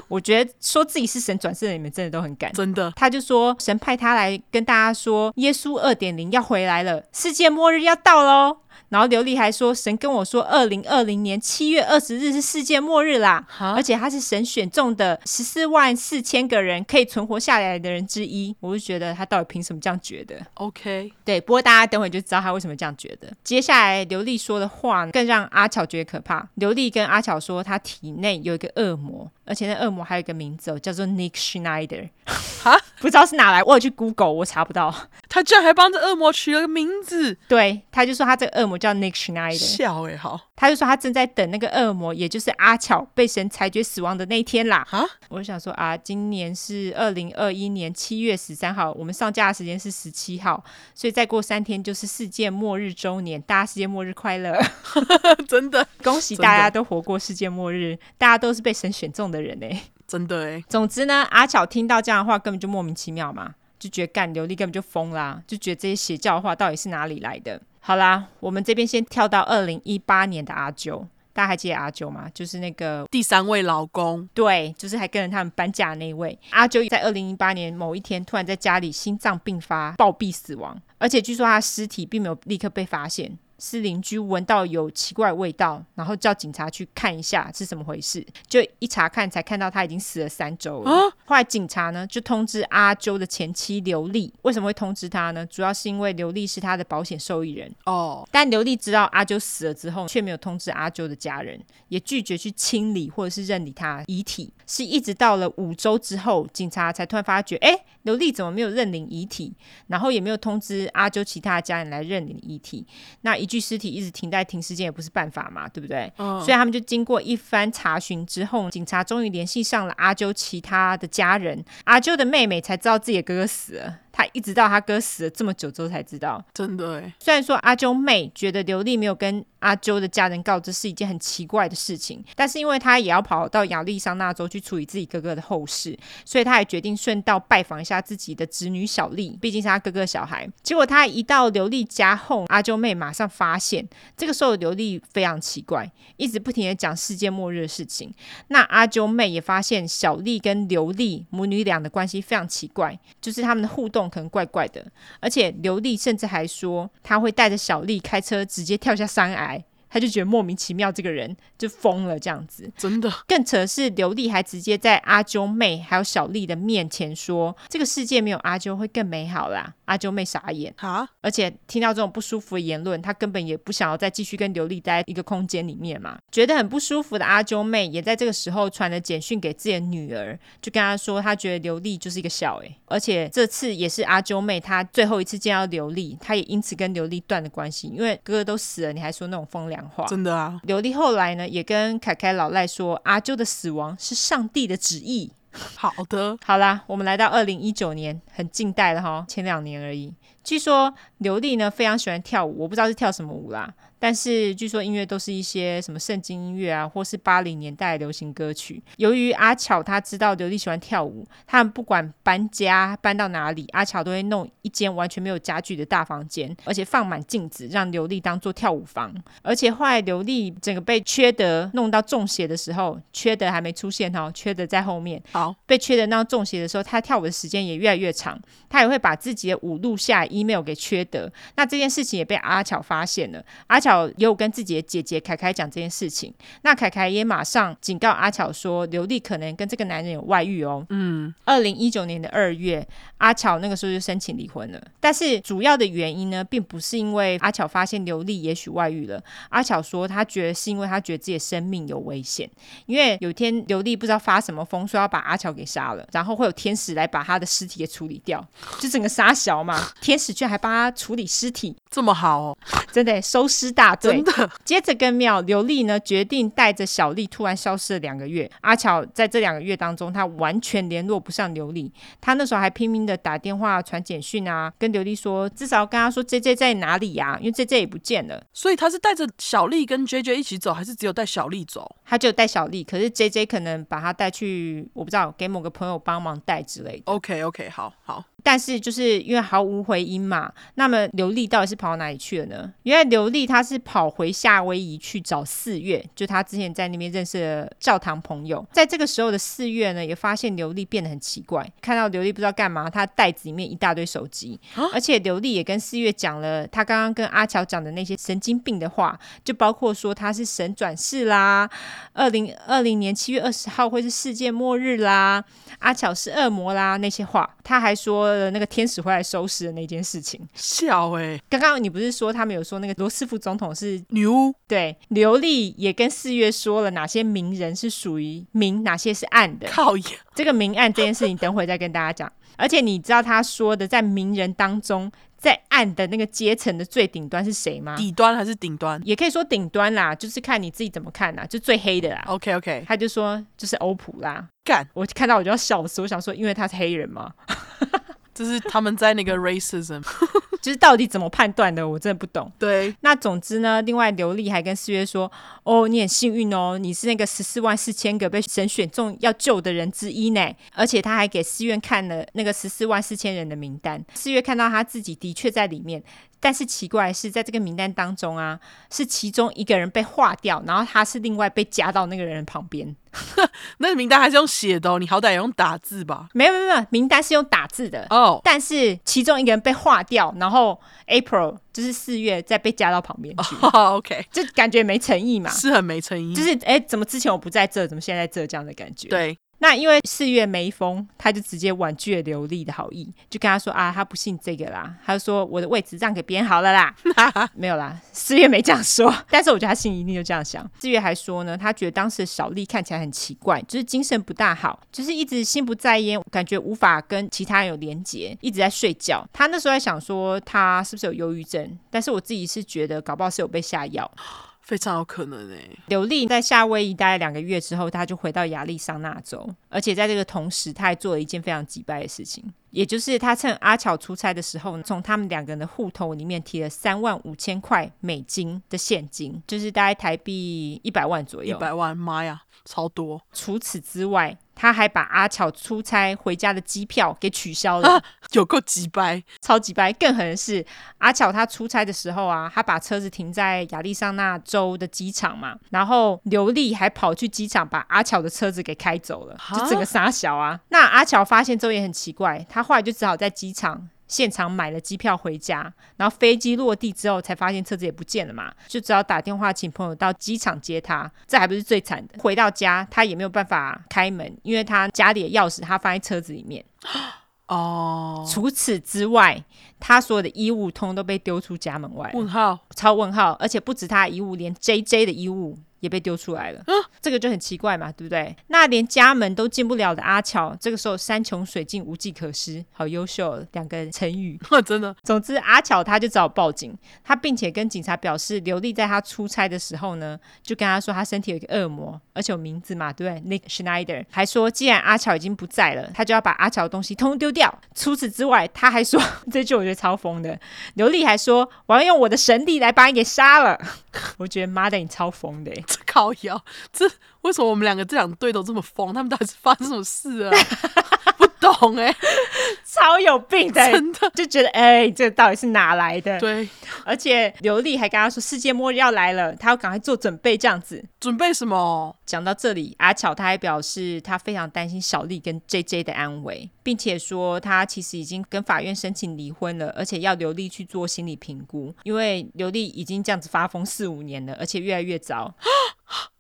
Speaker 2: 我觉得说自己是神转世的你们真的都很敢。
Speaker 1: 真的，
Speaker 2: 他就说神派他来跟大家说，耶稣二点零要回来了，世界末日要到喽。然后刘丽还说，神跟我说，二零二零年七月二十日是世界末日啦。
Speaker 1: 哈
Speaker 2: 而，且他是神选中的十四万四千个人可以存活下来的人之一，我就觉得他到底凭什么这样觉得？
Speaker 1: OK，
Speaker 2: 对，不过大家等会就知道他为什么这样觉得。接下来刘丽说的话更让阿巧觉得可怕。刘丽跟阿巧说，她体内有一个恶魔，而且那恶魔还有一个名字、哦、叫做 Nick Schneider，
Speaker 1: 哈，
Speaker 2: 不知道是哪来，我有去 Google，我查不到。
Speaker 1: 他居然还帮这恶魔取了个名字，
Speaker 2: 对，他就说他这个恶魔叫 Nick Schneider，
Speaker 1: 笑哎，好
Speaker 2: 他就说他正在等那个恶魔，也就是阿巧被神裁决死亡的那一天啦。
Speaker 1: 啊，
Speaker 2: 我就想说啊，今年是二零二一年七月十三号，我们上架的时间是十七号，所以再过三天就是世界末日周年，大家世界末日快乐！
Speaker 1: 真的，
Speaker 2: 恭喜大家都活过世界末日，大家都是被神选中的人哎。
Speaker 1: 真的哎，
Speaker 2: 总之呢，阿巧听到这样的话，根本就莫名其妙嘛，就觉得干刘丽根本就疯啦、就觉得这些邪教的话到底是哪里来的？好啦，我们这边先跳到二零一八年的阿啾，大家还记得阿啾吗？就是那个
Speaker 1: 第三位老公，
Speaker 2: 对，就是还跟着他们搬家的那一位阿九，在二零一八年某一天突然在家里心脏病发暴毙死亡，而且据说他的尸体并没有立刻被发现，是邻居闻到有奇怪的味道，然后叫警察去看一下是怎么回事，就一查看才看到他已经死了三周了。后来警察呢就通知阿啾的前妻刘丽，为什么会通知他呢？主要是因为刘丽是他的保险受益人，
Speaker 1: 哦，
Speaker 2: 但刘丽知道阿啾死了之后，却没有通知阿啾的家人，也拒绝去清理或者是认领他遗体。是一直到了五周之后，警察才突然发觉，哎，刘丽怎么没有认领遗体？然后也没有通知阿啾其他的家人来认领遗体。那一具尸体一直停在停尸间也不是办法嘛，对不对？
Speaker 1: 嗯
Speaker 2: 所以他们就经过一番查询之后，警察终于联系上了阿啾其他的家人。阿啾的妹妹才知道自己的哥哥死了，她一直到她哥死了这么久之后才知道。
Speaker 1: 真的哎，
Speaker 2: 虽然说阿啾妹觉得刘丽没有跟阿啾的家人告知是一件很奇怪的事情，但是因为她也要跑到亚利桑那州去处理自己哥哥的后事，所以她也决定顺道拜访一下自己的侄女小丽，毕竟是她哥哥的小孩。结果她一到刘丽家后，阿啾妹马上发现，这个时候刘丽非常奇怪，一直不停的讲世界末日的事情。那阿啾妹也发现小丽跟刘丽母女俩的关系非常奇怪，就是他们的互动可能怪怪的。而且刘丽甚至还说，她会带着小丽开车直接跳下山崖，她就觉得莫名其妙，这个人就疯了这样子。
Speaker 1: 真的
Speaker 2: 更扯的是，刘丽还直接在阿啾妹还有小丽的面前说，这个世界没有阿啾会更美好啦。阿啾妹傻眼，
Speaker 1: 哈，
Speaker 2: 而且听到这种不舒服的言论，她根本也不想要再继续跟刘丽待在一个空间里面嘛。觉得很不舒服的阿啾妹也在这个时候传了简讯给自己的女儿，就跟她说，她觉得刘丽就是一个小诶、而且这次也是阿啾妹她最后一次见到刘丽，她也因此跟刘丽断了关系，因为哥哥都死了，你还说那种风凉话。
Speaker 1: 真的啊，
Speaker 2: 刘丽后来呢，也跟凯凯老赖说，阿啾的死亡是上帝的旨意。
Speaker 1: 好的，
Speaker 2: 好啦，我们来到二零一九年，很近代了哈，前两年而已。据说刘丽呢非常喜欢跳舞，我不知道是跳什么舞啦，但是据说音乐都是一些什么圣经音乐啊，或是八零年代的流行歌曲。由于阿巧他知道刘丽喜欢跳舞，他们不管搬家搬到哪里，阿巧都会弄一间完全没有家具的大房间，而且放满镜子，让刘丽当做跳舞房。而且后来刘丽整个被缺德弄到中邪的时候，缺德还没出现哦，缺德在后面。
Speaker 1: 好，
Speaker 2: 被缺德闹中邪的时候，他跳舞的时间也越来越长，他也会把自己的舞录下 email 给缺德。那这件事情也被阿巧发现了，阿巧也有跟自己的姐姐凯凯讲这件事情，那凯凯也马上警告阿巧说，刘丽可能跟这个男人有外遇哦。
Speaker 1: 嗯，
Speaker 2: 二零一九年的二月，阿巧那个时候就申请离婚了。但是主要的原因呢，并不是因为阿巧发现刘丽也许外遇了，阿巧说她觉得是因为她觉得自己的生命有危险，因为有一天刘丽不知道发什么疯，说要把阿巧给杀了，然后会有天使来把她的尸体给处理掉，就整个杀小嘛。 天使居然还帮她处理尸体，
Speaker 1: 这么好哦，
Speaker 2: 真的耶收尸大队
Speaker 1: 真。的
Speaker 2: 接着更妙，刘丽呢决定带着小丽突然消失了两个月。阿巧在这两个月当中，她完全联络不上刘丽，她那时候还拼命的打电话、传简讯啊，跟刘丽说，至少跟她说 J J 在哪里啊呀、因为 J J 也不见了。
Speaker 1: 所以他是带着小丽跟 J J 一起走，还是只有带小丽走？
Speaker 2: 她就带小丽，可是 J J 可能把她带去，我不知道给某个朋友帮忙带之类的。
Speaker 1: OK OK，好好，
Speaker 2: 但是就是因为毫无回音嘛，那么刘丽到底是跑到哪里去了呢？原来刘丽她是跑回夏威夷去找四月，就她之前在那边认识的教堂朋友。在这个时候的四月呢，也发现刘丽变得很奇怪，看到刘丽不知道干嘛，她袋子里面一大堆手机，而且刘丽也跟四月讲了她刚刚跟阿乔讲的那些神经病的话，就包括说她是神转世啦，二零二零年七月二十号会是世界末日啦，阿巧是恶魔啦那些话，他还说了那个天使回来收拾的那件事情。
Speaker 1: 笑哎，
Speaker 2: 刚刚你不是说他们有说那个罗斯福总统是
Speaker 1: 女巫
Speaker 2: 对刘丽也跟四月说了哪些名人是属于明，哪些是 暗的。
Speaker 1: 靠呀，
Speaker 2: 这个明暗这件事情，等会再跟大家讲。而且你知道他说的在名人当中，在暗的那个阶层的最顶端是谁吗？
Speaker 1: 底端还是顶端
Speaker 2: 也可以说顶端啦，就是看你自己怎么看啦，就最黑的啦。
Speaker 1: ？OK OK，
Speaker 2: 他就说就是欧普啦，
Speaker 1: 干，
Speaker 2: 我看到我就要笑死，我想说因为他是黑人嘛，
Speaker 1: 这是他们在那个 racism，
Speaker 2: 就是到底怎么判断的，我真的不懂。
Speaker 1: 对，
Speaker 2: 那总之呢，另外刘丽还跟四月说：“哦，你很幸运哦，你是那个十四万四千个被神选中要救的人之一呢。”而且他还给四月看了那个十四万四千人的名单，四月看到他自己的确在里面，但是奇怪的是，在这个名单当中啊，是其中一个人被划掉，然后他是另外被加到那个人旁边。
Speaker 1: 那个名单还是用写的哦，你好歹也用打字吧。
Speaker 2: 没有没有没有，名单是用打字的。
Speaker 1: 哦、
Speaker 2: 但是其中一个人被划掉，然后 April 就是四月再被加到旁边去，
Speaker 1: o k
Speaker 2: 就感觉没诚意嘛。
Speaker 1: 是很没诚意，
Speaker 2: 就是哎，诶怎么之前我不在这，怎么现在在这这样的感觉？。
Speaker 1: 对，
Speaker 2: 那因为四月没封，他就直接婉拒了刘丽的好意，就跟他说啊，他不信这个啦，他就说我的位置让给别人好 了啦，没有啦，四月没这样说， 但是我觉得他心里一定就这样想。四月还说呢，他觉得当时的小丽看起来很奇怪，就是精神不大好，就是一直心不在焉，感觉无法跟其他人有连结，一直在睡觉。他那时候还想说他是不是有忧郁症，但是我自己是觉得搞不好是有被下药。
Speaker 1: 非常有可能哎、
Speaker 2: 刘丽在夏威夷待了两个月之后，她就回到亚利桑那州，而且在这个同时，她还做了一件非常击败的事情，也就是她趁阿巧出差的时候，从他们两个人的户头里面提了三万五千块美金的现金，就是大概台币一百万左
Speaker 1: 一
Speaker 2: 右。
Speaker 1: 百万，妈呀，超多！
Speaker 2: 除此之外，她还把阿巧出差回家的机票给取消了。
Speaker 1: 有够几掰，
Speaker 2: 超级白。更狠的是，阿巧他出差的时候啊，他把车子停在亚利桑那州的机场嘛，然后刘丽还跑去机场把阿巧的车子给开走了，
Speaker 1: 哈
Speaker 2: 就整个傻小啊。那阿巧发现之后也很奇怪，他后来就只好在机场。现场买了机票回家，然后飞机落地之后才发现车子也不见了嘛，就只好打电话请朋友到机场接他。这还不是最惨的，回到家他也没有办法开门，因为他家里的钥匙他放在车子里面。
Speaker 1: 哦，
Speaker 2: 除此之外，他所有的衣物通都被丢出家门外，
Speaker 1: 问号，
Speaker 2: 超问号。而且不止他的衣物，连 J J 的衣物也被丢出来了，这个就很奇怪嘛，对不对？那连家门都进不了的阿乔，这个时候山穷水尽无计可施，好优秀哦，两个成语。
Speaker 1: 真的
Speaker 2: 总之，阿巧他就只好报警，他并且跟警察表示，刘丽在他出差的时候呢，就跟他说他身体有一个恶魔，而且有名字嘛，对不对？Nick Schneider 还说，既然阿巧已经不在了，他就要把阿巧的东西通通丢掉。除此之外，他还说这句我觉得超疯的，刘丽还说我要用我的神力来把你给杀了。 我觉得妈的，你超疯的欸、
Speaker 1: 这靠腰，这为什么我们两个这两队都这么疯？他们到底是发生什么事啊？ 不懂哎、
Speaker 2: 超有病的欸、
Speaker 1: 真的，
Speaker 2: 就觉得哎、这到底是哪来的？
Speaker 1: 对，
Speaker 2: 而且刘丽还跟他说世界末日要来了，他要赶快做准备这样子。
Speaker 1: 准备什么？
Speaker 2: 讲到这里，阿巧他还表示他非常担心小丽跟 J J 的安危，并且说他其实已经跟法院申请离婚了，而且要刘丽去做心理评估，因为刘丽已经这样子发疯四五年了，而且越来越糟。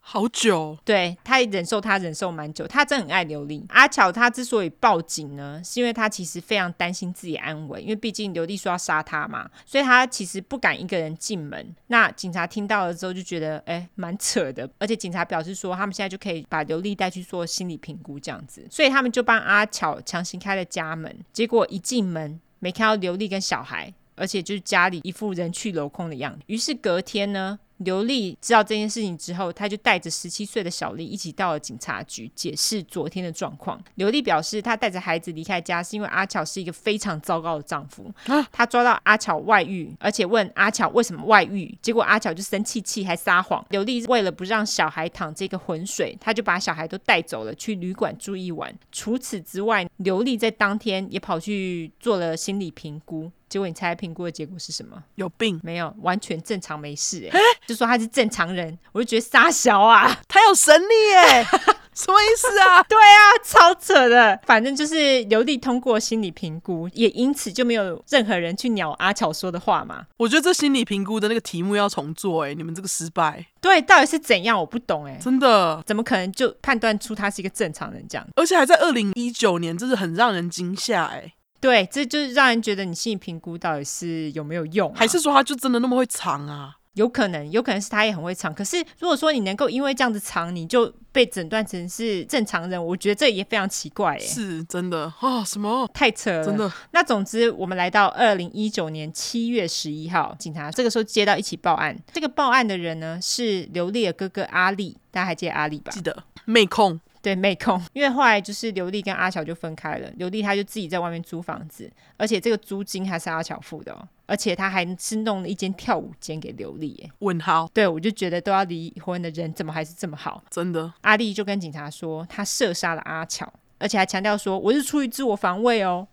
Speaker 1: 好久，
Speaker 2: 对他也忍受他忍受蛮久，他真的很爱刘丽。阿巧他之所以报警呢，是因为他其实非常担心自己的安危，因为毕竟刘丽说要杀他嘛，所以他其实不敢一个人进门。那警察听到了之后就觉得，哎，蛮扯的。而且警察表示说，他们现在就可以把刘丽带去做心理评估这样子，所以他们就帮阿巧强行开了家门。结果一进门，没看到刘丽跟小孩，而且就是家里一副人去楼空的样子。于是隔天呢，刘丽知道这件事情之后，她就带着十七岁的小丽一起到了警察局，解释昨天的状况。刘丽表示，她带着孩子离开家是因为阿巧是一个非常糟糕的丈夫，她抓到阿巧外遇，而且问阿巧为什么外遇，结果阿巧就生气气还撒谎。刘丽为了不让小孩淌这个浑水，她就把小孩都带走了，去旅馆住一晚。除此之外，刘丽在当天也跑去做了心理评估。结果你猜评估的结果是什么？
Speaker 1: 有病，
Speaker 2: 没有，完全正常，没事、
Speaker 1: 啊
Speaker 2: 欸。就说他是正常人，我就觉得傻小啊。
Speaker 1: 他有神力耶、什么意思啊？
Speaker 2: 对啊，超扯的。反正就是刘丽通过心理评估，也因此就没有任何人去鸟阿巧说的话嘛。
Speaker 1: 我觉得这心理评估的那个题目要重做哎、你们这个失败，
Speaker 2: 对，到底是怎样？我不懂哎、
Speaker 1: 真的。
Speaker 2: 怎么可能就判断出他是一个正常人这样？
Speaker 1: 而且还在二零一九年，这是很让人惊吓哎，
Speaker 2: 对，这就是让人觉得你心理评估到底是有没有用啊、
Speaker 1: 还是说他就真的那么会藏啊？
Speaker 2: 有可能，有可能是他也很会藏。可是如果说你能够因为这样子藏，你就被诊断成是正常人，我觉得这也非常奇怪哎、
Speaker 1: 是真的哦，什么
Speaker 2: 太扯了，
Speaker 1: 真的
Speaker 2: 那总之，我们来到二零一九年七月十一号，警察这个时候接到一起报案。这个报案的人呢是刘丽的哥哥阿力，大家还记得阿力吧
Speaker 1: 记？得妹控
Speaker 2: 对，妹控。因为后来就是刘丽跟阿巧就分开了，刘丽她就自己在外面租房子，而且这个租金还是阿巧付的哦，而且她还是弄了一间跳舞间给刘丽耶。
Speaker 1: 问号，
Speaker 2: 对，我就觉得都要离婚的人怎么还是这么好？
Speaker 1: 真的
Speaker 2: 阿丽就跟警察说，他射杀了阿巧，而且还强调说我是出于自我防卫哦。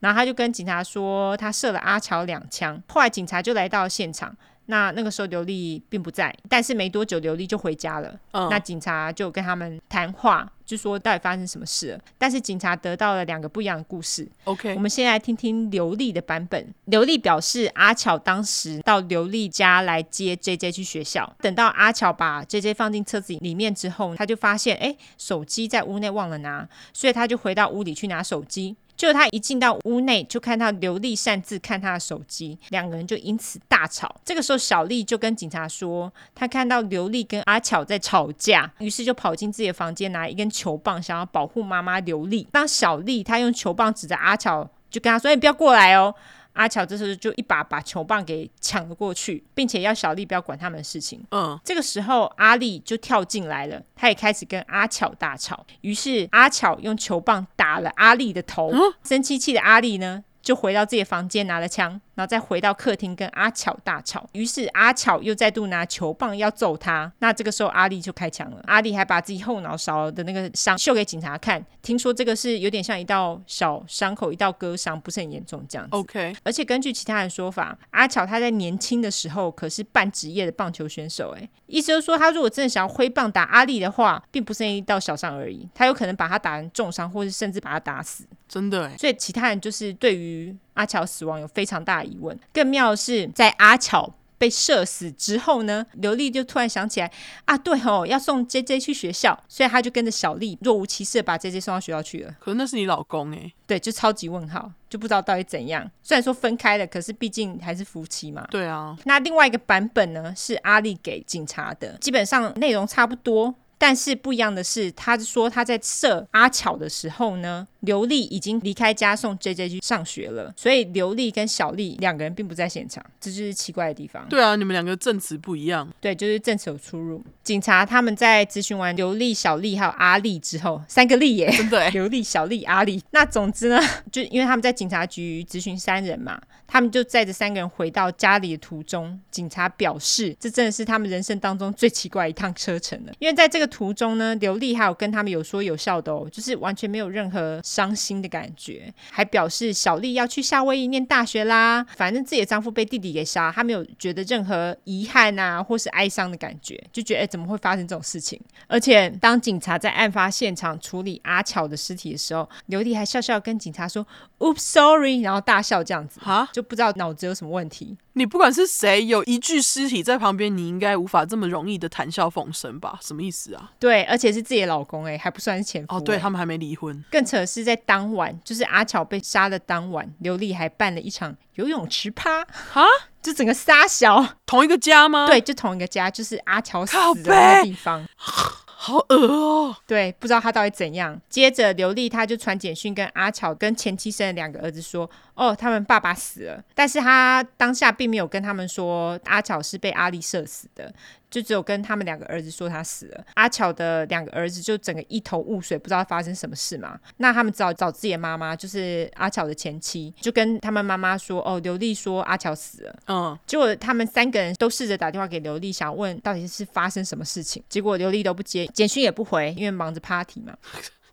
Speaker 2: 然后他就跟警察说，他射了阿巧两枪。后来警察就来到现场，那那个时候刘丽并不在，但是没多久刘丽就回家了。
Speaker 1: 嗯
Speaker 2: 那警察就跟他们谈话，就说到底发生什么事了。但是警察得到了两个不一样的故事。我
Speaker 1: ，OK，
Speaker 2: 们先来听听刘丽的版本。刘丽表示，阿巧当时到刘丽家来接 J J 去学校，等到阿巧把 J J 放进车子里面之后，他就发现，哎，手机在屋内忘了拿，所以他就回到屋里去拿手机。就他一进到屋内，就看到刘丽擅自看他的手机，两个人就因此大吵。这个时候，小丽就跟警察说，她看到刘丽跟阿巧在吵架，于是就跑进自己的房间，拿一根球棒想要保护妈妈刘丽。当小丽她用球棒指着阿巧，就跟她说：“哎、你不要过来哦。”阿巧这时候就一把把球棒给抢了过去，并且要小丽不要管他们的事情。
Speaker 1: 嗯，
Speaker 2: 这个时候，阿丽就跳进来了，她也开始跟阿巧大吵。于是，阿巧用球棒打了阿丽的头。生气气的阿丽呢，就回到自己的房间拿了枪，然后再回到客厅跟阿巧大吵。于是，阿巧又再度拿球棒要揍她。那这个时候，阿丽就开枪了。阿丽还把自己后脑勺的那个伤秀给警察看，听说这个是有点像一道小伤口，一道割伤，不是很严重这样子。
Speaker 1: ，OK，
Speaker 2: 而且根据其他人说法，阿巧他在年轻的时候可是半职业的棒球选手，诶，意思就是说，他如果真的想要挥棒打阿力的话，并不是那一道小伤而已，他有可能把他打成重伤，或是甚至把他打死。
Speaker 1: 真的哎，
Speaker 2: 所以其他人就是对于阿巧死亡有非常大的疑问。更妙的是，在阿巧被射死之后呢，刘丽就突然想起来啊，对哦，要送 J J 去学校，所以他就跟着小丽若无其事的把 J J 送到学校去了。
Speaker 1: 可是那是你老公哎，
Speaker 2: 对，就超级问号，就不知道到底怎样。虽然说分开了，可是毕竟还是夫妻嘛。
Speaker 1: 对啊，
Speaker 2: 那另外一个版本呢，是阿丽给警察的，基本上内容差不多。但是不一样的是，他是说他在射阿巧的时候呢，刘丽已经离开家送 J J 去上学了，所以刘丽跟小丽两个人并不在现场，这就是奇怪的地方。
Speaker 1: 对啊，你们两个证词不一样，
Speaker 2: 对，就是证词有出入。警察他们在咨询完刘丽、小丽还有阿丽之后，三个丽耶，
Speaker 1: 真的哎，
Speaker 2: 刘丽、小丽、阿丽。那总之呢，就因为他们在警察局咨询三人嘛，他们就载着三个人回到家里的途中，警察表示这真的是他们人生当中最奇怪一趟车程了。因为在这个途中呢，刘丽还有跟他们有说有笑的哦，就是完全没有任何伤心的感觉，还表示小丽要去夏威夷念大学啦，反正自己的丈夫被弟弟给杀，她没有觉得任何遗憾啊或是哀伤的感觉，就觉得哎、怎么会发生这种事情？而且当警察在案发现场处理阿巧的尸体的时候，刘丽还笑笑跟警察说 “Oops, sorry”，然后大笑这样子，
Speaker 1: 哈，
Speaker 2: 就不知道脑子有什么问题。
Speaker 1: 你不管是谁，有一具尸体在旁边，你应该无法这么容易的谈笑风生吧？什么意思啊？
Speaker 2: 对，而且是自己的老公哎、还不算是前夫、
Speaker 1: 哦，对
Speaker 2: 哎
Speaker 1: 他们还没离婚，
Speaker 2: 更扯的是在当晚，就是阿巧被杀的当晚，刘丽还办了一场游泳池趴，
Speaker 1: 哈，
Speaker 2: 就整个撒小，
Speaker 1: 同一个家吗？，
Speaker 2: 对，就同一个家，就是阿巧死
Speaker 1: 靠
Speaker 2: 的那个
Speaker 1: 背
Speaker 2: 地方。
Speaker 1: 好恶哦、
Speaker 2: 对，不知道他到底怎样。接着刘丽她就传简讯跟阿巧跟前妻生的两个儿子说，哦，他们爸爸死了，但是他当下并没有跟他们说阿巧是被阿丽射死的。就只有跟他们两个儿子说他死了，阿巧的两个儿子就整个一头雾水，不知道发生什么事嘛。那他们只好找自己的妈妈，就是阿巧的前妻，就跟他们妈妈说：“哦，刘丽说阿巧死了。”
Speaker 1: 嗯，
Speaker 2: 结果他们三个人都试着打电话给刘丽，想问到底是发生什么事情。结果刘丽都不接，简讯也不回，因为忙着 party 嘛。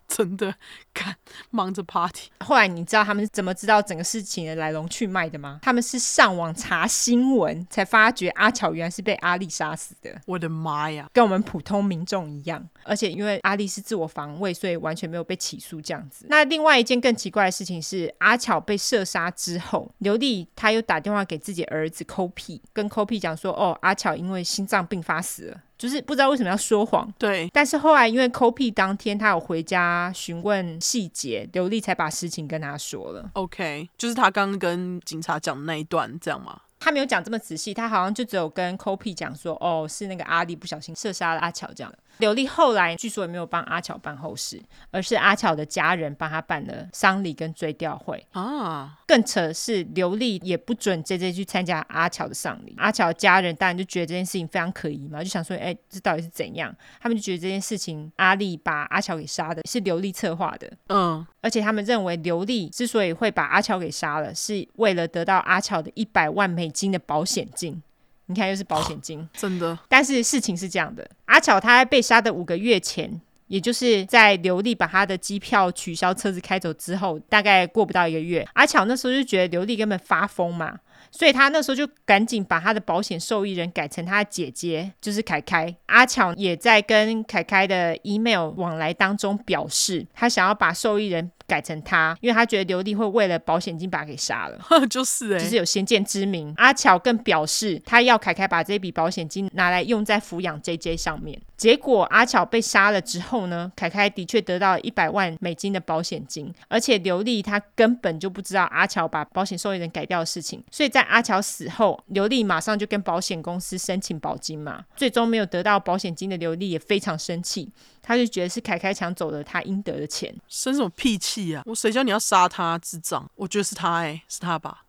Speaker 1: 真的，看忙着 party，
Speaker 2: 后来你知道他们是怎么知道整个事情的来龙去脉的吗？他们是上网查新闻，才发觉阿巧原来是被阿丽杀死的。
Speaker 1: 我的妈呀！
Speaker 2: 跟我们普通民众一样，而且因为阿丽是自我防卫，所以完全没有被起诉这样子。那另外一件更奇怪的事情是，阿巧被射杀之后，刘丽她又打电话给自己儿子 k o p 跟 k o p 讲说，哦，阿巧因为心脏病发死了，就是不知道为什么要说谎。
Speaker 1: 对，
Speaker 2: 但是后来因为 k o p 当天他有回家询问细节，刘丽才把事情跟他说了。
Speaker 1: OK，就是他刚刚跟警察讲的那一段，这样吗？
Speaker 2: 他没有讲这么仔细，他好像就只有跟 Kopi 讲说，哦，是那个阿丽不小心射杀了阿巧这样。刘丽后来据说也没有帮阿巧办后事，而是阿巧的家人帮他办了丧礼跟追悼会。
Speaker 1: 啊，
Speaker 2: 更扯的是，刘丽也不准 J J 去参加阿巧的丧礼。阿巧的家人当然就觉得这件事情非常可疑嘛，就想说，哎、这到底是怎样？他们就觉得这件事情，阿丽把阿巧给杀的，是刘丽策划的。
Speaker 1: 嗯，
Speaker 2: 而且他们认为刘丽之所以会把阿乔给杀了，是为了得到阿乔的一百万美金的保险金。你看，又是保险金。
Speaker 1: 真的，
Speaker 2: 但是事情是这样的，阿巧她在被杀的五个月前，也就是在刘丽把她的机票取消、车子开走之后，大概过不到一个月，阿巧那时候就觉得刘丽根本发疯嘛，所以他那时候就赶紧把他的保险受益人改成他的姐姐，就是凯凯。阿巧也在跟凯凯的 email 往来当中表示，他想要把受益人改成他，因为他觉得刘丽会为了保险金把他给杀了。
Speaker 1: 就是哎、
Speaker 2: 就是有先见之明。阿巧更表示，他要凯凯把这笔保险金拿来用在抚养 JJ 上面。结果阿巧被杀了之后呢，凯凯的确得到一百万美金的保险金，而且刘丽她根本就不知道阿巧把保险受益人改掉的事情，所以在阿巧死后，刘丽马上就跟保险公司申请保金嘛。最终没有得到保险金的刘丽也非常生气，她就觉得是凯凯抢走了她应得的钱。
Speaker 1: 生什么屁气呀、啊！我谁叫你要杀他，智障！我觉得是他哎、是他吧？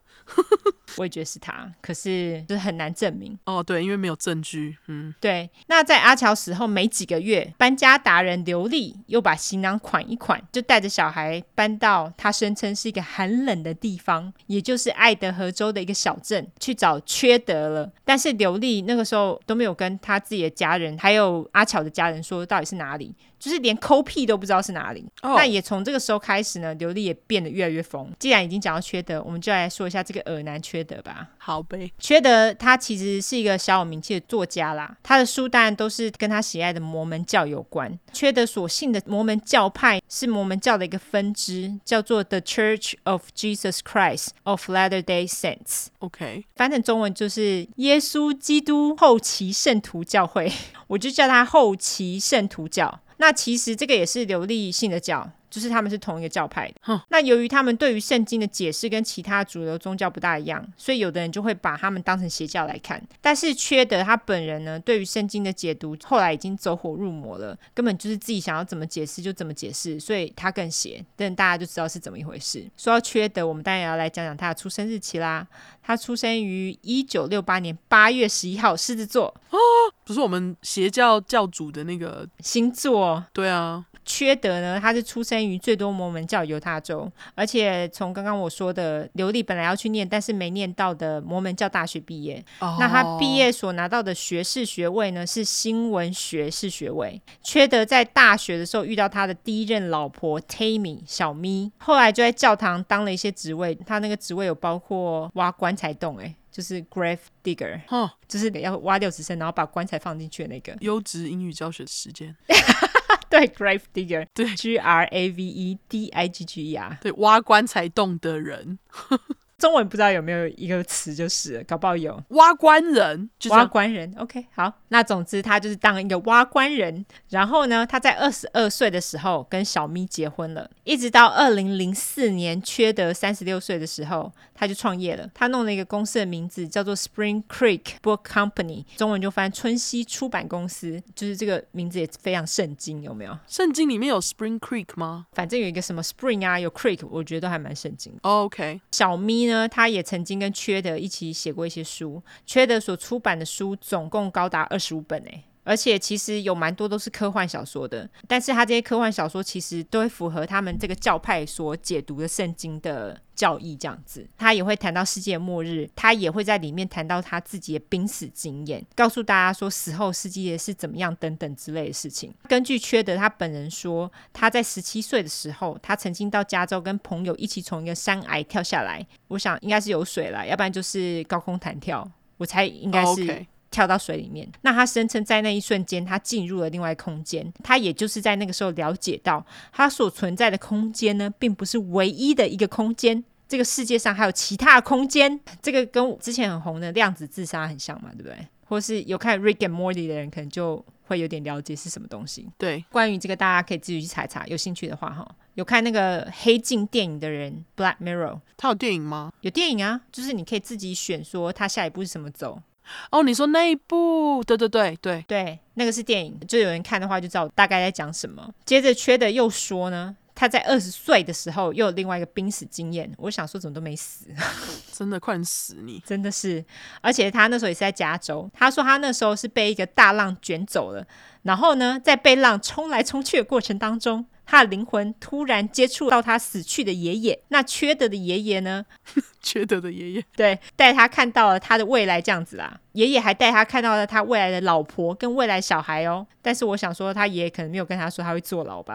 Speaker 2: 我也觉得是她，可是就是很难证明。
Speaker 1: 哦，对，因为没有证据，嗯，
Speaker 2: 对，那在阿乔死后没几个月，搬家达人刘丽又把行囊款一款，就带着小孩搬到他声称是一个寒冷的地方，也就是爱德荷州的一个小镇去找缺德了。但是刘丽那个时候都没有跟他自己的家人，还有阿乔的家人说到底是哪里，就是连抠屁都不知道是哪里。
Speaker 1: 哦
Speaker 2: 那也从这个时候开始呢，刘丽也变得越来越疯。既然已经讲到缺德，我们就来说一下这个耳男缺德吧。
Speaker 1: 好呗，
Speaker 2: 缺德他其实是一个小有名气的作家啦，他的书当然都是跟他喜爱的摩门教有关。缺德所信的摩门教派是摩门教的一个分支，叫做 The Church of Jesus Christ of Latter-day Saints，
Speaker 1: ，OK，
Speaker 2: 翻成中文就是耶稣基督后期圣徒教会， 我就叫它后期圣徒教。那其实这个也是流利信的教。就是他们是同一个教派的
Speaker 1: 哼。
Speaker 2: 那由于他们对于圣经的解释跟其他主流宗教不大一样，所以有的人就会把他们当成邪教来看。但是缺德他本人呢，对于圣经的解读后来已经走火入魔了，根本就是自己想要怎么解释就怎么解释，所以他更邪。但大家就知道是怎么一回事。说到缺德，我们当然也要来讲讲他的出生日期啦。他出生于一九六八年八月十一号，狮子座
Speaker 1: 不是我们邪教教主的那个，
Speaker 2: 星座。
Speaker 1: 对啊，
Speaker 2: 缺德呢，他是出生于最多摩门教犹他州，而且从刚刚我说的，刘丽本来要去念，但是没念到的摩门教大学毕业。
Speaker 1: 哦、
Speaker 2: 那他毕业所拿到的学士学位呢，是新闻学士学位。缺德在大学的时候遇到他的第一任老婆 Tammy 小咪，后来就在教堂当了一些职位，他那个职位有包括挖棺材洞、欸，就是 grave digger，
Speaker 1: 哦，
Speaker 2: 就是得要挖六十升，然后把棺材放进去的那个。
Speaker 1: 优质英语教学时间，
Speaker 2: 对，grave digger，
Speaker 1: 对
Speaker 2: ，G R A V E D I G G E R，
Speaker 1: 对，挖棺材洞的人，
Speaker 2: 中文不知道有没有一个词就是了，搞不好有。
Speaker 1: 挖棺人，就这
Speaker 2: 挖
Speaker 1: 样，
Speaker 2: 棺人，OK，好，那总之他就是当一个挖棺人，然后呢，他在二十二岁的时候跟小咪结婚了，一直到二零零四年缺德三十六岁的时候，他就创业了，他弄了一个公司的名字叫做 Spring Creek Book Company，中文就翻春熙出版公司，就是这个名字也非常圣经，有没有？
Speaker 1: 圣经里面有 Spring Creek 吗、
Speaker 2: 反正有一个什么 Spring 啊，有 Creek，我觉得都还蛮圣经的。
Speaker 1: 哦、？OK，
Speaker 2: 小咪呢，他也曾经跟缺德一起写过一些书，缺德所出版的书总共高达二十五本欸诶。而且其实有蛮多都是科幻小说的，但是他这些科幻小说其实都会符合他们这个教派所解读的圣经的教义这样子。他也会谈到世界末日，他也会在里面谈到他自己的濒死经验，告诉大家说死后世界是怎么样等等之类的事情。根据缺德他本人说，他在十七岁的时候，他曾经到加州跟朋友一起从一个山崖跳下来，我想应该是有水了，要不然就是高空弹跳，我猜应该
Speaker 1: 哦
Speaker 2: 是
Speaker 1: OK，
Speaker 2: 跳到水里面。那他声称在那一瞬间，他进入了另外空间。他也就是在那个时候了解到，他所存在的空间呢，并不是唯一的一个空间。这个世界上还有其他的空间，这个跟之前很红的量子自杀很像嘛，对不对？或是有看《Rick and Morty》的人，可能就会有点了解是什么东西。
Speaker 1: 对，
Speaker 2: 关于这个，大家可以自己去查一查，有兴趣的话哈。有看那个黑镜电影的人，《Black Mirror》
Speaker 1: 他有电影吗？
Speaker 2: 有电影啊，就是你可以自己选说他下一步是什么走，
Speaker 1: 哦，你说那一部，对对对对，
Speaker 2: 对，那个是电影，就有人看的话就知道我大概在讲什么。接着缺德又说呢，他在二十岁的时候又有另外一个濒死经验。我想说怎么都没死，
Speaker 1: 真的快点死你！
Speaker 2: 真的是。而且他那时候也是在加州，他说他那时候是被一个大浪卷走了，然后呢，在被浪冲来冲去的过程当中。他的灵魂突然接触到他死去的爷爷，那缺德的爷爷呢？
Speaker 1: 缺德的爷爷，
Speaker 2: 对，带他看到了他的未来这样子啦。爷爷还带他看到了他未来的老婆 跟未来小孩哦。但是我想说，他爷爷可能没有跟他说他会坐牢吧。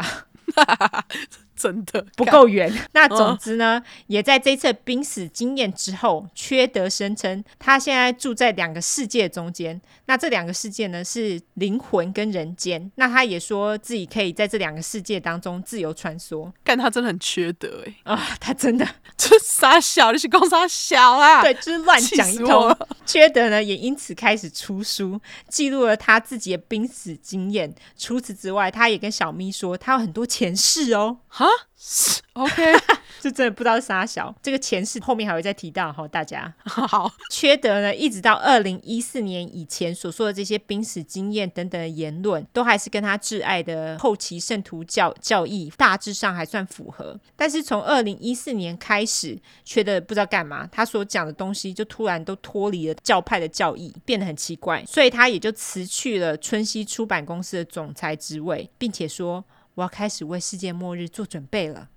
Speaker 1: 真的
Speaker 2: 不
Speaker 1: 干
Speaker 2: 够远。那总之呢，也在这次濒死经验之后，缺德声称他现在住在两个世界中间。那这两个世界呢是灵魂跟人间。那他也说自己可以在这两个世界当中自由穿梭
Speaker 1: 干他真的很缺德哎、
Speaker 2: 啊、他真的
Speaker 1: 这傻小，你是公傻小啊？
Speaker 2: 对，就是乱
Speaker 1: 气
Speaker 2: 讲一
Speaker 1: 死我
Speaker 2: 通。
Speaker 1: 了！
Speaker 2: 缺德呢，也因此开始出书，记录了他自己的濒死经验。除此之外，他也跟小咪说，他有很多前世哦。
Speaker 1: 哈是，OK，
Speaker 2: 就真的不知道是啥小，这个前世后面还会再提到哈，大家。
Speaker 1: 好，
Speaker 2: 缺德呢，一直到二零一四年以前所说的这些濒死经验等等的言论，都还是跟他挚爱的后期圣徒教教义大致上还算符合。但是从二零一四年开始，缺德不知道干嘛，他所讲的东西就突然都脱离了教派的教义，变得很奇怪，所以他也就辞去了春熙出版公司的总裁职位，并且说。我要开始为世界末日做准备了。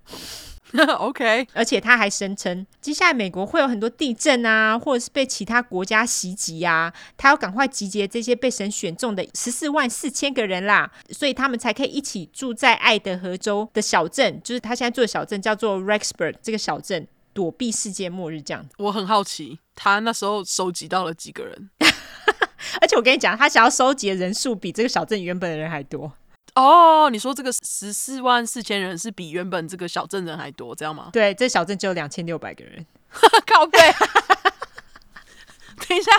Speaker 1: OK，
Speaker 2: 而且他还声称，接下来美国会有很多地震啊，或者是被其他国家袭击啊，他要赶快集结这些被神选中的十四万四千个人啦，所以他们才可以一起住在爱德荷州的小镇，就是他现在住的小镇叫做 Rexburg 这个小镇，躲避世界末日这样。
Speaker 1: 我很好奇，他那时候收集到了几个人？
Speaker 2: 而且我跟你讲，他想要收集的人数比这个小镇原本的人还多。
Speaker 1: 哦，你说这个十四万四千人是比原本这个小镇人还多，这样 吗？
Speaker 2: 对，这小镇只有两千六百个人，
Speaker 1: 靠背。 等一下，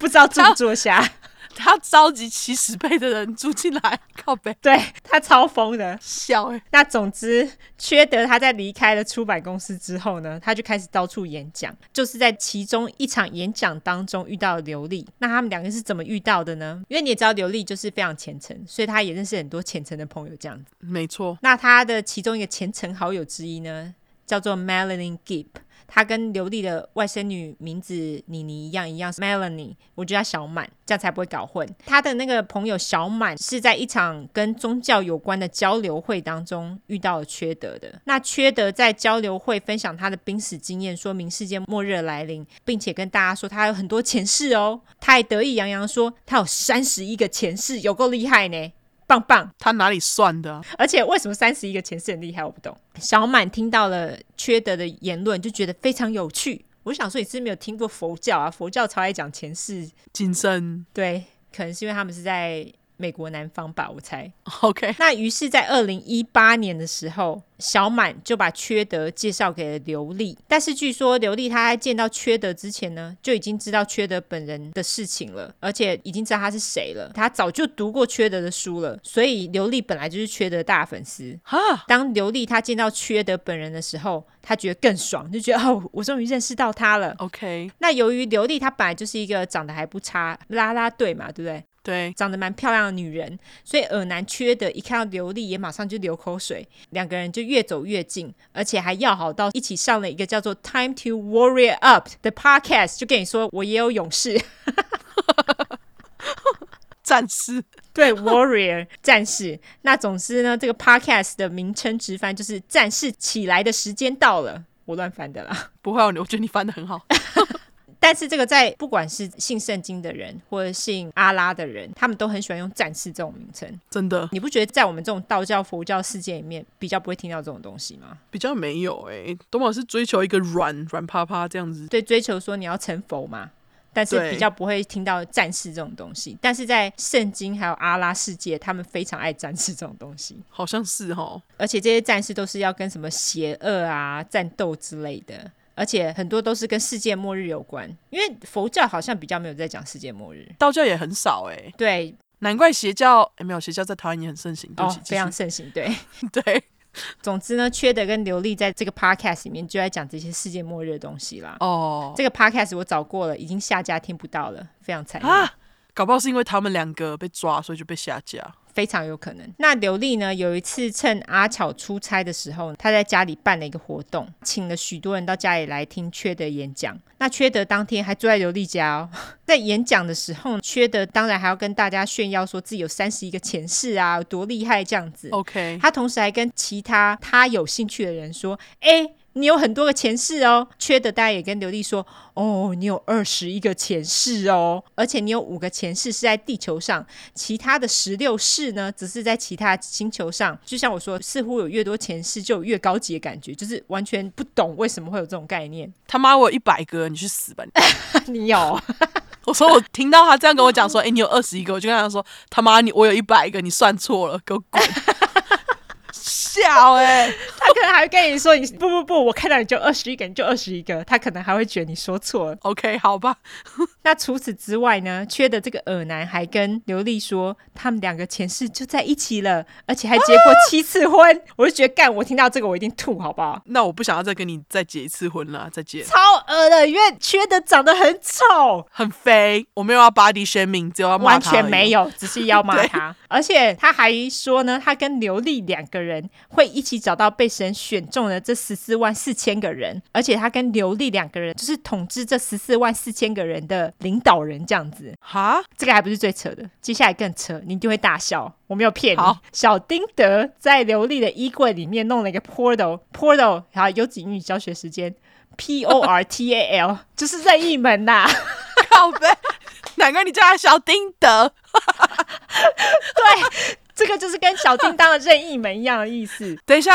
Speaker 2: 不知道住不住得下。
Speaker 1: 他召集七十倍的人住进来，靠背
Speaker 2: 对他超疯的，
Speaker 1: 笑哎、
Speaker 2: 那总之，缺德他在离开了出版公司之后呢，他就开始到处演讲。就是在其中一场演讲当中遇到了刘丽。那他们两个是怎么遇到的呢？因为你也知道刘丽就是非常虔诚，所以他也认识很多虔诚的朋友这样子。
Speaker 1: 没错，
Speaker 2: 那他的其中一个虔诚好友之一呢，叫做 Melanie Gibb。她跟刘丽的外甥女名字妮妮一样，一样是 Melanie，我就叫小满，这样才不会搞混。她的那个朋友小满是在一场跟宗教有关的交流会当中遇到了缺德的。那缺德在交流会分享他的濒死经验，说明世界末日的来临，并且跟大家说他有很多前世哦。他还得意洋洋说他有三十一个前世，有够厉害呢，棒棒！
Speaker 1: 他哪里算的、啊？
Speaker 2: 而且为什么三十一个前世很厉害，我不懂。小满听到了缺德的言论，就觉得非常有趣。我想说，你是没有听过佛教啊？佛教超爱讲前世，
Speaker 1: 今生
Speaker 2: 对，可能是因为他们是在美国南方吧，我猜。
Speaker 1: OK，
Speaker 2: 那于是，在二零一八年的时候，小满就把缺德介绍给了刘丽。但是据说刘丽她在见到缺德之前呢，就已经知道缺德本人的事情了，而且已经知道他是谁了。她早就读过缺德的书了，所以刘丽本来就是缺德大粉丝。
Speaker 1: 哈，
Speaker 2: 当刘丽她见到缺德本人的时候，她觉得更爽，就觉得哦，我终于认识到他了。
Speaker 1: OK，
Speaker 2: 那由于刘丽她本来就是一个长得还不差啦啦队嘛，对不对？
Speaker 1: 对，
Speaker 2: 长得蛮漂亮的女人，所以尔南缺德一看到刘丽也马上就流口水，两个人就越走越近，而且还要好到一起上了一个叫做《Time to Warrior Up》的 podcast，就跟你说我也有勇士，
Speaker 1: 战士
Speaker 2: 对 warrior 战士。那总之呢，这个 podcast 的名称直翻就是“战士起来的时间到了”，我乱翻的啦。
Speaker 1: 不会、啊，我觉得你翻的很 好。
Speaker 2: 但是这个在不管是信圣经的人或者信阿拉的人，他们都很喜欢用战士这种名称。
Speaker 1: 真的
Speaker 2: 你不觉得在我们这种道教、佛教世界里面比较不会听到这种东西吗？
Speaker 1: 比较没有哎、董宝是追求一个软软趴趴这样子，
Speaker 2: 对，追求说你要成佛嘛，但是
Speaker 1: 对
Speaker 2: 比较不会听到战士这种东西。但是在圣经还有阿拉世界，他们非常爱战士这种东西，
Speaker 1: 好像是哦哈，
Speaker 2: 而且这些战士都是要跟什么邪恶啊战斗之类的。而且很多都是跟世界末日有关，因为佛教好像比较没有在讲世界末日。
Speaker 1: 道教也很少哎、
Speaker 2: 对，
Speaker 1: 难怪邪教哎、没有邪教在台湾也很盛行，对不
Speaker 2: 哦
Speaker 1: 起，，继续
Speaker 2: 非常盛行。对，
Speaker 1: 对
Speaker 2: 总之呢，缺德跟刘丽在这个 podcast 里面就在讲这些世界末日的东西啦。
Speaker 1: 哦
Speaker 2: 这个 podcast 我找过了，已经下架听不到了，非常惨烈，
Speaker 1: 啊，搞不好是因为他们两个被抓，所以就被下架。
Speaker 2: 非常有可能。那刘丽呢，有一次趁阿巧出差的时候，她在家里办了一个活动，请了许多人到家里来听缺德演讲。那缺德当天还住在刘丽家哦， 在演讲的时候，缺德当然还要跟大家炫耀说自己有三十一个前世啊，有多厉害这样子。
Speaker 1: OK，
Speaker 2: 他同时还跟其他他有兴趣的人说：“哎、你有很多个前世哦。缺的大家也跟刘丽说，哦，你有二十一个前世哦，而且你有五个前世是在地球上，其他的十六世呢，只是在其他星球上。就像我说，似乎有越多前世就有越高级的感觉，就是完全不懂为什么会有这种概念。
Speaker 1: 他妈我有一百个，你去死 吧！你
Speaker 2: 你有，
Speaker 1: 我说我听到他这样跟我讲说，哎、你有二十一个，我就跟他说，他妈你我有一百个，你算错了，给我滚！ 笑哎、
Speaker 2: 他可能还会跟你说，你不不不，我看到你就二十一个，你就二十一个，他可能还会觉得你说错了。
Speaker 1: o k 好吧，
Speaker 2: 那除此之外呢，缺的这个耳男还跟刘丽说，他们两个前世就在一起了，而且还结过七次婚。 我就觉得，干，我听到这个我一定吐，好不好？
Speaker 1: 那我不想要再跟你再结一次婚了，再见。
Speaker 2: 超恶的，因为缺的长得很丑，
Speaker 1: 很肥，我没有要 body shaming，只有要骂
Speaker 2: 完
Speaker 1: 他
Speaker 2: 全没
Speaker 1: 有。
Speaker 2: 有，只是要骂
Speaker 1: 对
Speaker 2: 他。而且他还说呢，他跟刘丽两个人会一起找到被神选中的这十四万四千个人，而且他跟刘丽两个人就是统治这十四万四千个人的领导人，这样子。
Speaker 1: 哈，
Speaker 2: 这个还不是最扯的，接下来更扯，你一定会大笑。我没有骗你
Speaker 1: 好。
Speaker 2: 小丁德在刘丽的衣柜里面弄了一个 portal，portal，然后有几英语教学时间，P O R T A L，就是 任意门呐、
Speaker 1: 靠背，难怪你叫他小丁德。
Speaker 2: 这个就是跟小叮当的任意门一样的意思。
Speaker 1: 等一下，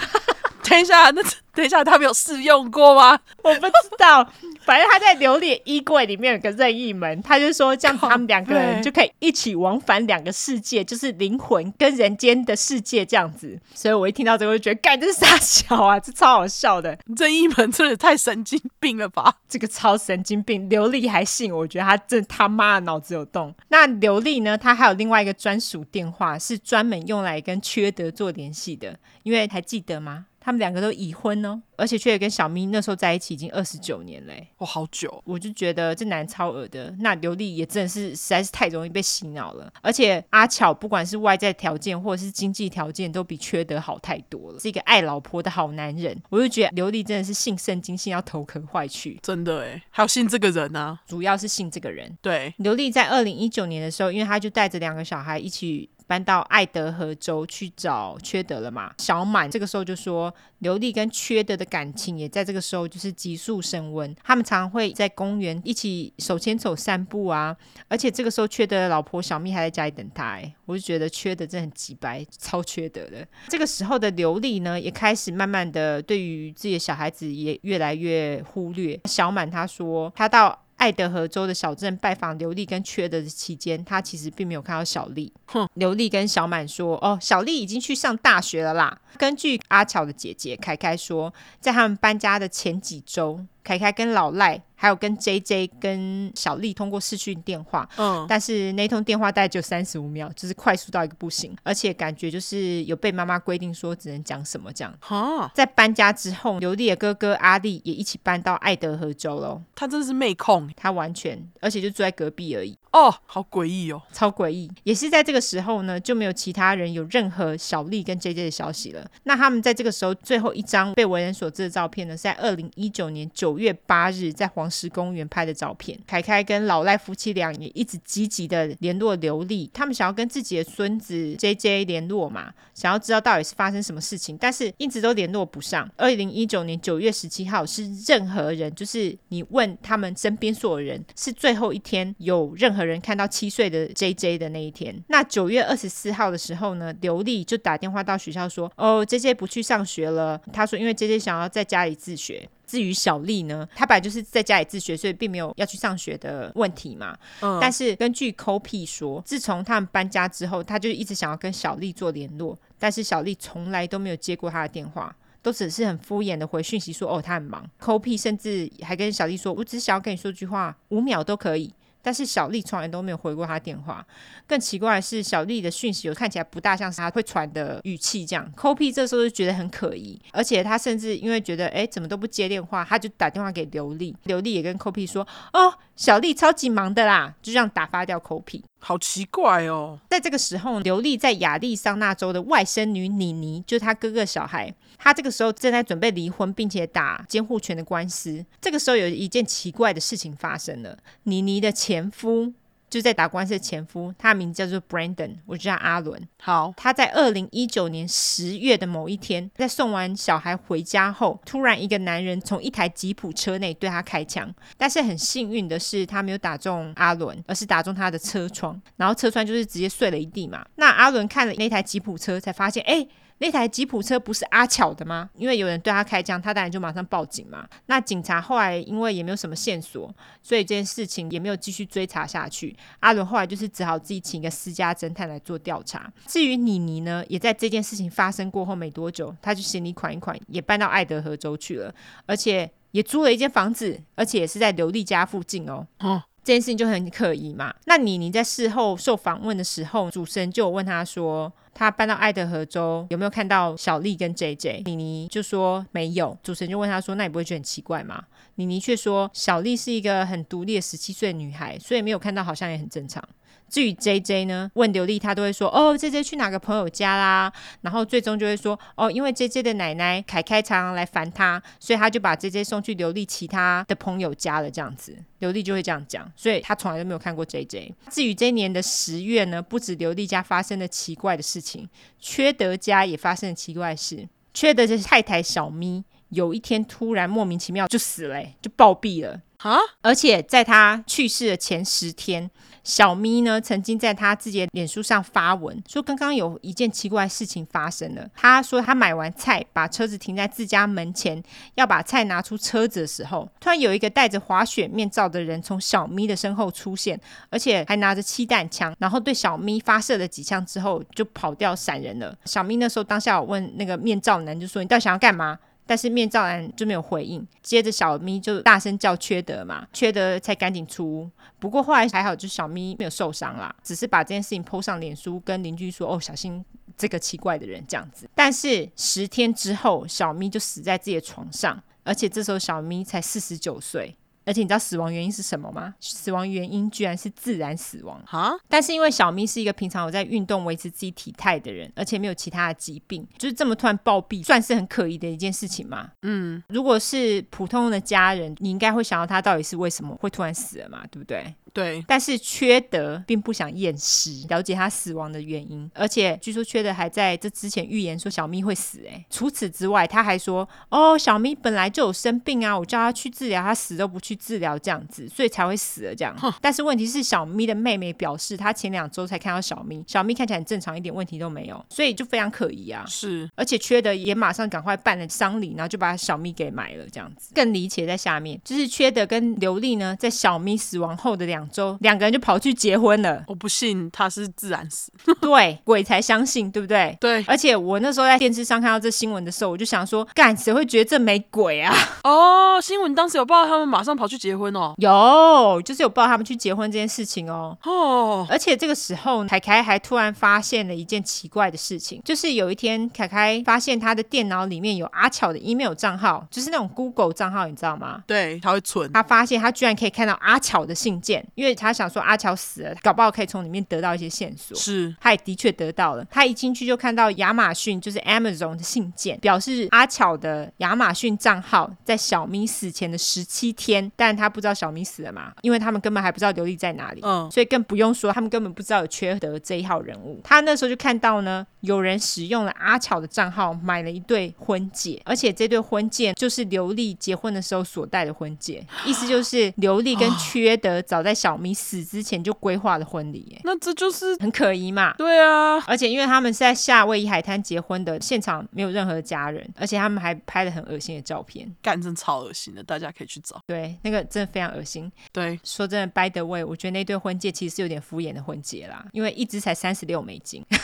Speaker 1: 等一下，那等一下，他们有试用过吗？
Speaker 2: 我不知道，反正他在刘丽的衣柜里面有个任意门，他就说这样他们两个人
Speaker 1: 靠背
Speaker 2: 就可以一起往返两个世界，就是灵魂跟人间的世界这样子。所以我一听到这个，我就觉得干这是傻笑啊，这超好笑的。
Speaker 1: 这一门真的太神经病了吧！
Speaker 2: 这个超神经病，刘丽还信，我觉得他真他妈的脑子有洞。那刘丽呢，她还有另外一个专属电话，是专门用来跟缺德做联系的，因为还记得吗？他们两个都已婚哦，而且缺德跟小咪那时候在一起已经二十九年嘞、
Speaker 1: 哇，好久，
Speaker 2: 我就觉得这男超恶的，那刘丽也真的是实在是太容易被洗脑了。而且阿巧不管是外在条件或者是经济条件，都比缺德好太多了，是一个爱老婆的好男人。我就觉得刘丽真的是信圣经信要头壳坏去，
Speaker 1: 真的哎，还有信这个人啊？
Speaker 2: 主要是信这个人。
Speaker 1: 对，
Speaker 2: 刘丽在二零一九年的时候，因为她就带着两个小孩一起搬到爱德荷州去找缺德了嘛。小满这个时候就说，刘丽跟缺德的感情也在这个时候就是急速升温。他们常会在公园一起手牵手散步啊，而且这个时候缺德的老婆小蜜还在家里等他、哎，我就觉得缺德真的很急白，超缺德的。这个时候的刘丽呢，也开始慢慢的对于自己的小孩子也越来越忽略。小满她说，她到爱德荷州的小镇拜访刘丽跟缺德的期间，她其实并没有看到小 丽。
Speaker 1: 哼
Speaker 2: 刘丽跟小满说，哦，小丽已经去上大学了啦。根据阿巧的姐姐凯凯说，在他们搬家的前几周，凯凯跟老赖还有跟 JJ 跟小丽通过视讯电话，
Speaker 1: 嗯，
Speaker 2: 但是那通电话大概只有三十五秒，就是快速到一个不行，而且感觉就是有被妈妈规定说只能讲什么这样。
Speaker 1: 哈，
Speaker 2: 在搬家之后，刘丽的哥哥阿力也一起搬到爱德荷州喽。
Speaker 1: 他真的是妹控
Speaker 2: 他完全，而且就住在隔壁而已，
Speaker 1: 哦，好诡异哦。
Speaker 2: 超诡异。也是在这个时候呢，就没有其他人有任何小丽跟 JJ 的消息了。那他们在这个时候最后一张被为人所知的照片呢，是在二零一九年九月八日在黄石公园拍的照片。凯凯跟老赖夫妻俩也一直积极的联络刘丽，他们想要跟自己的孙子 JJ 联络嘛，想要知道到底是发生什么事情，但是一直都联络不上。二零一九年九月十七号是任何人，就是你问他们身边所有人，是最后一天有任何人看到七岁的 JJ 的那一天。那九月二十四号的时候呢，刘丽就打电话到学校说：“哦，JJ 不去上学了。”她说：“因为 JJ 想要在家里自学。”至于小丽呢，她本来就是在家里自学，所以并没有要去上学的问题嘛。
Speaker 1: 嗯，
Speaker 2: 但是根据 Kopi 说，自从他们搬家之后，他就一直想要跟小丽做联络，但是小丽从来都没有接过他的电话。都只是很敷衍的回讯息说哦，他很忙。Kopi 甚至还跟小丽说，我只是想要跟你说句话，五秒都可以。但是小丽从来都没有回过他电话。更奇怪的是，小丽的讯息有看起来不大像是他会传的语气这样。Kopi 这时候就觉得很可疑，而且他甚至因为觉得哎怎么都不接电话，他就打电话给刘丽。刘丽也跟 Kopi 说，哦，小丽超级忙的啦，就这样打发掉口癖。
Speaker 1: 好奇怪哦。
Speaker 2: 在这个时候，刘丽在亚利桑那州的外甥女妮妮，就是她哥哥的小孩，她这个时候正在准备离婚，并且打监护权的官司。这个时候有一件奇怪的事情发生了，妮妮的前夫就在打官司的前夫，他的名字叫做 Brandon，我就叫阿伦。
Speaker 1: 好，
Speaker 2: 他在二零一九年十月的某一天，在送完小孩回家后，突然一个男人从一台吉普车内对他开枪。但是很幸运的是，他没有打中阿伦，而是打中他的车窗，然后车窗就是直接碎了一地嘛。那阿伦看了那台吉普车，才发现，哎。那台吉普车不是阿巧的吗？因为有人对他开枪，他当然就马上报警嘛。那警察后来因为也没有什么线索，所以这件事情也没有继续追查下去。阿伦后来就是只好自己请一个私家侦探来做调查。至于妮妮呢，也在这件事情发生过后没多久，她就行李款一款，也搬到爱德荷州去了，而且也租了一间房子，而且也是在刘丽家附近哦。
Speaker 1: 哦，
Speaker 2: 这件事情就很可疑嘛。那妮妮在事后受访问的时候，主持人就有问她说，她搬到爱德荷州有没有看到小丽跟 J J？妮妮就说没有。主持人就问她说，那你不会觉得很奇怪吗？妮妮却说，小丽是一个很独立的十七岁女孩，所以没有看到好像也很正常。至于 J J 呢，问刘丽，她都会说哦，J J 去哪个朋友家啦，然后最终就会说哦，因为 J J 的奶奶凯凯常常来烦她，所以她就把 J J 送去刘丽其他的朋友家了，这样子，刘丽就会这样讲，所以她从来都没有看过 J J。至于这一年的十月呢，不止刘丽家发生了奇怪的事情，缺德家也发生了奇怪的事，缺德的太太小咪。有一天突然莫名其妙就死了、欸就暴毙了。
Speaker 1: 哈，
Speaker 2: 而且在他去世的前十天，小咪呢曾经在他自己的脸书上发文说，刚刚有一件奇怪的事情发生了。他说他买完菜，把车子停在自家门前，要把菜拿出车子的时候，突然有一个戴着滑雪面罩的人从小咪的身后出现，而且还拿着气弹枪，然后对小咪发射了几枪之后就跑掉闪人了。小咪那时候当下有问那个面罩男，就说你到底想要干嘛？但是面罩男就没有回应，接着小咪就大声叫缺德嘛，缺德才赶紧出屋。不过后来还好，就小咪没有受伤啦，只是把这件事情 PO 上脸书，跟邻居说哦，小心这个奇怪的人这样子。但是十天之后，小咪就死在自己的床上，而且这时候小咪才四十九岁。而且你知道死亡原因是什么吗？死亡原因居然是自然死亡。
Speaker 1: 哈，
Speaker 2: 但是因为小咪是一个平常有在运动维持自己体态的人，而且没有其他的疾病，就是这么突然暴毙，算是很可疑的一件事情嘛。
Speaker 1: 嗯，
Speaker 2: 如果是普通的家人，你应该会想到他到底是为什么会突然死了嘛，对不对？
Speaker 1: 对，
Speaker 2: 但是缺德并不想验尸，了解他死亡的原因，而且据说缺德还在这之前预言说小咪会死、欸。除此之外，他还说：“哦，小咪本来就有生病啊，我叫他去治疗，他死都不去治疗，这样子，所以才会死了这样。”但是问题是，小咪的妹妹表示，她前两周才看到小咪，小咪看起来很正常，一点问题都没有，所以就非常可疑啊。
Speaker 1: 是
Speaker 2: 而且缺德也马上赶快办了丧礼，然后就把小咪给买了，这样子更离奇。在下面就是缺德跟刘丽呢，在小咪死亡后的两周，两个人就跑去结婚了
Speaker 1: 。我不信他是自然死，
Speaker 2: 对，鬼才相信，对不对？
Speaker 1: 对，
Speaker 2: 而且我那时候在电视上看到这新闻的时候，我就想说，干谁会觉得这没鬼啊？
Speaker 1: 哦，新闻当时有报道他们马上跑去结婚哦，
Speaker 2: 有，就是有报他们去结婚这件事情哦。
Speaker 1: 哦，
Speaker 2: 而且这个时候，凯凯还突然发现了一件奇怪的事情，就是有一天，凯凯发现他的电脑里面有阿巧的 email 账号，就是那种 Google 账号，你知道吗？
Speaker 1: 对，他会存，
Speaker 2: 他发现他居然可以看到阿巧的信件，因为他想说阿巧死了，搞不好可以从里面得到一些线索。
Speaker 1: 是
Speaker 2: 他也的确得到了，他一进去就看到亚马逊就是 Amazon 的信件，表示阿巧的亚马逊账号在小咪死前的十七天，但他不知道小咪死了嘛，因为他们根本还不知道刘丽在哪里。
Speaker 1: 嗯
Speaker 2: 所以更不用说，他们根本不知道有缺德这一号人物。他那时候就看到呢，有人使用了阿巧的账号买了一对婚戒，而且这对婚戒就是刘丽结婚的时候所戴的婚戒，意思就是刘丽跟缺德早在小咪死之前就规划了婚礼，耶
Speaker 1: 那这就是
Speaker 2: 很可疑嘛。
Speaker 1: 对啊，
Speaker 2: 而且因为他们是在夏威夷海滩结婚的，现场没有任何家人，而且他们还拍了很恶心的照片，
Speaker 1: 干真超恶心的，大家可以去找，
Speaker 2: 对，那个真的非常恶心。
Speaker 1: 对，
Speaker 2: 说真的，by the way，我觉得那对婚戒其实是有点敷衍的婚戒啦，因为一只才三十六美金。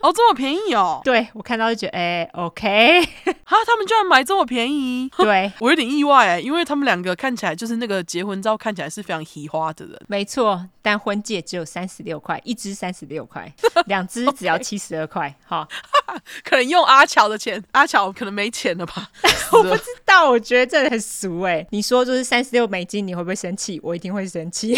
Speaker 1: 哦，这么便宜哦，
Speaker 2: 对我看到就觉得，哎、o k
Speaker 1: 哈，他们居然买这么便宜。
Speaker 2: 对，
Speaker 1: 我有点意外哎，因为他们两个看起来就是那个结婚照看起来是非常奇花的人，
Speaker 2: 没错，但婚戒只有三十六块，一只三十六块，两只只要七十二块。好，
Speaker 1: 可能用阿乔的钱，阿乔可能没钱了 吧？我不知
Speaker 2: 但我欸觉得真的很俗哎、你说就是三十六美金，你会不会生气？我一定会生气。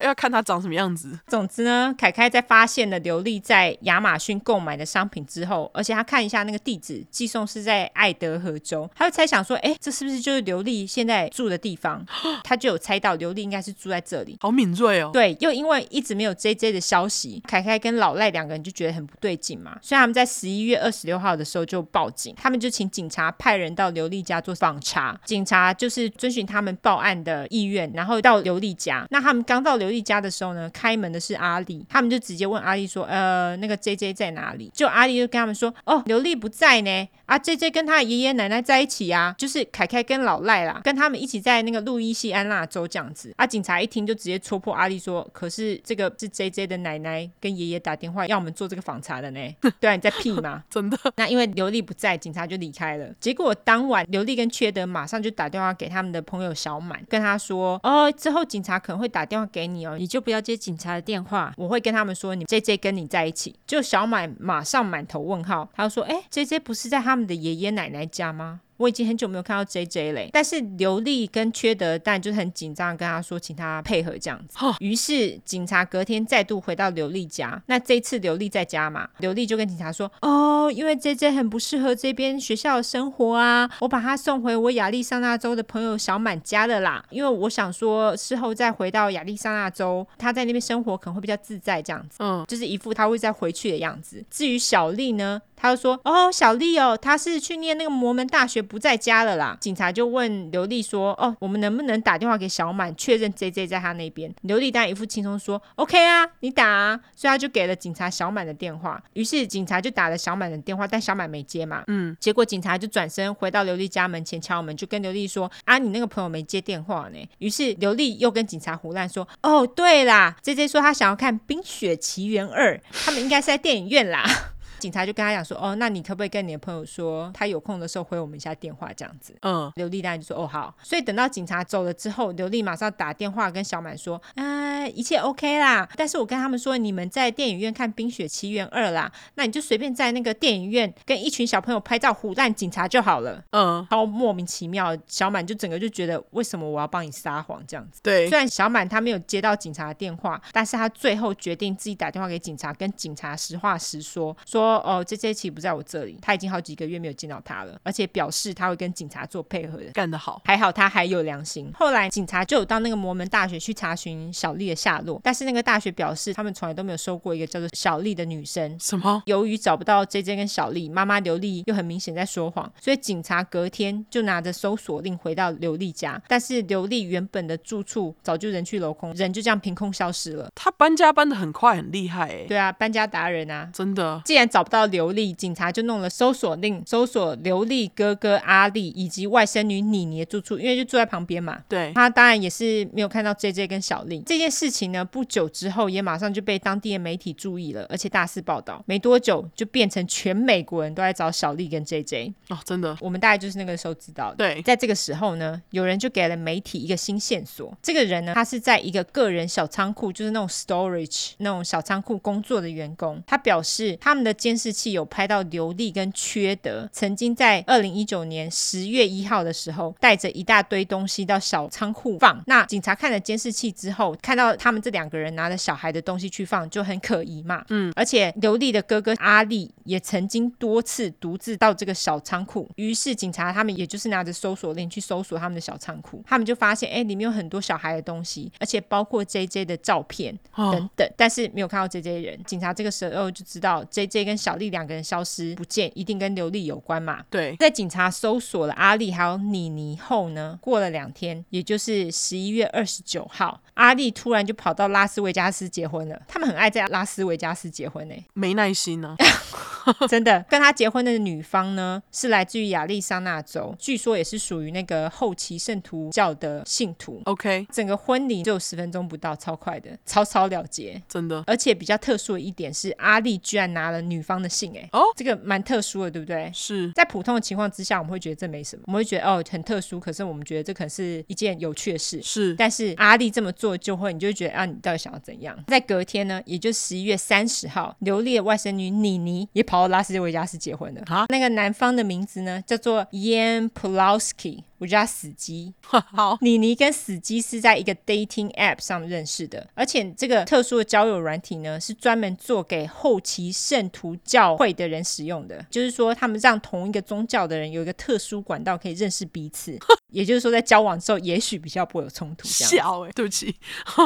Speaker 1: 哎、要看它长什么样子。
Speaker 2: 总之呢，凯凯在发现了刘丽在亚马逊购买的商品之后，而且他看一下那个地址，寄送是在爱德荷州，他就猜想说，哎，这是不是就是刘丽现在住的地方？他就有猜到刘丽应该是住在这里。
Speaker 1: 好敏锐哦，
Speaker 2: 对，又因为一直没有 J J 的消息，凯凯跟老赖两个人就觉得很不对劲嘛，所以他们在十一月二十六号的时候就报警，他们就请警察派人到刘丽家做访查，警察就是遵循他们报案的意愿，然后到刘丽家。那他们刚到刘丽家的时候呢，开门的是阿丽，他们就直接问阿丽说：“呃，那个 J J 在哪里？”就阿丽就跟他们说：“哦，刘丽不在呢，啊，J J 跟他爷爷奶奶在一起啊，就是凯凯跟老赖啦，跟他们一起在那个路易西安那州这样子。啊，警察一听就直接戳破阿丽说，可是这个是 J J 的奶奶跟爷爷打电话要我们做这个访查的呢， 对啊，你在屁吗？
Speaker 1: 真的
Speaker 2: 那因为刘丽不在，警察就离开了。结果当晚，刘丽跟缺德马上就打电话给他们的朋友小满，跟他说：“哦，之后警察可能会打电话给你哦，
Speaker 3: 你就不要接警察的电话。
Speaker 2: 我会跟他们说你 J J 跟你在一起。就小满马上满头问号，他就说：“哎，J J 不是在他们的爷爷奶奶家吗？”我已经很久没有看到 J J 嘞，但是刘丽跟缺德但就是很紧张，跟他说请他配合这样子。于是警察隔天再度回到刘丽家，那这一次刘丽在家嘛，刘丽就跟警察说：“哦，因为 J J 很不适合这边学校的生活啊，我把他送回我亚利桑那州的朋友小满家了啦，因为我想说事后再回到亚利桑那州，他在那边生活可能会比较自在这样子。”
Speaker 1: 嗯，
Speaker 2: 就是一副他会再回去的样子。至于小丽呢，他就说：“哦，小丽哦，她是去念那个摩门大学，不在家了啦。”警察就问刘丽说：“哦，我们能不能打电话给小满确认 J J 在他那边？”刘丽当然一副轻松说：“OK 啊，你打啊。”所以他就给了警察小满的电话。于是警察就打了小满的电话，但小满没接嘛。
Speaker 1: 嗯，
Speaker 2: 结果警察就转身回到刘丽家门前敲门，就跟刘丽说：“啊，你那个朋友没接电话呢。”于是刘丽又跟警察胡乱说：“哦，对啦，J J 说他想要看《冰雪奇缘二》，他们应该是在电影院啦。” 警察就跟他讲说：“哦，那你可不可以跟你的朋友说，他有空的时候回我们一下电话，这样子。”
Speaker 1: 嗯，
Speaker 2: 刘丽当然就说：“哦，好。”所以等到警察走了之后，刘丽马上打电话跟小满说：“呃，一切 OK 啦，但是我跟他们说，你们在电影院看《冰雪奇缘二》啦，那你就随便在那个电影院跟一群小朋友拍照胡乱警察就好了。”
Speaker 1: 嗯，
Speaker 2: 超莫名其妙，小满就整个就觉得为什么我要帮你撒谎这样子？
Speaker 1: 对
Speaker 2: 虽，然小满他没有接到警察的电话，但是他最后决定自己打电话给警察，跟警察实话实说，说哦，这这期不在我这里，他已经好几个月没有见到他了，而且表示他会跟警察做配合的。
Speaker 1: 干得好，
Speaker 2: 还好他还有良心。后来警察就有到那个摩门大学去查询小丽的下落，但是那个大学表示他们从来都没有收过一个叫做小丽的女生。
Speaker 1: 什么？
Speaker 2: 由于找不到 J J 跟小丽，妈妈刘丽又很明显在说谎，所以警察隔天就拿着搜索令回到刘丽家。但是刘丽原本的住处早就人去楼空，人就这样凭空消失了。
Speaker 1: 他搬家搬得很快，很厉害哎，
Speaker 2: 对啊，搬家达人啊！
Speaker 1: 真的，
Speaker 2: 既然找不到刘丽，警察就弄了搜索令，搜索刘丽哥哥阿丽以及外甥女妮妮的住处，因为就住在旁边嘛。
Speaker 1: 对，
Speaker 2: 他当然也是没有看到 J J 跟小丽这件事情呢。不久之后，也马上就被当地的媒体注意了，而且大肆报道。没多久就变成全美国人都在找小丽跟 J J。
Speaker 1: 哦，真的，
Speaker 2: 我们大概就是那个时候知道的。
Speaker 1: 对，
Speaker 2: 在这个时候呢，有人就给了媒体一个新线索。这个人呢，他是在一个个人小仓库，就是那种 storage 那种小仓库工作的员工。他表示，他们的监视器有拍到刘丽跟缺德曾经在二零一九年十月一号的时候，带着一大堆东西到小仓库放。那警察看了监视器之后，看到他们这两个人拿着小孩的东西去放，就很可疑嘛。而且刘丽的哥哥阿力也曾经多次独自到这个小仓库，于是警察他们也就是拿着搜索令去搜索他们的小仓库，他们就发现哎里面有很多小孩的东西，而且包括 J J 的照片
Speaker 1: 哦
Speaker 2: 等，等，但是没有看到 J J 人。警察这个时候就知道 J J 跟小丽两个人消失不见，一定跟刘丽有关嘛。
Speaker 1: 对，
Speaker 2: 在警察搜索了阿丽还有妮妮后呢，过了两天，也就是十一月二十九号，阿丽突然就跑到拉斯维加斯结婚了。他们很爱在拉斯维加斯结婚呢、欸
Speaker 1: 没耐心啊呢，
Speaker 2: 真的，跟他结婚的女方呢，是来自于亚利桑那州，据说也是属于那个后期圣徒教的信徒。
Speaker 1: OK，
Speaker 2: 整个婚礼只有十分钟不到，超快的，草草了结。
Speaker 1: 真的，
Speaker 2: 而且比较特殊的一点是，阿丽居然拿了女方的信、欸，哎，
Speaker 1: 哦
Speaker 2: 这个蛮特殊的，对不对？
Speaker 1: 是
Speaker 2: 在普通的情况之下，我们会觉得这没什么，我们会觉得哦很特殊，可是我们觉得这可能是一件有趣的事。
Speaker 1: 是，
Speaker 2: 但是阿丽这么做，就会你就会觉得啊，你到底想要怎样？在隔天呢，也就十一月三十号，刘丽的外甥女妮妮也跑跑到拉斯维加斯结婚的。
Speaker 1: 啊
Speaker 2: 那个男方的名字呢叫做 Yan Pulowski，我叫他死鸡。
Speaker 1: 好，
Speaker 2: 妮妮跟死鸡是在一个 dating app 上认识的，而且这个特殊的交友软体呢，是专门做给后期圣徒教会的人使用的，就是说他们让同一个宗教的人有一个特殊管道可以认识彼 此，也就是说在交往之后，也许比较不会有冲突，这样
Speaker 1: 笑哎、对不起，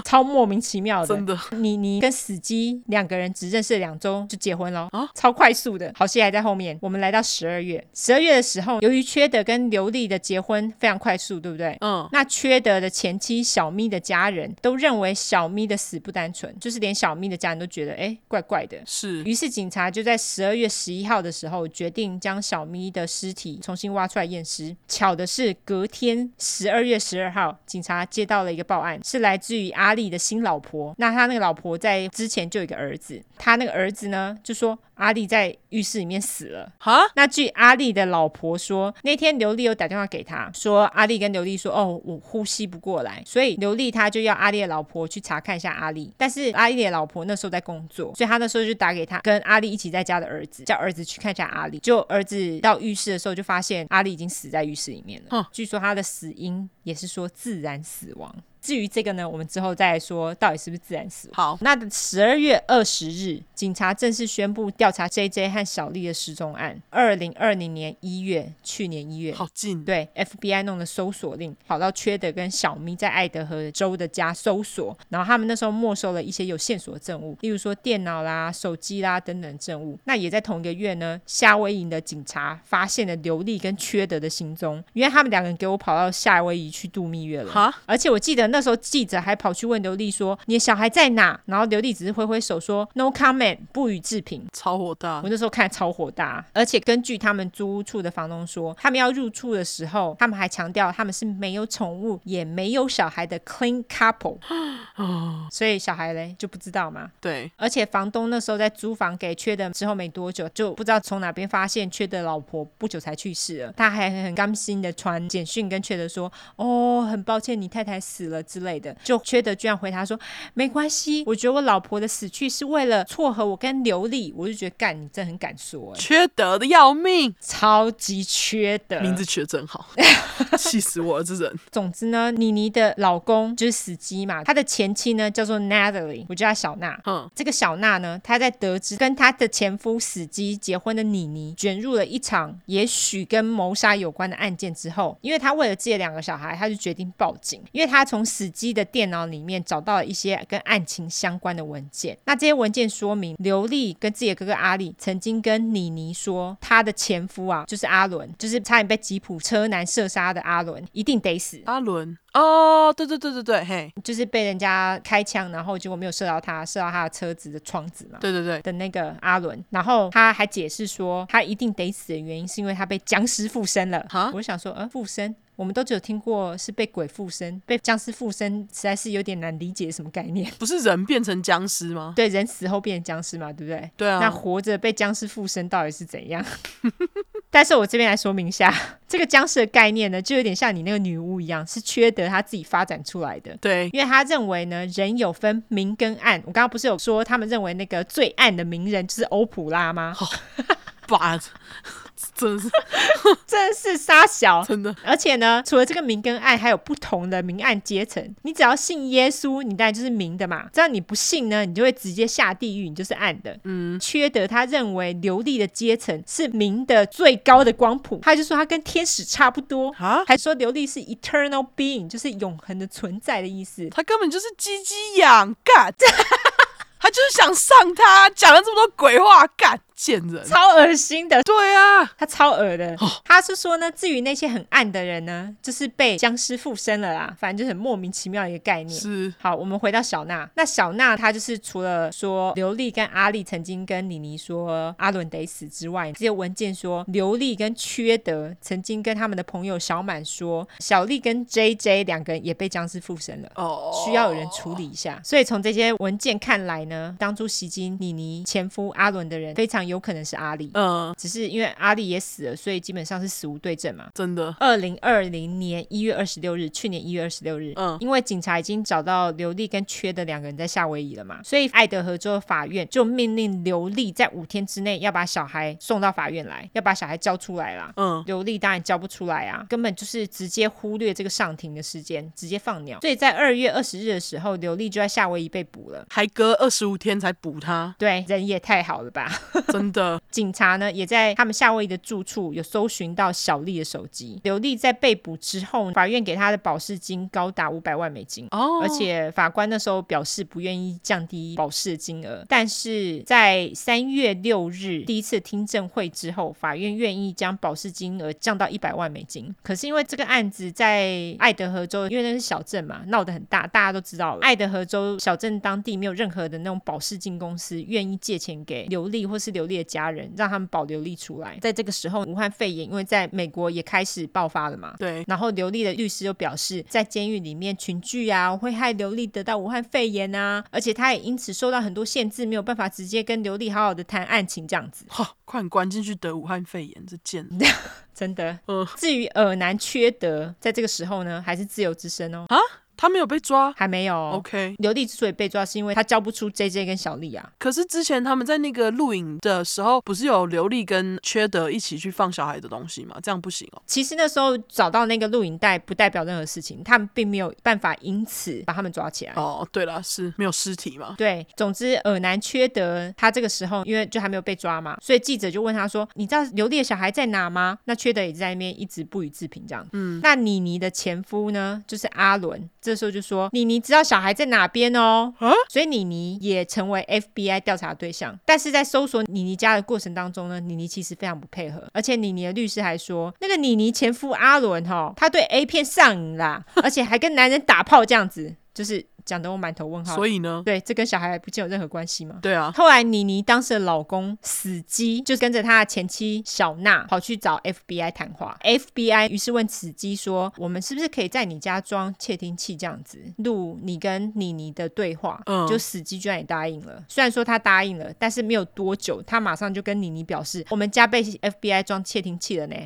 Speaker 2: 超莫名其妙的
Speaker 1: 真。的
Speaker 2: 妮妮跟死鸡两个人只认识了两周就结婚喽，
Speaker 1: 啊
Speaker 2: 超快速的。好戏还在后面，我们来到十二月，十二月的时候，由于缺德跟刘丽的结婚非常快速，对不对？
Speaker 1: 嗯，
Speaker 2: 那缺德的前妻小咪的家人都认为小咪的死不单纯，就是连小咪的家人都觉得，哎，怪怪的。
Speaker 1: 是
Speaker 2: 于是警察就在十二月十一号的时候决定将小咪的尸体重新挖出来验尸。巧的是，隔天十二月十二号，警察接到了一个报案，是来自于阿丽的新老婆。那他那个老婆在之前就有一个儿子，他那个儿子呢就说阿丽在浴室里面死了。
Speaker 1: 哈，
Speaker 2: 那据阿丽的老婆说，那天刘丽有打电话给她，说阿丽跟刘丽说，哦，我呼吸不过来，所以刘丽她就要阿丽的老婆去查看一下阿丽。但是阿丽的老婆那时候在工作，所以她那时候就打给她跟阿丽一起在家的儿子，叫儿子去看一下阿丽。就儿子到浴室的时候，就发现阿丽已经死在浴室里面了。
Speaker 1: 哼
Speaker 2: 据说她的死因也是说自然死亡。至于这个呢，我们之后再说到底是不是自然死亡。
Speaker 1: 好，
Speaker 2: 那十二月二十日，警察正式宣布调查 J J 和小丽的失踪案。二零二零年一月，去年一月，
Speaker 1: 好近，
Speaker 2: 对 FBI 弄了搜索令，跑到缺德跟小咪在爱德荷州的家搜索，然后他们那时候没收了一些有线索的证物，例如说电脑啦、手机啦等等证物。那也在同一个月呢，夏威夷的警察发现了刘丽跟缺德的行踪，因为他们两个人给我跑到夏威夷去度蜜月了。
Speaker 1: 哈，
Speaker 2: 而且我记得那时候记者还跑去问刘丽说：“你的小孩在哪？”然后刘丽只是挥挥手说 “No comment”，不予置评。
Speaker 1: 超火大
Speaker 2: 我，那时候看超火大，而且根据他们租屋处的房东说，他们要入住的时候，他们还强调他们是没有宠物也没有小孩的 clean couple，
Speaker 1: 哦，
Speaker 2: 所以小孩嘞就不知道嘛。
Speaker 1: 对，
Speaker 2: 而且房东那时候在租房给缺德之后没多久，就不知道从哪边发现缺德老婆不久才去世了。他还很甘心的传简讯跟缺德说：“哦，很抱歉你太太死了之类的。”就缺德居然回他说：“没关系，我觉得我老婆的死去是为了撮合我跟刘丽。”我就觉得干，你真的很敢说、欸，
Speaker 1: 缺德的要命，
Speaker 2: 超级缺德。
Speaker 1: 名字取得真 好，气死我了，这人
Speaker 2: 总之呢，妮妮的老公就是死鸡嘛，他的前妻呢叫做 Natalie，我叫她小娜。
Speaker 1: 嗯，
Speaker 2: 这个小娜呢，她在得知跟她的前夫死鸡结婚的妮妮卷入了一场也许跟谋杀有关的案件之后，因为她为了自己的两个小孩，她就决定报警，因为她从死鸡的电脑里面找到了一些跟案情相关的文件。那这些文件说明，刘丽跟自己的哥哥阿力曾经跟妮妮说，她的前夫啊，就是阿伦，就是差点被吉普车男射杀的阿伦，一定得死。
Speaker 1: 阿伦，哦，对对对对对，嘿，
Speaker 2: 就是被人家开枪，然后结果没有射到他，射到他的车子的窗子嘛。
Speaker 1: 对对对，
Speaker 2: 的那个阿伦，然后他还解释说，他一定得死的原因是因为他被僵尸附身了
Speaker 1: 哈。
Speaker 2: 我想说，呃，附身，我们都只有听过是被鬼附身，被僵尸附身实在是有点难理解什么概念。
Speaker 1: 不是人变成僵尸吗？
Speaker 2: 对，人死后变成僵尸嘛，对不对？
Speaker 1: 对啊，
Speaker 2: 那活着被僵尸附身到底是怎样？ 但是我这边来说明一下，这个僵尸的概念呢，就有点像你那个女巫一样，是缺德他自己发展出来的。
Speaker 1: 对，
Speaker 2: 因为他认为呢，人有分明跟暗。我刚刚不是有说，他们认为那个最暗的名人就是欧普拉吗？
Speaker 1: 把 真的是
Speaker 2: 真是傻小。
Speaker 1: 真的
Speaker 2: 而且呢，除了这个明跟暗，还有不同的明暗阶层。你只要信耶稣，你当然就是明的嘛；只要你不信呢，你就会直接下地狱，你就是暗的。嗯，缺德他认为流利的阶层是明的最高的光谱，他就说他跟天使差不多，
Speaker 1: 啊，
Speaker 2: 还说流利是 eternal being，就是永恒的存在的意思。
Speaker 1: 他根本就是鸡鸡痒干， 他就是想上他，讲了这么多鬼话干，贱人。
Speaker 2: 超恶心的，
Speaker 1: 对啊，
Speaker 2: 他超恶的。他是说呢，至于那些很暗的人呢，就是被僵尸附身了啦，反正就是很莫名其妙的一个概念。
Speaker 1: 是
Speaker 2: 好，我们回到小娜。那小娜她就是除了说刘丽跟阿丽曾经跟妮妮说阿伦得死之外，这些文件说刘丽跟缺德曾经跟他们的朋友小满说，小丽跟 JJ 两个人也被僵尸附身了。
Speaker 1: 哦，
Speaker 2: 需要有人处理一下，所以从这些文件看来呢，当初袭击妮妮前夫阿伦的人非常有可能是阿里，
Speaker 1: 嗯，
Speaker 2: 只是因为阿里也死了，所以基本上是死无对证嘛。
Speaker 1: 真的，
Speaker 2: 二零二零年一月二十六日，去年一月二十六日，
Speaker 1: 嗯
Speaker 2: 因为警察已经找到刘丽跟缺的两个人在夏威夷了嘛，所以爱德荷州法院就命令刘丽在五天之内要把小孩送到法院来，要把小孩交出来啦。
Speaker 1: 嗯，
Speaker 2: 刘丽当然交不出来啊，根本就是直接忽略这个上庭的时间，直接放鸟。所以在二月二十日的时候，刘丽就在夏威夷被捕了。，
Speaker 1: 还隔二十五天才补他
Speaker 2: 对，人也太好了吧！
Speaker 1: 真的，
Speaker 2: 警察呢也在他们夏威夷的住处有搜寻到小丽的手机。刘丽在被捕之后，法院给她的保释金高达五百万美金。
Speaker 1: 哦，
Speaker 2: 而且法官那时候表示不愿意降低保释金额，但是在三月六日第一次听证会之后，法院愿意将保释金额降到一百万美金。可是因为这个案子在爱德荷州，因为那是小镇嘛，闹得很大，大家都知道了。爱德荷州小镇当地没有任何的那种保释金公司愿意借钱给刘丽或是刘丽的家人，让他们保刘丽出来。在这个时候，武汉肺炎因为在美国也开始爆发了嘛，
Speaker 1: 对，
Speaker 2: 然后刘丽的律师就表示，在监狱里面群聚啊，会害刘丽得到武汉肺炎啊，而且他也因此受到很多限制，没有办法直接跟刘丽好好的谈案情这样子，
Speaker 1: 哈，快点关进去得武汉肺炎，这贱人，
Speaker 2: 真的。
Speaker 1: 嗯
Speaker 2: 至于尔南缺德，在这个时候呢，还是自由之身哦，
Speaker 1: 他没有被抓
Speaker 2: 还没有哦、
Speaker 1: ，OK。
Speaker 2: 刘丽之所以被抓，是因为他交不出 J J 跟小丽啊。
Speaker 1: 可是之前他们在那个录影的时候，不是有刘丽跟缺德一起去放小孩的东西吗？这样不行哦。
Speaker 2: 其实那时候找到那个录影带，不代表任何事情，他们并没有办法因此把他们抓起来。
Speaker 1: 哦，对了，是没有尸体嘛？
Speaker 2: 对，总之尔南缺德，他这个时候因为就还没有被抓嘛，所以记者就问他说：“你知道刘丽的小孩在哪吗？”那缺德也在那边一直不予置评这样。嗯，那妮妮的前夫呢，就是阿伦，这时候就说：“妮妮知道小孩在哪边哦。”
Speaker 1: 啊，
Speaker 2: 所以妮妮也成为 FBI 调查对象。但是在搜索妮妮家的过程当中呢，妮妮其实非常不配合，而且妮妮的律师还说，那个妮妮前夫阿伦哈、他对 A 片上瘾啦， 而且还跟男人打炮这样子，就是讲得我满头问号。
Speaker 1: 所以呢？
Speaker 2: 对，这跟小孩不仅有任何关系吗？
Speaker 1: 对啊，
Speaker 2: 后来，妮妮当时的老公死基就跟着他的前妻小娜跑去找 FBI 谈话。FBI 于是问死基说：“我们是不是可以在你家装窃听器这样子录你跟妮妮的对话？”
Speaker 1: 嗯
Speaker 2: 就死基居然也答应了。虽然说他答应了，但是没有多久，他马上就跟妮妮表示：“我们家被 FBI 装窃听器了呢。”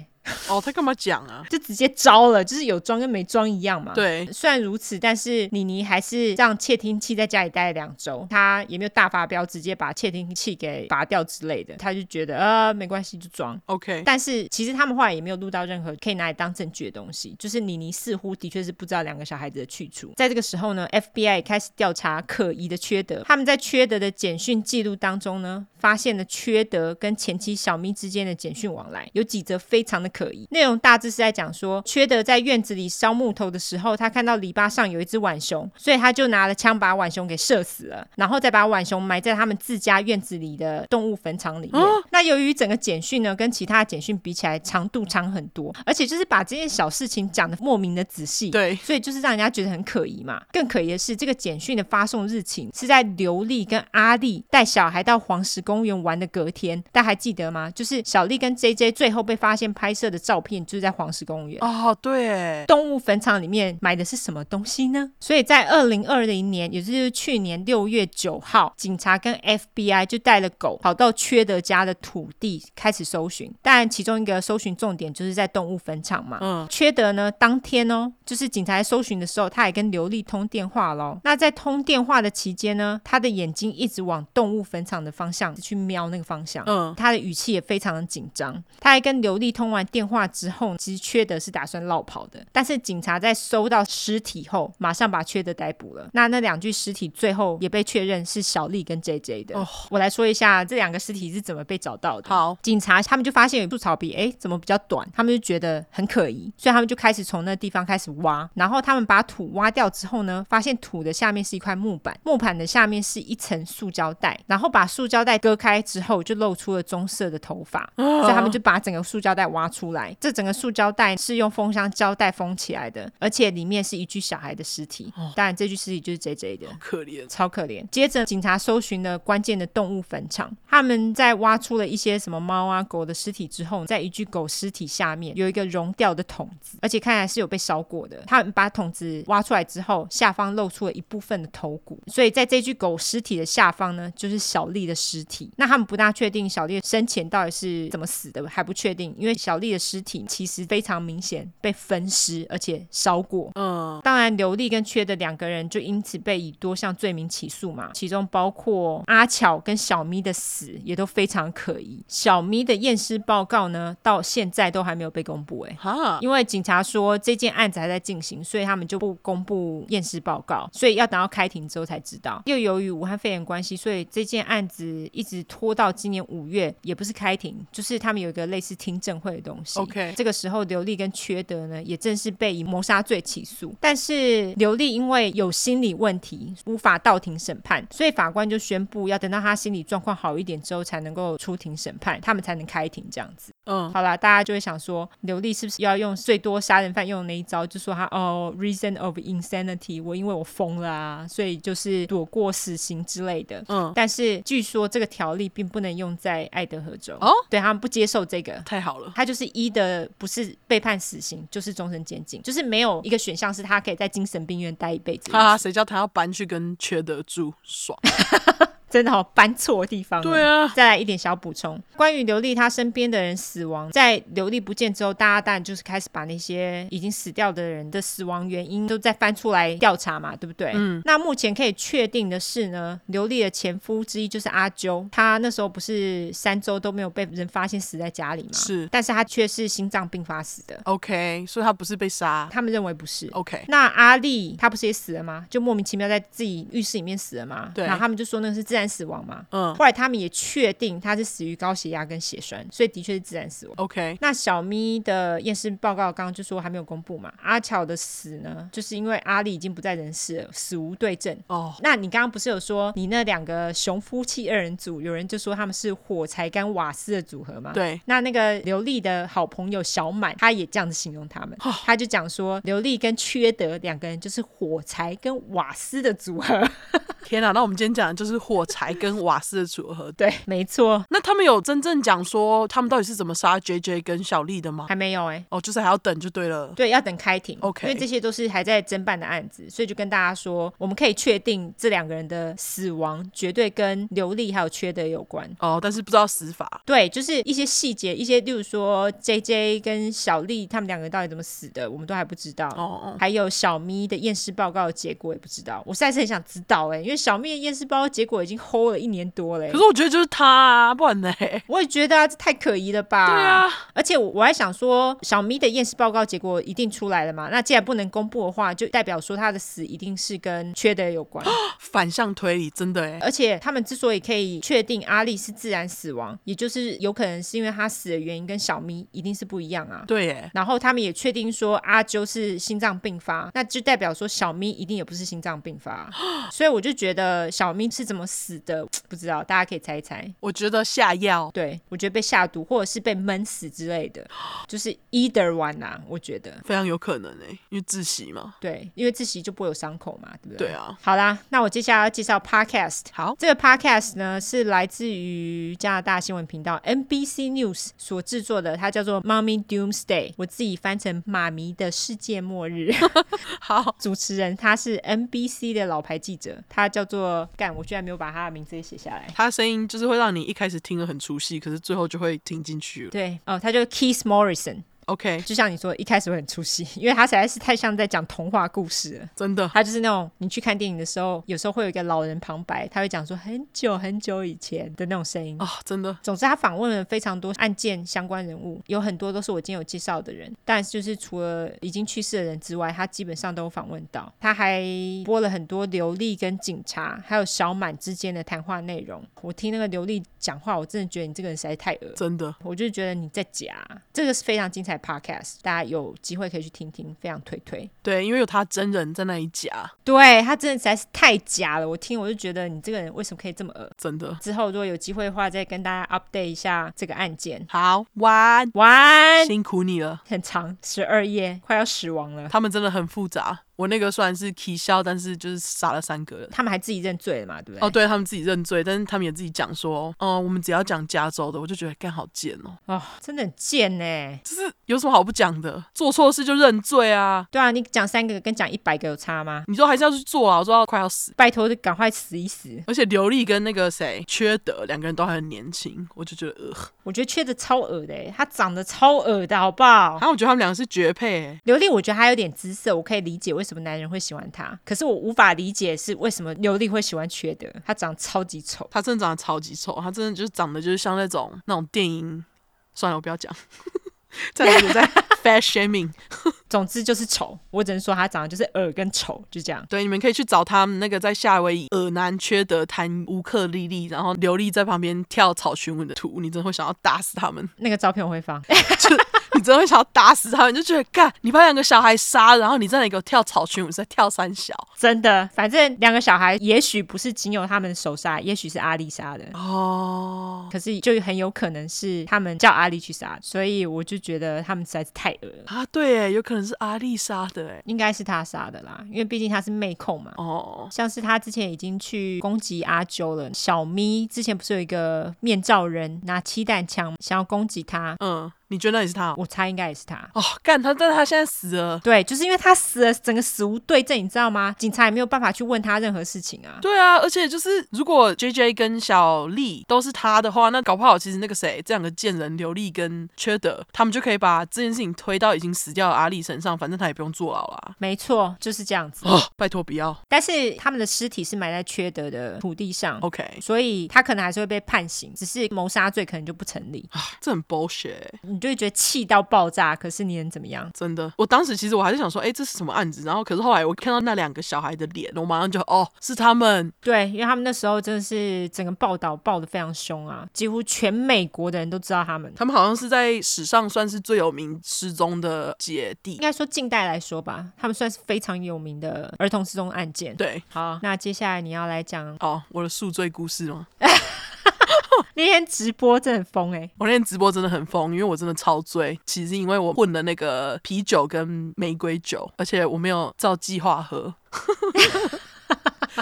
Speaker 1: 哦，他干嘛讲啊？
Speaker 2: 就直接招了，就是有装跟没装一样嘛。
Speaker 1: 对，
Speaker 2: 虽然如此，但是妮妮还是让窃听器在家里待了两周，她也没有大发飙，直接把窃听器给拔掉之类的。她就觉得呃没关系，就装。
Speaker 1: OK，
Speaker 2: 但是其实他们后来也没有录到任何可以拿来当证据的东西，就是妮妮似乎的确是不知道两个小孩子的去处。在这个时候呢，FBI 也开始调查可疑的缺德。他们在缺德的简讯记录当中呢，发现了缺德跟前妻小咪之间的简讯往来，有几则非常的可疑。内容大致是在讲说，缺德在院子里烧木头的时候，他看到篱笆上有一只浣熊，所以他就拿了枪把浣熊给射死了，然后再把浣熊埋在他们自家院子里的动物坟场里面。那由于整个简讯呢跟其他简讯比起来长度长很多，而且就是把这件小事情讲的莫名的仔细。
Speaker 1: 对，
Speaker 2: 所以就是让人家觉得很可疑嘛。更可疑的是，这个简讯的发送日期是在刘丽跟阿丽带小孩到黄石公园玩的隔天，大家还记得吗？就是小丽跟 J J 最后被发现拍摄的照片，就是在黄石公园。
Speaker 1: 哦，对耶，
Speaker 2: 动物坟场里面买的是什么东西呢？所以在二零二零年，也就是去年六月九号，警察跟 FBI 就带了狗跑到缺德家的土地开始搜寻。当然，其中一个搜寻重点就是在动物坟场嘛。
Speaker 1: 嗯，
Speaker 2: 缺德呢，当天哦，就是警察在搜寻的时候，他也跟刘丽通电话喽。那在通电话的期间呢，他的眼睛一直往动物坟场的方向去瞄那个方向。
Speaker 1: 嗯，
Speaker 2: 他的语气也非常的紧张。他还跟刘丽通完电话之后，其实缺德是打算落跑的，但是警察在收到尸体后，马上把缺德逮捕了。那那两具尸体最后也被确认是小丽跟 J J 的。
Speaker 1: 哦
Speaker 2: 我来说一下这两个尸体是怎么被找到的。
Speaker 1: 好，
Speaker 2: 警察他们就发现有一株草皮，哎，怎么比较短？他们就觉得很可疑，所以他们就开始从那地方开始挖。然后他们把土挖掉之后呢，发现土的下面是一块木板，木板的下面是一层塑胶袋，然后把塑胶袋割开之后，就露出了棕色的头发。所以他们就把整个塑胶袋挖出来，这整个塑胶袋是用封箱胶带封起来的，而且里面是一具小孩的尸体。当然，这具尸体就是 J J 的。
Speaker 1: 可怜，
Speaker 2: 超可怜。接着，警察搜寻了关键的动物坟场，他们在挖出了一些什么猫啊、狗的尸体之后，在一具狗尸体下面有一个溶掉的桶子，而且看起来是有被烧过的。他们把桶子挖出来之后，下方露出了一部分的头骨，所以在这具狗尸体的下方呢，就是小丽的尸体。体。那他们不大确定小丽生前到底是怎么死的，还不确定，因为小丽的尸体其实非常明显被分尸，而且烧过。
Speaker 1: 嗯，
Speaker 2: 当然，刘丽跟缺的两个人就因此被以多项罪名起诉嘛，其中包括阿巧跟小咪的死也都非常可疑。小咪的验尸报告呢，到现在都还没有被公布、哎。
Speaker 1: 哈，
Speaker 2: 因为警察说这件案子还在进行，所以他们就不公布验尸报告，所以要等到开庭之后才知道。又由于武汉肺炎关系，所以这件案子一直拖到今年五月，也不是开庭，就是他们有一个类似听证会的东西。
Speaker 1: OK
Speaker 2: 这个时候刘丽跟缺德呢，也正式被以谋杀罪起诉，但是刘丽因为有心理问题，无法到庭审判，所以法官就宣布要等到他心理状况好一点之后，才能够出庭审判，他们才能开庭这样子。
Speaker 1: 嗯，
Speaker 2: 好啦，大家就会想说，刘丽是不是要用最多杀人犯用的那一招，就说他哦，reason of insanity，我因为我疯了啊，所以就是躲过死刑之类的。
Speaker 1: 嗯，
Speaker 2: 但是据说这个条例并不能用在爱德荷州，
Speaker 1: 哦，
Speaker 2: 对他们不接受这个。
Speaker 1: 太好了，
Speaker 2: 他就是一的，不是被判死刑，就是终身监禁，就是没有一个选项是他可以在精神病院待一辈子的意思。
Speaker 1: 哈哈，谁叫他要搬去跟缺德住，爽。
Speaker 2: 真的好搬错地方了。
Speaker 1: 对啊，
Speaker 2: 再来一点小补充，关于刘丽她身边的人死亡，在刘丽不见之后，大家当然就是开始把那些已经死掉的人的死亡原因都再翻出来调查嘛，对不对？嗯。那目前可以确定的是呢，刘丽的前夫之一就是阿啾，他那时候不是三周都没有被人发现死在家里吗？
Speaker 1: 是
Speaker 2: 但是他却是心脏病发死的，
Speaker 1: OK，所以他不是被杀。
Speaker 2: 他们认为不是。
Speaker 1: OK，
Speaker 2: 那阿丽她不是也死了吗？就莫名其妙在自己浴室里面死了吗？
Speaker 1: 对
Speaker 2: 然后他们就说那个是自然死亡嘛。
Speaker 1: 嗯
Speaker 2: 后来他们也确定他是死于高血压跟血栓，所以的确是自然死亡。
Speaker 1: ，OK，
Speaker 2: 那小咪的验尸报告刚刚就说还没有公布嘛。阿巧的死呢，就是因为阿丽已经不在人世了，死无对证。
Speaker 1: 哦，
Speaker 2: 那你刚刚不是有说你那两个熊夫妻二人组，有人就说他们是火柴跟瓦斯的组合吗？
Speaker 1: 对，
Speaker 2: 那那个刘丽的好朋友小满，他也这样子形容他们，他就讲说刘丽跟缺德两个人就是火柴跟瓦斯的组合。
Speaker 1: 天哪，那我们今天讲的就是火柴跟瓦斯的组合。
Speaker 2: 对，没错，
Speaker 1: 那他们有真正讲说他们到底是怎么杀 JJ 跟小丽的吗？
Speaker 2: 还没有哎、
Speaker 1: 哦，就是还要等就对了。
Speaker 2: 对，要等开庭
Speaker 1: OK
Speaker 2: 因为这些都是还在侦办的案子，所以就跟大家说，我们可以确定这两个人的死亡绝对跟刘丽还有缺德有关。
Speaker 1: 哦，但是不知道死法。
Speaker 2: 对，就是一些细节，一些例如说 J J 跟小丽他们两个到底怎么死的，我们都还不知道。
Speaker 1: 哦，
Speaker 2: 还有小咪的验尸报告的结果也不知道，我实在是很想知道哎、因为小咪的验尸报告结果已经 hold 了一年多了、欸
Speaker 1: 可是我觉得就是他啊，不然呢？ 对
Speaker 2: 我也觉得啊，这太可疑了吧？
Speaker 1: 啊，
Speaker 2: 而且我我还想说，小咪的验尸报告结果一定出来了嘛？那既然不能公布的话，就代表说他的死一定是跟缺德有关。
Speaker 1: 反向推理，真的哎。
Speaker 2: 而且他们之所以可以确定阿丽是自然死亡，也就是有可能是因为他死的原因跟小咪一定是不一样啊。
Speaker 1: 对欸耶，
Speaker 2: 然后他们也确定说阿啾是心脏病发，那就代表说小咪一定也不是心脏病发，所以我就觉得小咪是怎么死的不知道，大家可以猜一猜。
Speaker 1: 我觉得下药
Speaker 2: 对，我觉得被下毒或者是被闷死之类的，就是 either one 啦、我觉得
Speaker 1: 非常有可能哎，因为窒息嘛。
Speaker 2: 对，因为窒息就不会有伤口嘛，对不对？
Speaker 1: 对啊，
Speaker 2: 好啦，那我接下来要介绍 podcast。
Speaker 1: 好，
Speaker 2: 这个 podcast 呢是来自于加拿大新闻频道 NBC News 所制作的，它叫做《Mommy Doomsday》，我自己翻成“妈咪的世界末日”。
Speaker 1: 好，
Speaker 2: 主持人他是 NBC 的老牌记者，他叫做干，我居然没有把他的名字也写下来。
Speaker 1: 他的声音就是会让你一开始听得很出戏，可是最后就会听进去了。
Speaker 2: 对，哦，他就是 Keith Morrison，
Speaker 1: OK，
Speaker 2: 就像你说，一开始会很出戏，因为他实在是太像在讲童话故事了。
Speaker 1: 真的，
Speaker 2: 他就是那种你去看电影的时候，有时候会有一个老人旁白，他会讲说很久很久以前的那种声音。
Speaker 1: 啊、真的，
Speaker 2: 总之，他访问了非常多案件相关人物，有很多都是我今天有介绍的人，但就是除了已经去世的人之外，他基本上都有访问到。他还播了很多刘丽跟警察还有小满之间的谈话内容。我听那个刘丽讲话，我真的觉得你这个人实在太恶
Speaker 1: 真的，
Speaker 2: 我就觉得你在假，这个是非常精彩的 podcast，大家有机会可以去听听，非常推推。
Speaker 1: 对，因为有他真人在那里夹，
Speaker 2: 对他真的实在是太假了，我听我就觉得你这个人为什么可以这么恶？
Speaker 1: 真的。
Speaker 2: 之后如果有机会的话，再跟大家 update 一下这个案件。
Speaker 1: 好，晚安，
Speaker 2: 晚安。
Speaker 1: 辛苦你了。
Speaker 2: 很长，十二页，快要死亡了。
Speaker 1: 他们真的很复杂，我那个虽然是提消，但是就是杀了三个人。
Speaker 2: 他们还自己认罪了嘛，对不对？
Speaker 1: 哦，对他们自己认罪，但是他们也自己讲说，哦、我们只要讲加州的，我就觉得干好贱哦，
Speaker 2: 哦，真的很贱呢、
Speaker 1: 就是有什么好不讲的？做错事就认罪啊！
Speaker 2: 对啊，你讲三个跟讲一百个有差吗？
Speaker 1: 你说还是要去做啊，我说要快要死，
Speaker 2: 拜托，赶快死一死！
Speaker 1: 而且刘丽跟那个谁缺德两个人都还很年轻，我就觉得，呃，
Speaker 2: 我觉得缺的超恶的、欸，他长得超恶的，好不好？
Speaker 1: 然后我觉得他们两个是绝配、欸，
Speaker 2: 刘丽，我觉得她有点姿色，我可以理解为什么男人会喜欢她，可是我无法理解是为什么刘丽会喜欢缺德，她长得超级丑。
Speaker 1: 他真的长得超级丑，他真的就是长得就是像那种那种电影，算了，我不要讲， 再来我在 fat shaming。
Speaker 2: 总之就是丑，我只能说她长得就是恶跟丑，就这样。
Speaker 1: 对，你们可以去找他们那个在夏威夷尔南缺德弹乌克丽丽，然后刘丽在旁边跳草裙舞的图，你真的会想要打死他们，
Speaker 2: 那个照片我会放，
Speaker 1: 你真的会想要打死他们，你就觉得干，你把两个小孩杀了，然后你在那里给我跳草裙舞，在跳三小
Speaker 2: 真的。反正两个小孩也许不是仅有他们手杀，也许是阿丽杀的，
Speaker 1: 哦。
Speaker 2: 可是就很有可能是他们叫阿丽去杀的，所以我就觉得他们实在是太恶了，
Speaker 1: 啊，对耶，有可能是阿丽杀的哎，
Speaker 2: 应该是他杀的啦，因为毕竟他是妹控嘛。
Speaker 1: 哦，
Speaker 2: 像是他之前已经去攻击阿啾了，小咪之前不是有一个面罩人拿气弹枪想要攻击他，
Speaker 1: 嗯，你觉得那也是他哦？
Speaker 2: 我猜应该也是他。
Speaker 1: 哦，干他，但是他现在死了。
Speaker 2: 对，就是因为他死了，整个死无对证，你知道吗？警察也没有办法去问他任何事情啊。
Speaker 1: 对啊，而且就是如果 J J 跟小丽都是他的话，那搞不好其实那个谁，这两个贱人刘丽跟缺德，他们就可以把这件事情推到已经死掉的阿丽身上，反正他也不用坐牢啦。
Speaker 2: 没错，就是这样子。
Speaker 1: 哦，拜托不要
Speaker 2: 但是他们的尸体是埋在缺德的土地上，
Speaker 1: ，OK，
Speaker 2: 所以他可能还是会被判刑，只是谋杀罪可能就不成立。
Speaker 1: 这很 bullshit，欸
Speaker 2: 你就会觉得气到爆炸，可是你能怎么样？
Speaker 1: 真的。我当时其实我还是想说，哎，这是什么案子？然后可是后来我看到那两个小孩的脸，我马上就哦，是他们，
Speaker 2: 对，因为他们那时候真的是整个报道报的非常凶啊，几乎全美国的人都知道他们。
Speaker 1: 他们好像是在史上算是最有名失踪的姐弟
Speaker 2: 应。该说近代来说吧，他们算是非常有名的儿童失踪案件。
Speaker 1: 对，啊
Speaker 2: 好，那接下来你要来讲，
Speaker 1: 哦，我的宿醉故事哦吗？
Speaker 2: 那天直播真的很疯哎、
Speaker 1: 我那天直播真的很疯，因为我真的超醉。其实是因为我混了那个啤酒跟玫瑰酒，而且我没有照计划喝。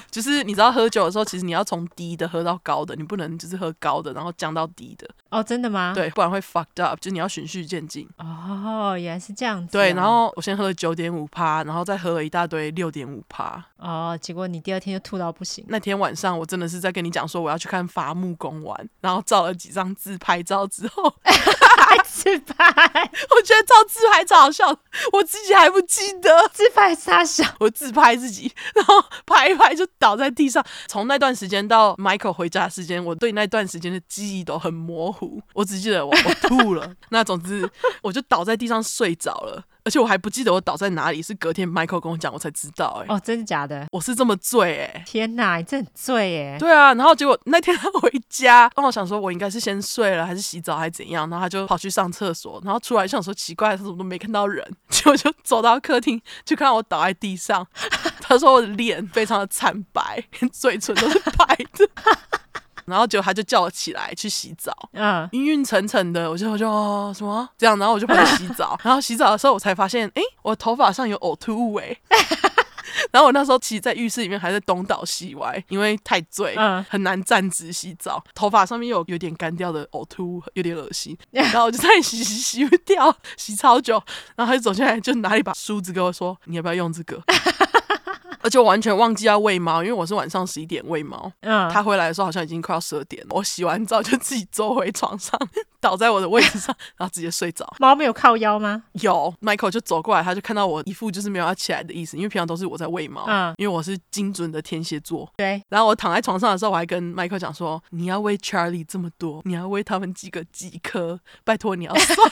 Speaker 1: 就是你知道喝酒的时候，其实你要从低的喝到高的，你不能就是喝高的然后降到低的，
Speaker 2: 哦，真的吗？，
Speaker 1: 对，不然会 fucked up。就你要循序渐进。
Speaker 2: 哦，原来是这样子啊、
Speaker 1: 对，然后我先喝了九点五趴，然后再喝了一大堆六点五趴。
Speaker 2: 哦，结果你第二天就吐到不行。
Speaker 1: 那天晚上我真的是在跟你讲说我要去看伐木工玩，然后照了几张自拍照之后， 我
Speaker 2: 还自拍，
Speaker 1: 觉得照自拍照好笑，我自己还不记得。
Speaker 2: 自拍傻小，
Speaker 1: 我自拍自己，然后拍一拍就倒在地上。从那段时间到 Michael 回家的时间，我对那段时间的记忆都很模糊，我只记得我我吐了。那总之，我就倒在地上睡着了，而且我还不记得我倒在哪里，是隔天 Michael 跟我讲我才知道、欸。
Speaker 2: 哦，真的假的？
Speaker 1: 我是这么醉哎、
Speaker 2: 天哪，你真的很醉耶！
Speaker 1: 对啊，然后结果那天他回家，然后我想说，我应该是先睡了，还是洗澡，还是怎样？然后他就跑去上厕所，然后出来就想说奇怪，他怎么都没看到人？ 结果就走到客厅，就看到我倒在地上。 他说我的脸非常的惨白， 嘴唇都是白的。 然后结果他就叫我起来去洗澡，
Speaker 2: 嗯，
Speaker 1: 晕晕沉沉的，我就我就、哦、什么这样，然后我就跑去洗 澡，然后洗澡的时候我才发现，诶，我头发上有呕吐物诶。 然后我那时候其实，在浴室里面还在东倒西歪，因为太醉，
Speaker 2: 嗯
Speaker 1: 很难站直洗澡，头发上面有有点干掉的呕吐物，有点恶 心。然后我就在那里洗洗洗不掉，洗超久，然后他就走进来，就拿了一把梳子跟我说：“你要不要用这个？” 而且我完全忘记要喂猫，因为我是晚上十一点喂猫，
Speaker 2: 嗯，
Speaker 1: 他回来的时候好像已经快要十二点了，我洗完澡就自己坐回床上， 倒在我的位置上，然后直接睡着。
Speaker 2: 猫没有靠腰吗？
Speaker 1: 有 Michael 就走过来，他就看到我一副就是没有要起来的意思，因为平常都是我在喂猫，
Speaker 2: 嗯
Speaker 1: 因为我是精准的天蝎座。
Speaker 2: 对，
Speaker 1: 然后我躺在床上的时候，我还跟 Michael 讲说：“你要喂 Charlie 这么多，你要喂他们几个几颗，拜托你要算。”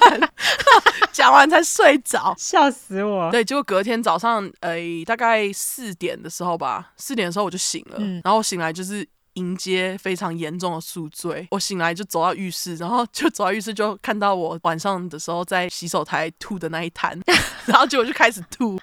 Speaker 1: 讲完才睡着。
Speaker 2: 笑死我！
Speaker 1: 对，结果隔天早上，诶、大概四点的时候吧，四点的时候我就醒了，
Speaker 2: 嗯
Speaker 1: 然后我醒来就是。迎接非常严重的宿醉，我醒来就走到浴室，然后就走到浴室就看到我晚上的时候在洗手台吐的那一滩，然后结果就开始吐，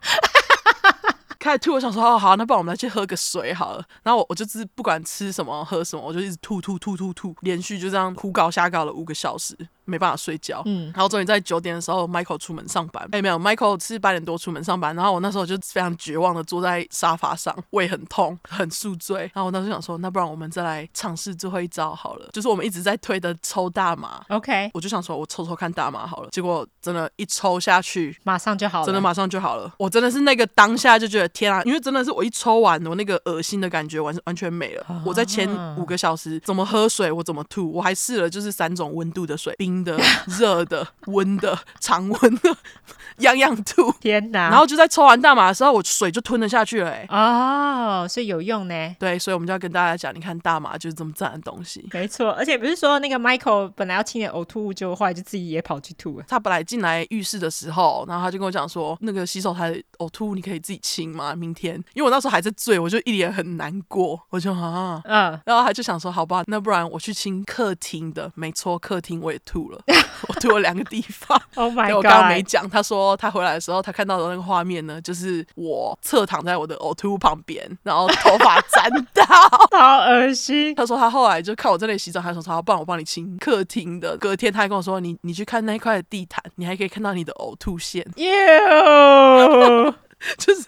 Speaker 1: 开始吐，我想说哦好，那不然我们来去喝个水好了。然后我我就是不管吃什么喝什么，我就一直吐吐吐吐吐，连续就这样胡搞瞎搞了五个小时，没办法睡觉。
Speaker 2: 嗯，
Speaker 1: 然后终于在九点的时候，Michael 出门上班。哎，没有，Michael 是八点多出门上班。然后我那时候就非常绝望的坐在沙发上，胃很痛，很宿醉。然后我当时想说，那不然我们再来尝试最后一招好了，就是我们一直在推的抽大麻。
Speaker 2: OK，
Speaker 1: 我就想说，我抽抽看大麻好了。结果真的，一抽下去，
Speaker 2: 马上就好了。
Speaker 1: 真的？马上就好了。我真的是那个当下就觉得天啊，因为真的是我一抽完，我那个恶心的感觉完完全没了。我在前五个小时怎么喝水，我怎么吐，我还试了就是三种温度的水，冰的、 热的、温的、常温的， 样样吐。
Speaker 2: 天哪！
Speaker 1: 然后就在抽完大麻的时候，我水就吞了下去了、欸。
Speaker 2: 哦，所以有用呢。
Speaker 1: 对，所以我们就要跟大家讲，你看大麻就是这么赞的东西。
Speaker 2: 没错，而且不是说那个 Michael 本来要清点呕吐物，结果后来就自己也跑去吐了。
Speaker 1: 他本来进来浴室的时候，然后他就跟我讲说，那个洗手台呕吐物你可以自己清吗？明天，因为我那时候还在醉，我就一脸很难过， 我就啊，
Speaker 2: 嗯，
Speaker 1: 然后他就想说，好吧，那不然我去清客厅的，没错，客厅我也吐了， 我吐了两个地方。
Speaker 2: Oh my
Speaker 1: 对
Speaker 2: god！
Speaker 1: 我刚刚没讲，他说他回来的时候，他看到的那个画面呢，就是我侧躺在我的呕吐物旁边，然后头发沾到。
Speaker 2: 好恶心。
Speaker 1: 他说他后来就看我在那里洗澡，他说他不然我帮你清客厅的。隔天他还跟我说，你你去看那一块地毯，你还可以看到你的呕吐线，
Speaker 2: 哟，
Speaker 1: 就是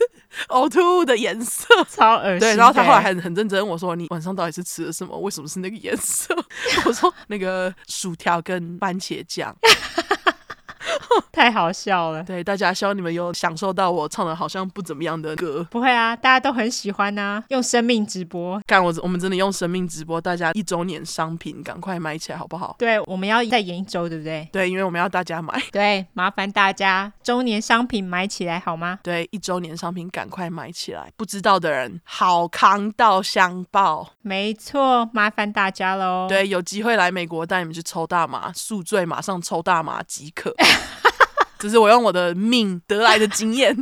Speaker 1: 呕吐物的颜色。
Speaker 2: 超恶心的。
Speaker 1: 对，然后他后来还很认真问我说：“你晚上到底是吃了什么？为什么是那个颜色？” 我说：“那个薯条跟番茄酱。
Speaker 2: 太好笑”了。
Speaker 1: 对，大家希望你们有享受到我唱的好像不怎么样的歌。
Speaker 2: 不会啊，大家都很喜欢呐、用生命直播。
Speaker 1: 看我，我们真的用生命直播，大家一周年商品赶快买起来好不好？
Speaker 2: 对，我们要再演一周，对不对？
Speaker 1: 对，因为我们要大家买。
Speaker 2: 对，麻烦大家周年商品买起来好吗？
Speaker 1: 对，一周年商品赶快买起来，不知道的人好康到相报。
Speaker 2: 没错，麻烦大家喽。，
Speaker 1: 对，有机会来美国带你们去抽大麻，宿醉马上抽大麻即可。 这是我用我的命得来的经验。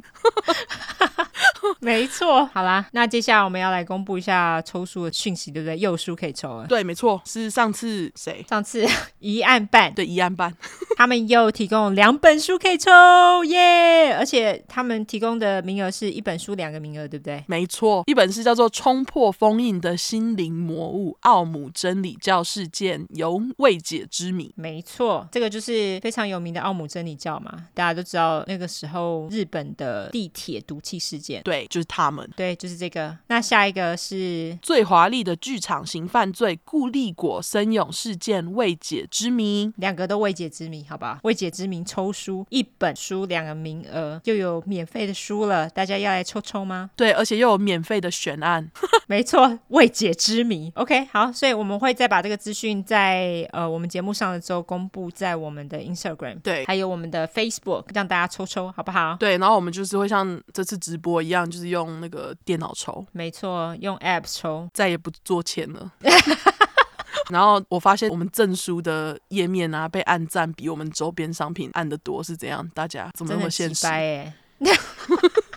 Speaker 2: 没错。好啦，那接下来我们要来公布一下抽书的讯息，对不对？又书可以抽了。
Speaker 1: 对，没错，是上次谁？
Speaker 2: 上次 一案办，
Speaker 1: 对，一案办，
Speaker 2: 他们又提供两本书可以抽，耶、而且他们提供的名额是一本书两个名额，对不对？
Speaker 1: 没错，一本是叫做《冲破封印的心灵魔物：奥姆真理教事件由未解之谜》。
Speaker 2: 没错，这个就是非常有名的奥姆真理教嘛，大家都知道那个时候日本的地铁毒气事件。
Speaker 1: 对，就是他们。
Speaker 2: 对，就是这个。那下一个是
Speaker 1: 最华丽的剧场型犯罪顾立果森永事件未解之谜，
Speaker 2: 两个都未解之谜，好吧？未解之谜抽书一本书两个名额，又有免费的书了，大家要来抽抽吗？
Speaker 1: 对，而且又有免费的悬案。
Speaker 2: 没错，未解之谜。OK，好，所以我们会再把这个资讯在呃我们节目上的周公布在我们的 Instagram，
Speaker 1: 对
Speaker 2: 还有我们的 Facebook，让大家抽抽，好不好？
Speaker 1: 对，然后我们就是会像这次直播一样，就是用那个电脑抽，
Speaker 2: 没错，用 App 抽。
Speaker 1: 再也不做钱 了。然后我发现我们证书的页面啊，被按赞比我们周边商品按的多，是怎样？大家怎么
Speaker 2: 真
Speaker 1: 那
Speaker 2: 的
Speaker 1: 么
Speaker 2: 鸡
Speaker 1: 现实
Speaker 2: 掰？哎，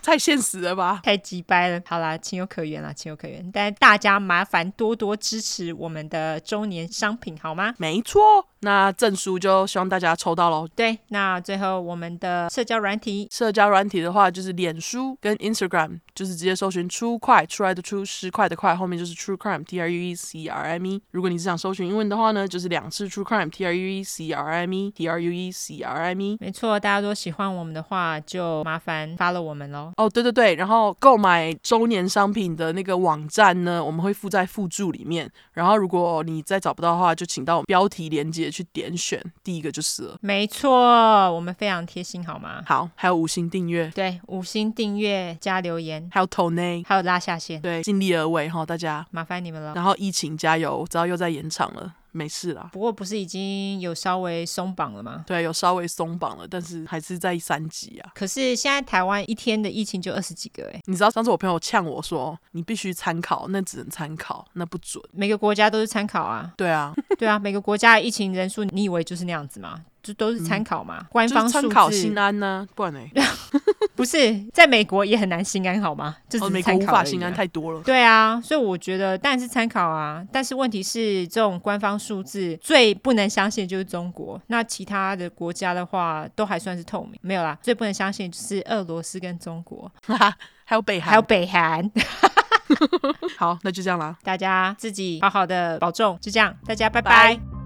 Speaker 1: 太现实了吧？
Speaker 2: 太鸡掰了。好啦，情有可原啦，情有可原。但大家麻烦多多支持我们的周年商品，好吗？
Speaker 1: 没错，那证书就希望大家抽到喽。
Speaker 2: 对，那最后我们的社交软体
Speaker 1: 社交软体的话，就是脸书跟 Instagram，就是直接搜寻“出快”出来的出，十块的块，后面就是 True Crime T R U E C R I M E。如果你是想搜寻英文的话呢，就是两次 True Crime T R U E C R I M E T R U E C R I M E。
Speaker 2: 没错，大家如果喜欢我们的话，就麻烦 follow 我们喽。
Speaker 1: 哦，对对对，然后购买周年商品的那个网站呢，我们会附在附注里面。然后如果你再找不到的话，就请到我们标题连接去点选，第一个就是了。
Speaker 2: 没错，我们非常贴心，好吗？
Speaker 1: 好，还有五星订阅，
Speaker 2: 对，五星订阅加留言，
Speaker 1: 还有投内，
Speaker 2: 还有拉下线，
Speaker 1: 对，尽力而为哈，大家。
Speaker 2: 麻烦你们了。
Speaker 1: 然后疫情加油，我知道又在延长了，没事啦。
Speaker 2: 不过不是已经有稍微松绑了吗？
Speaker 1: 对，有稍微松绑了，但是还是在三级啊。
Speaker 2: 可是现在台湾一天的疫情就二十几个哎、
Speaker 1: 你知道上次我朋友呛我说，你必须参考，那只能参考，那不准。，
Speaker 2: 每个国家都是参考啊
Speaker 1: 对啊，
Speaker 2: 对啊，每个国家的疫情人数，你以为就是那样子吗？就都是参考嘛，
Speaker 1: 嗯
Speaker 2: 官
Speaker 1: 就
Speaker 2: 方
Speaker 1: 是
Speaker 2: 数
Speaker 1: 参
Speaker 2: 字
Speaker 1: 考啊新安呢、不 然呢、
Speaker 2: 不是在美国也很难心安好吗？就只
Speaker 1: 哦，
Speaker 2: 是
Speaker 1: 美国
Speaker 2: 参
Speaker 1: 无
Speaker 2: 考而已
Speaker 1: 法
Speaker 2: 啊、
Speaker 1: 新安太多了。
Speaker 2: 对啊，所以我觉得当然是参考啊，但是问题是这种官方数字最不能相信的就是中国，那其他的国家的话都还算是透明，没有啦，最不能相信的就是俄罗斯跟中国，
Speaker 1: 还有北韩，
Speaker 2: 还有北韩，
Speaker 1: 好，那就这样啦。
Speaker 2: 大家自己好好的保重，就这样，大家拜
Speaker 1: 拜
Speaker 2: 拜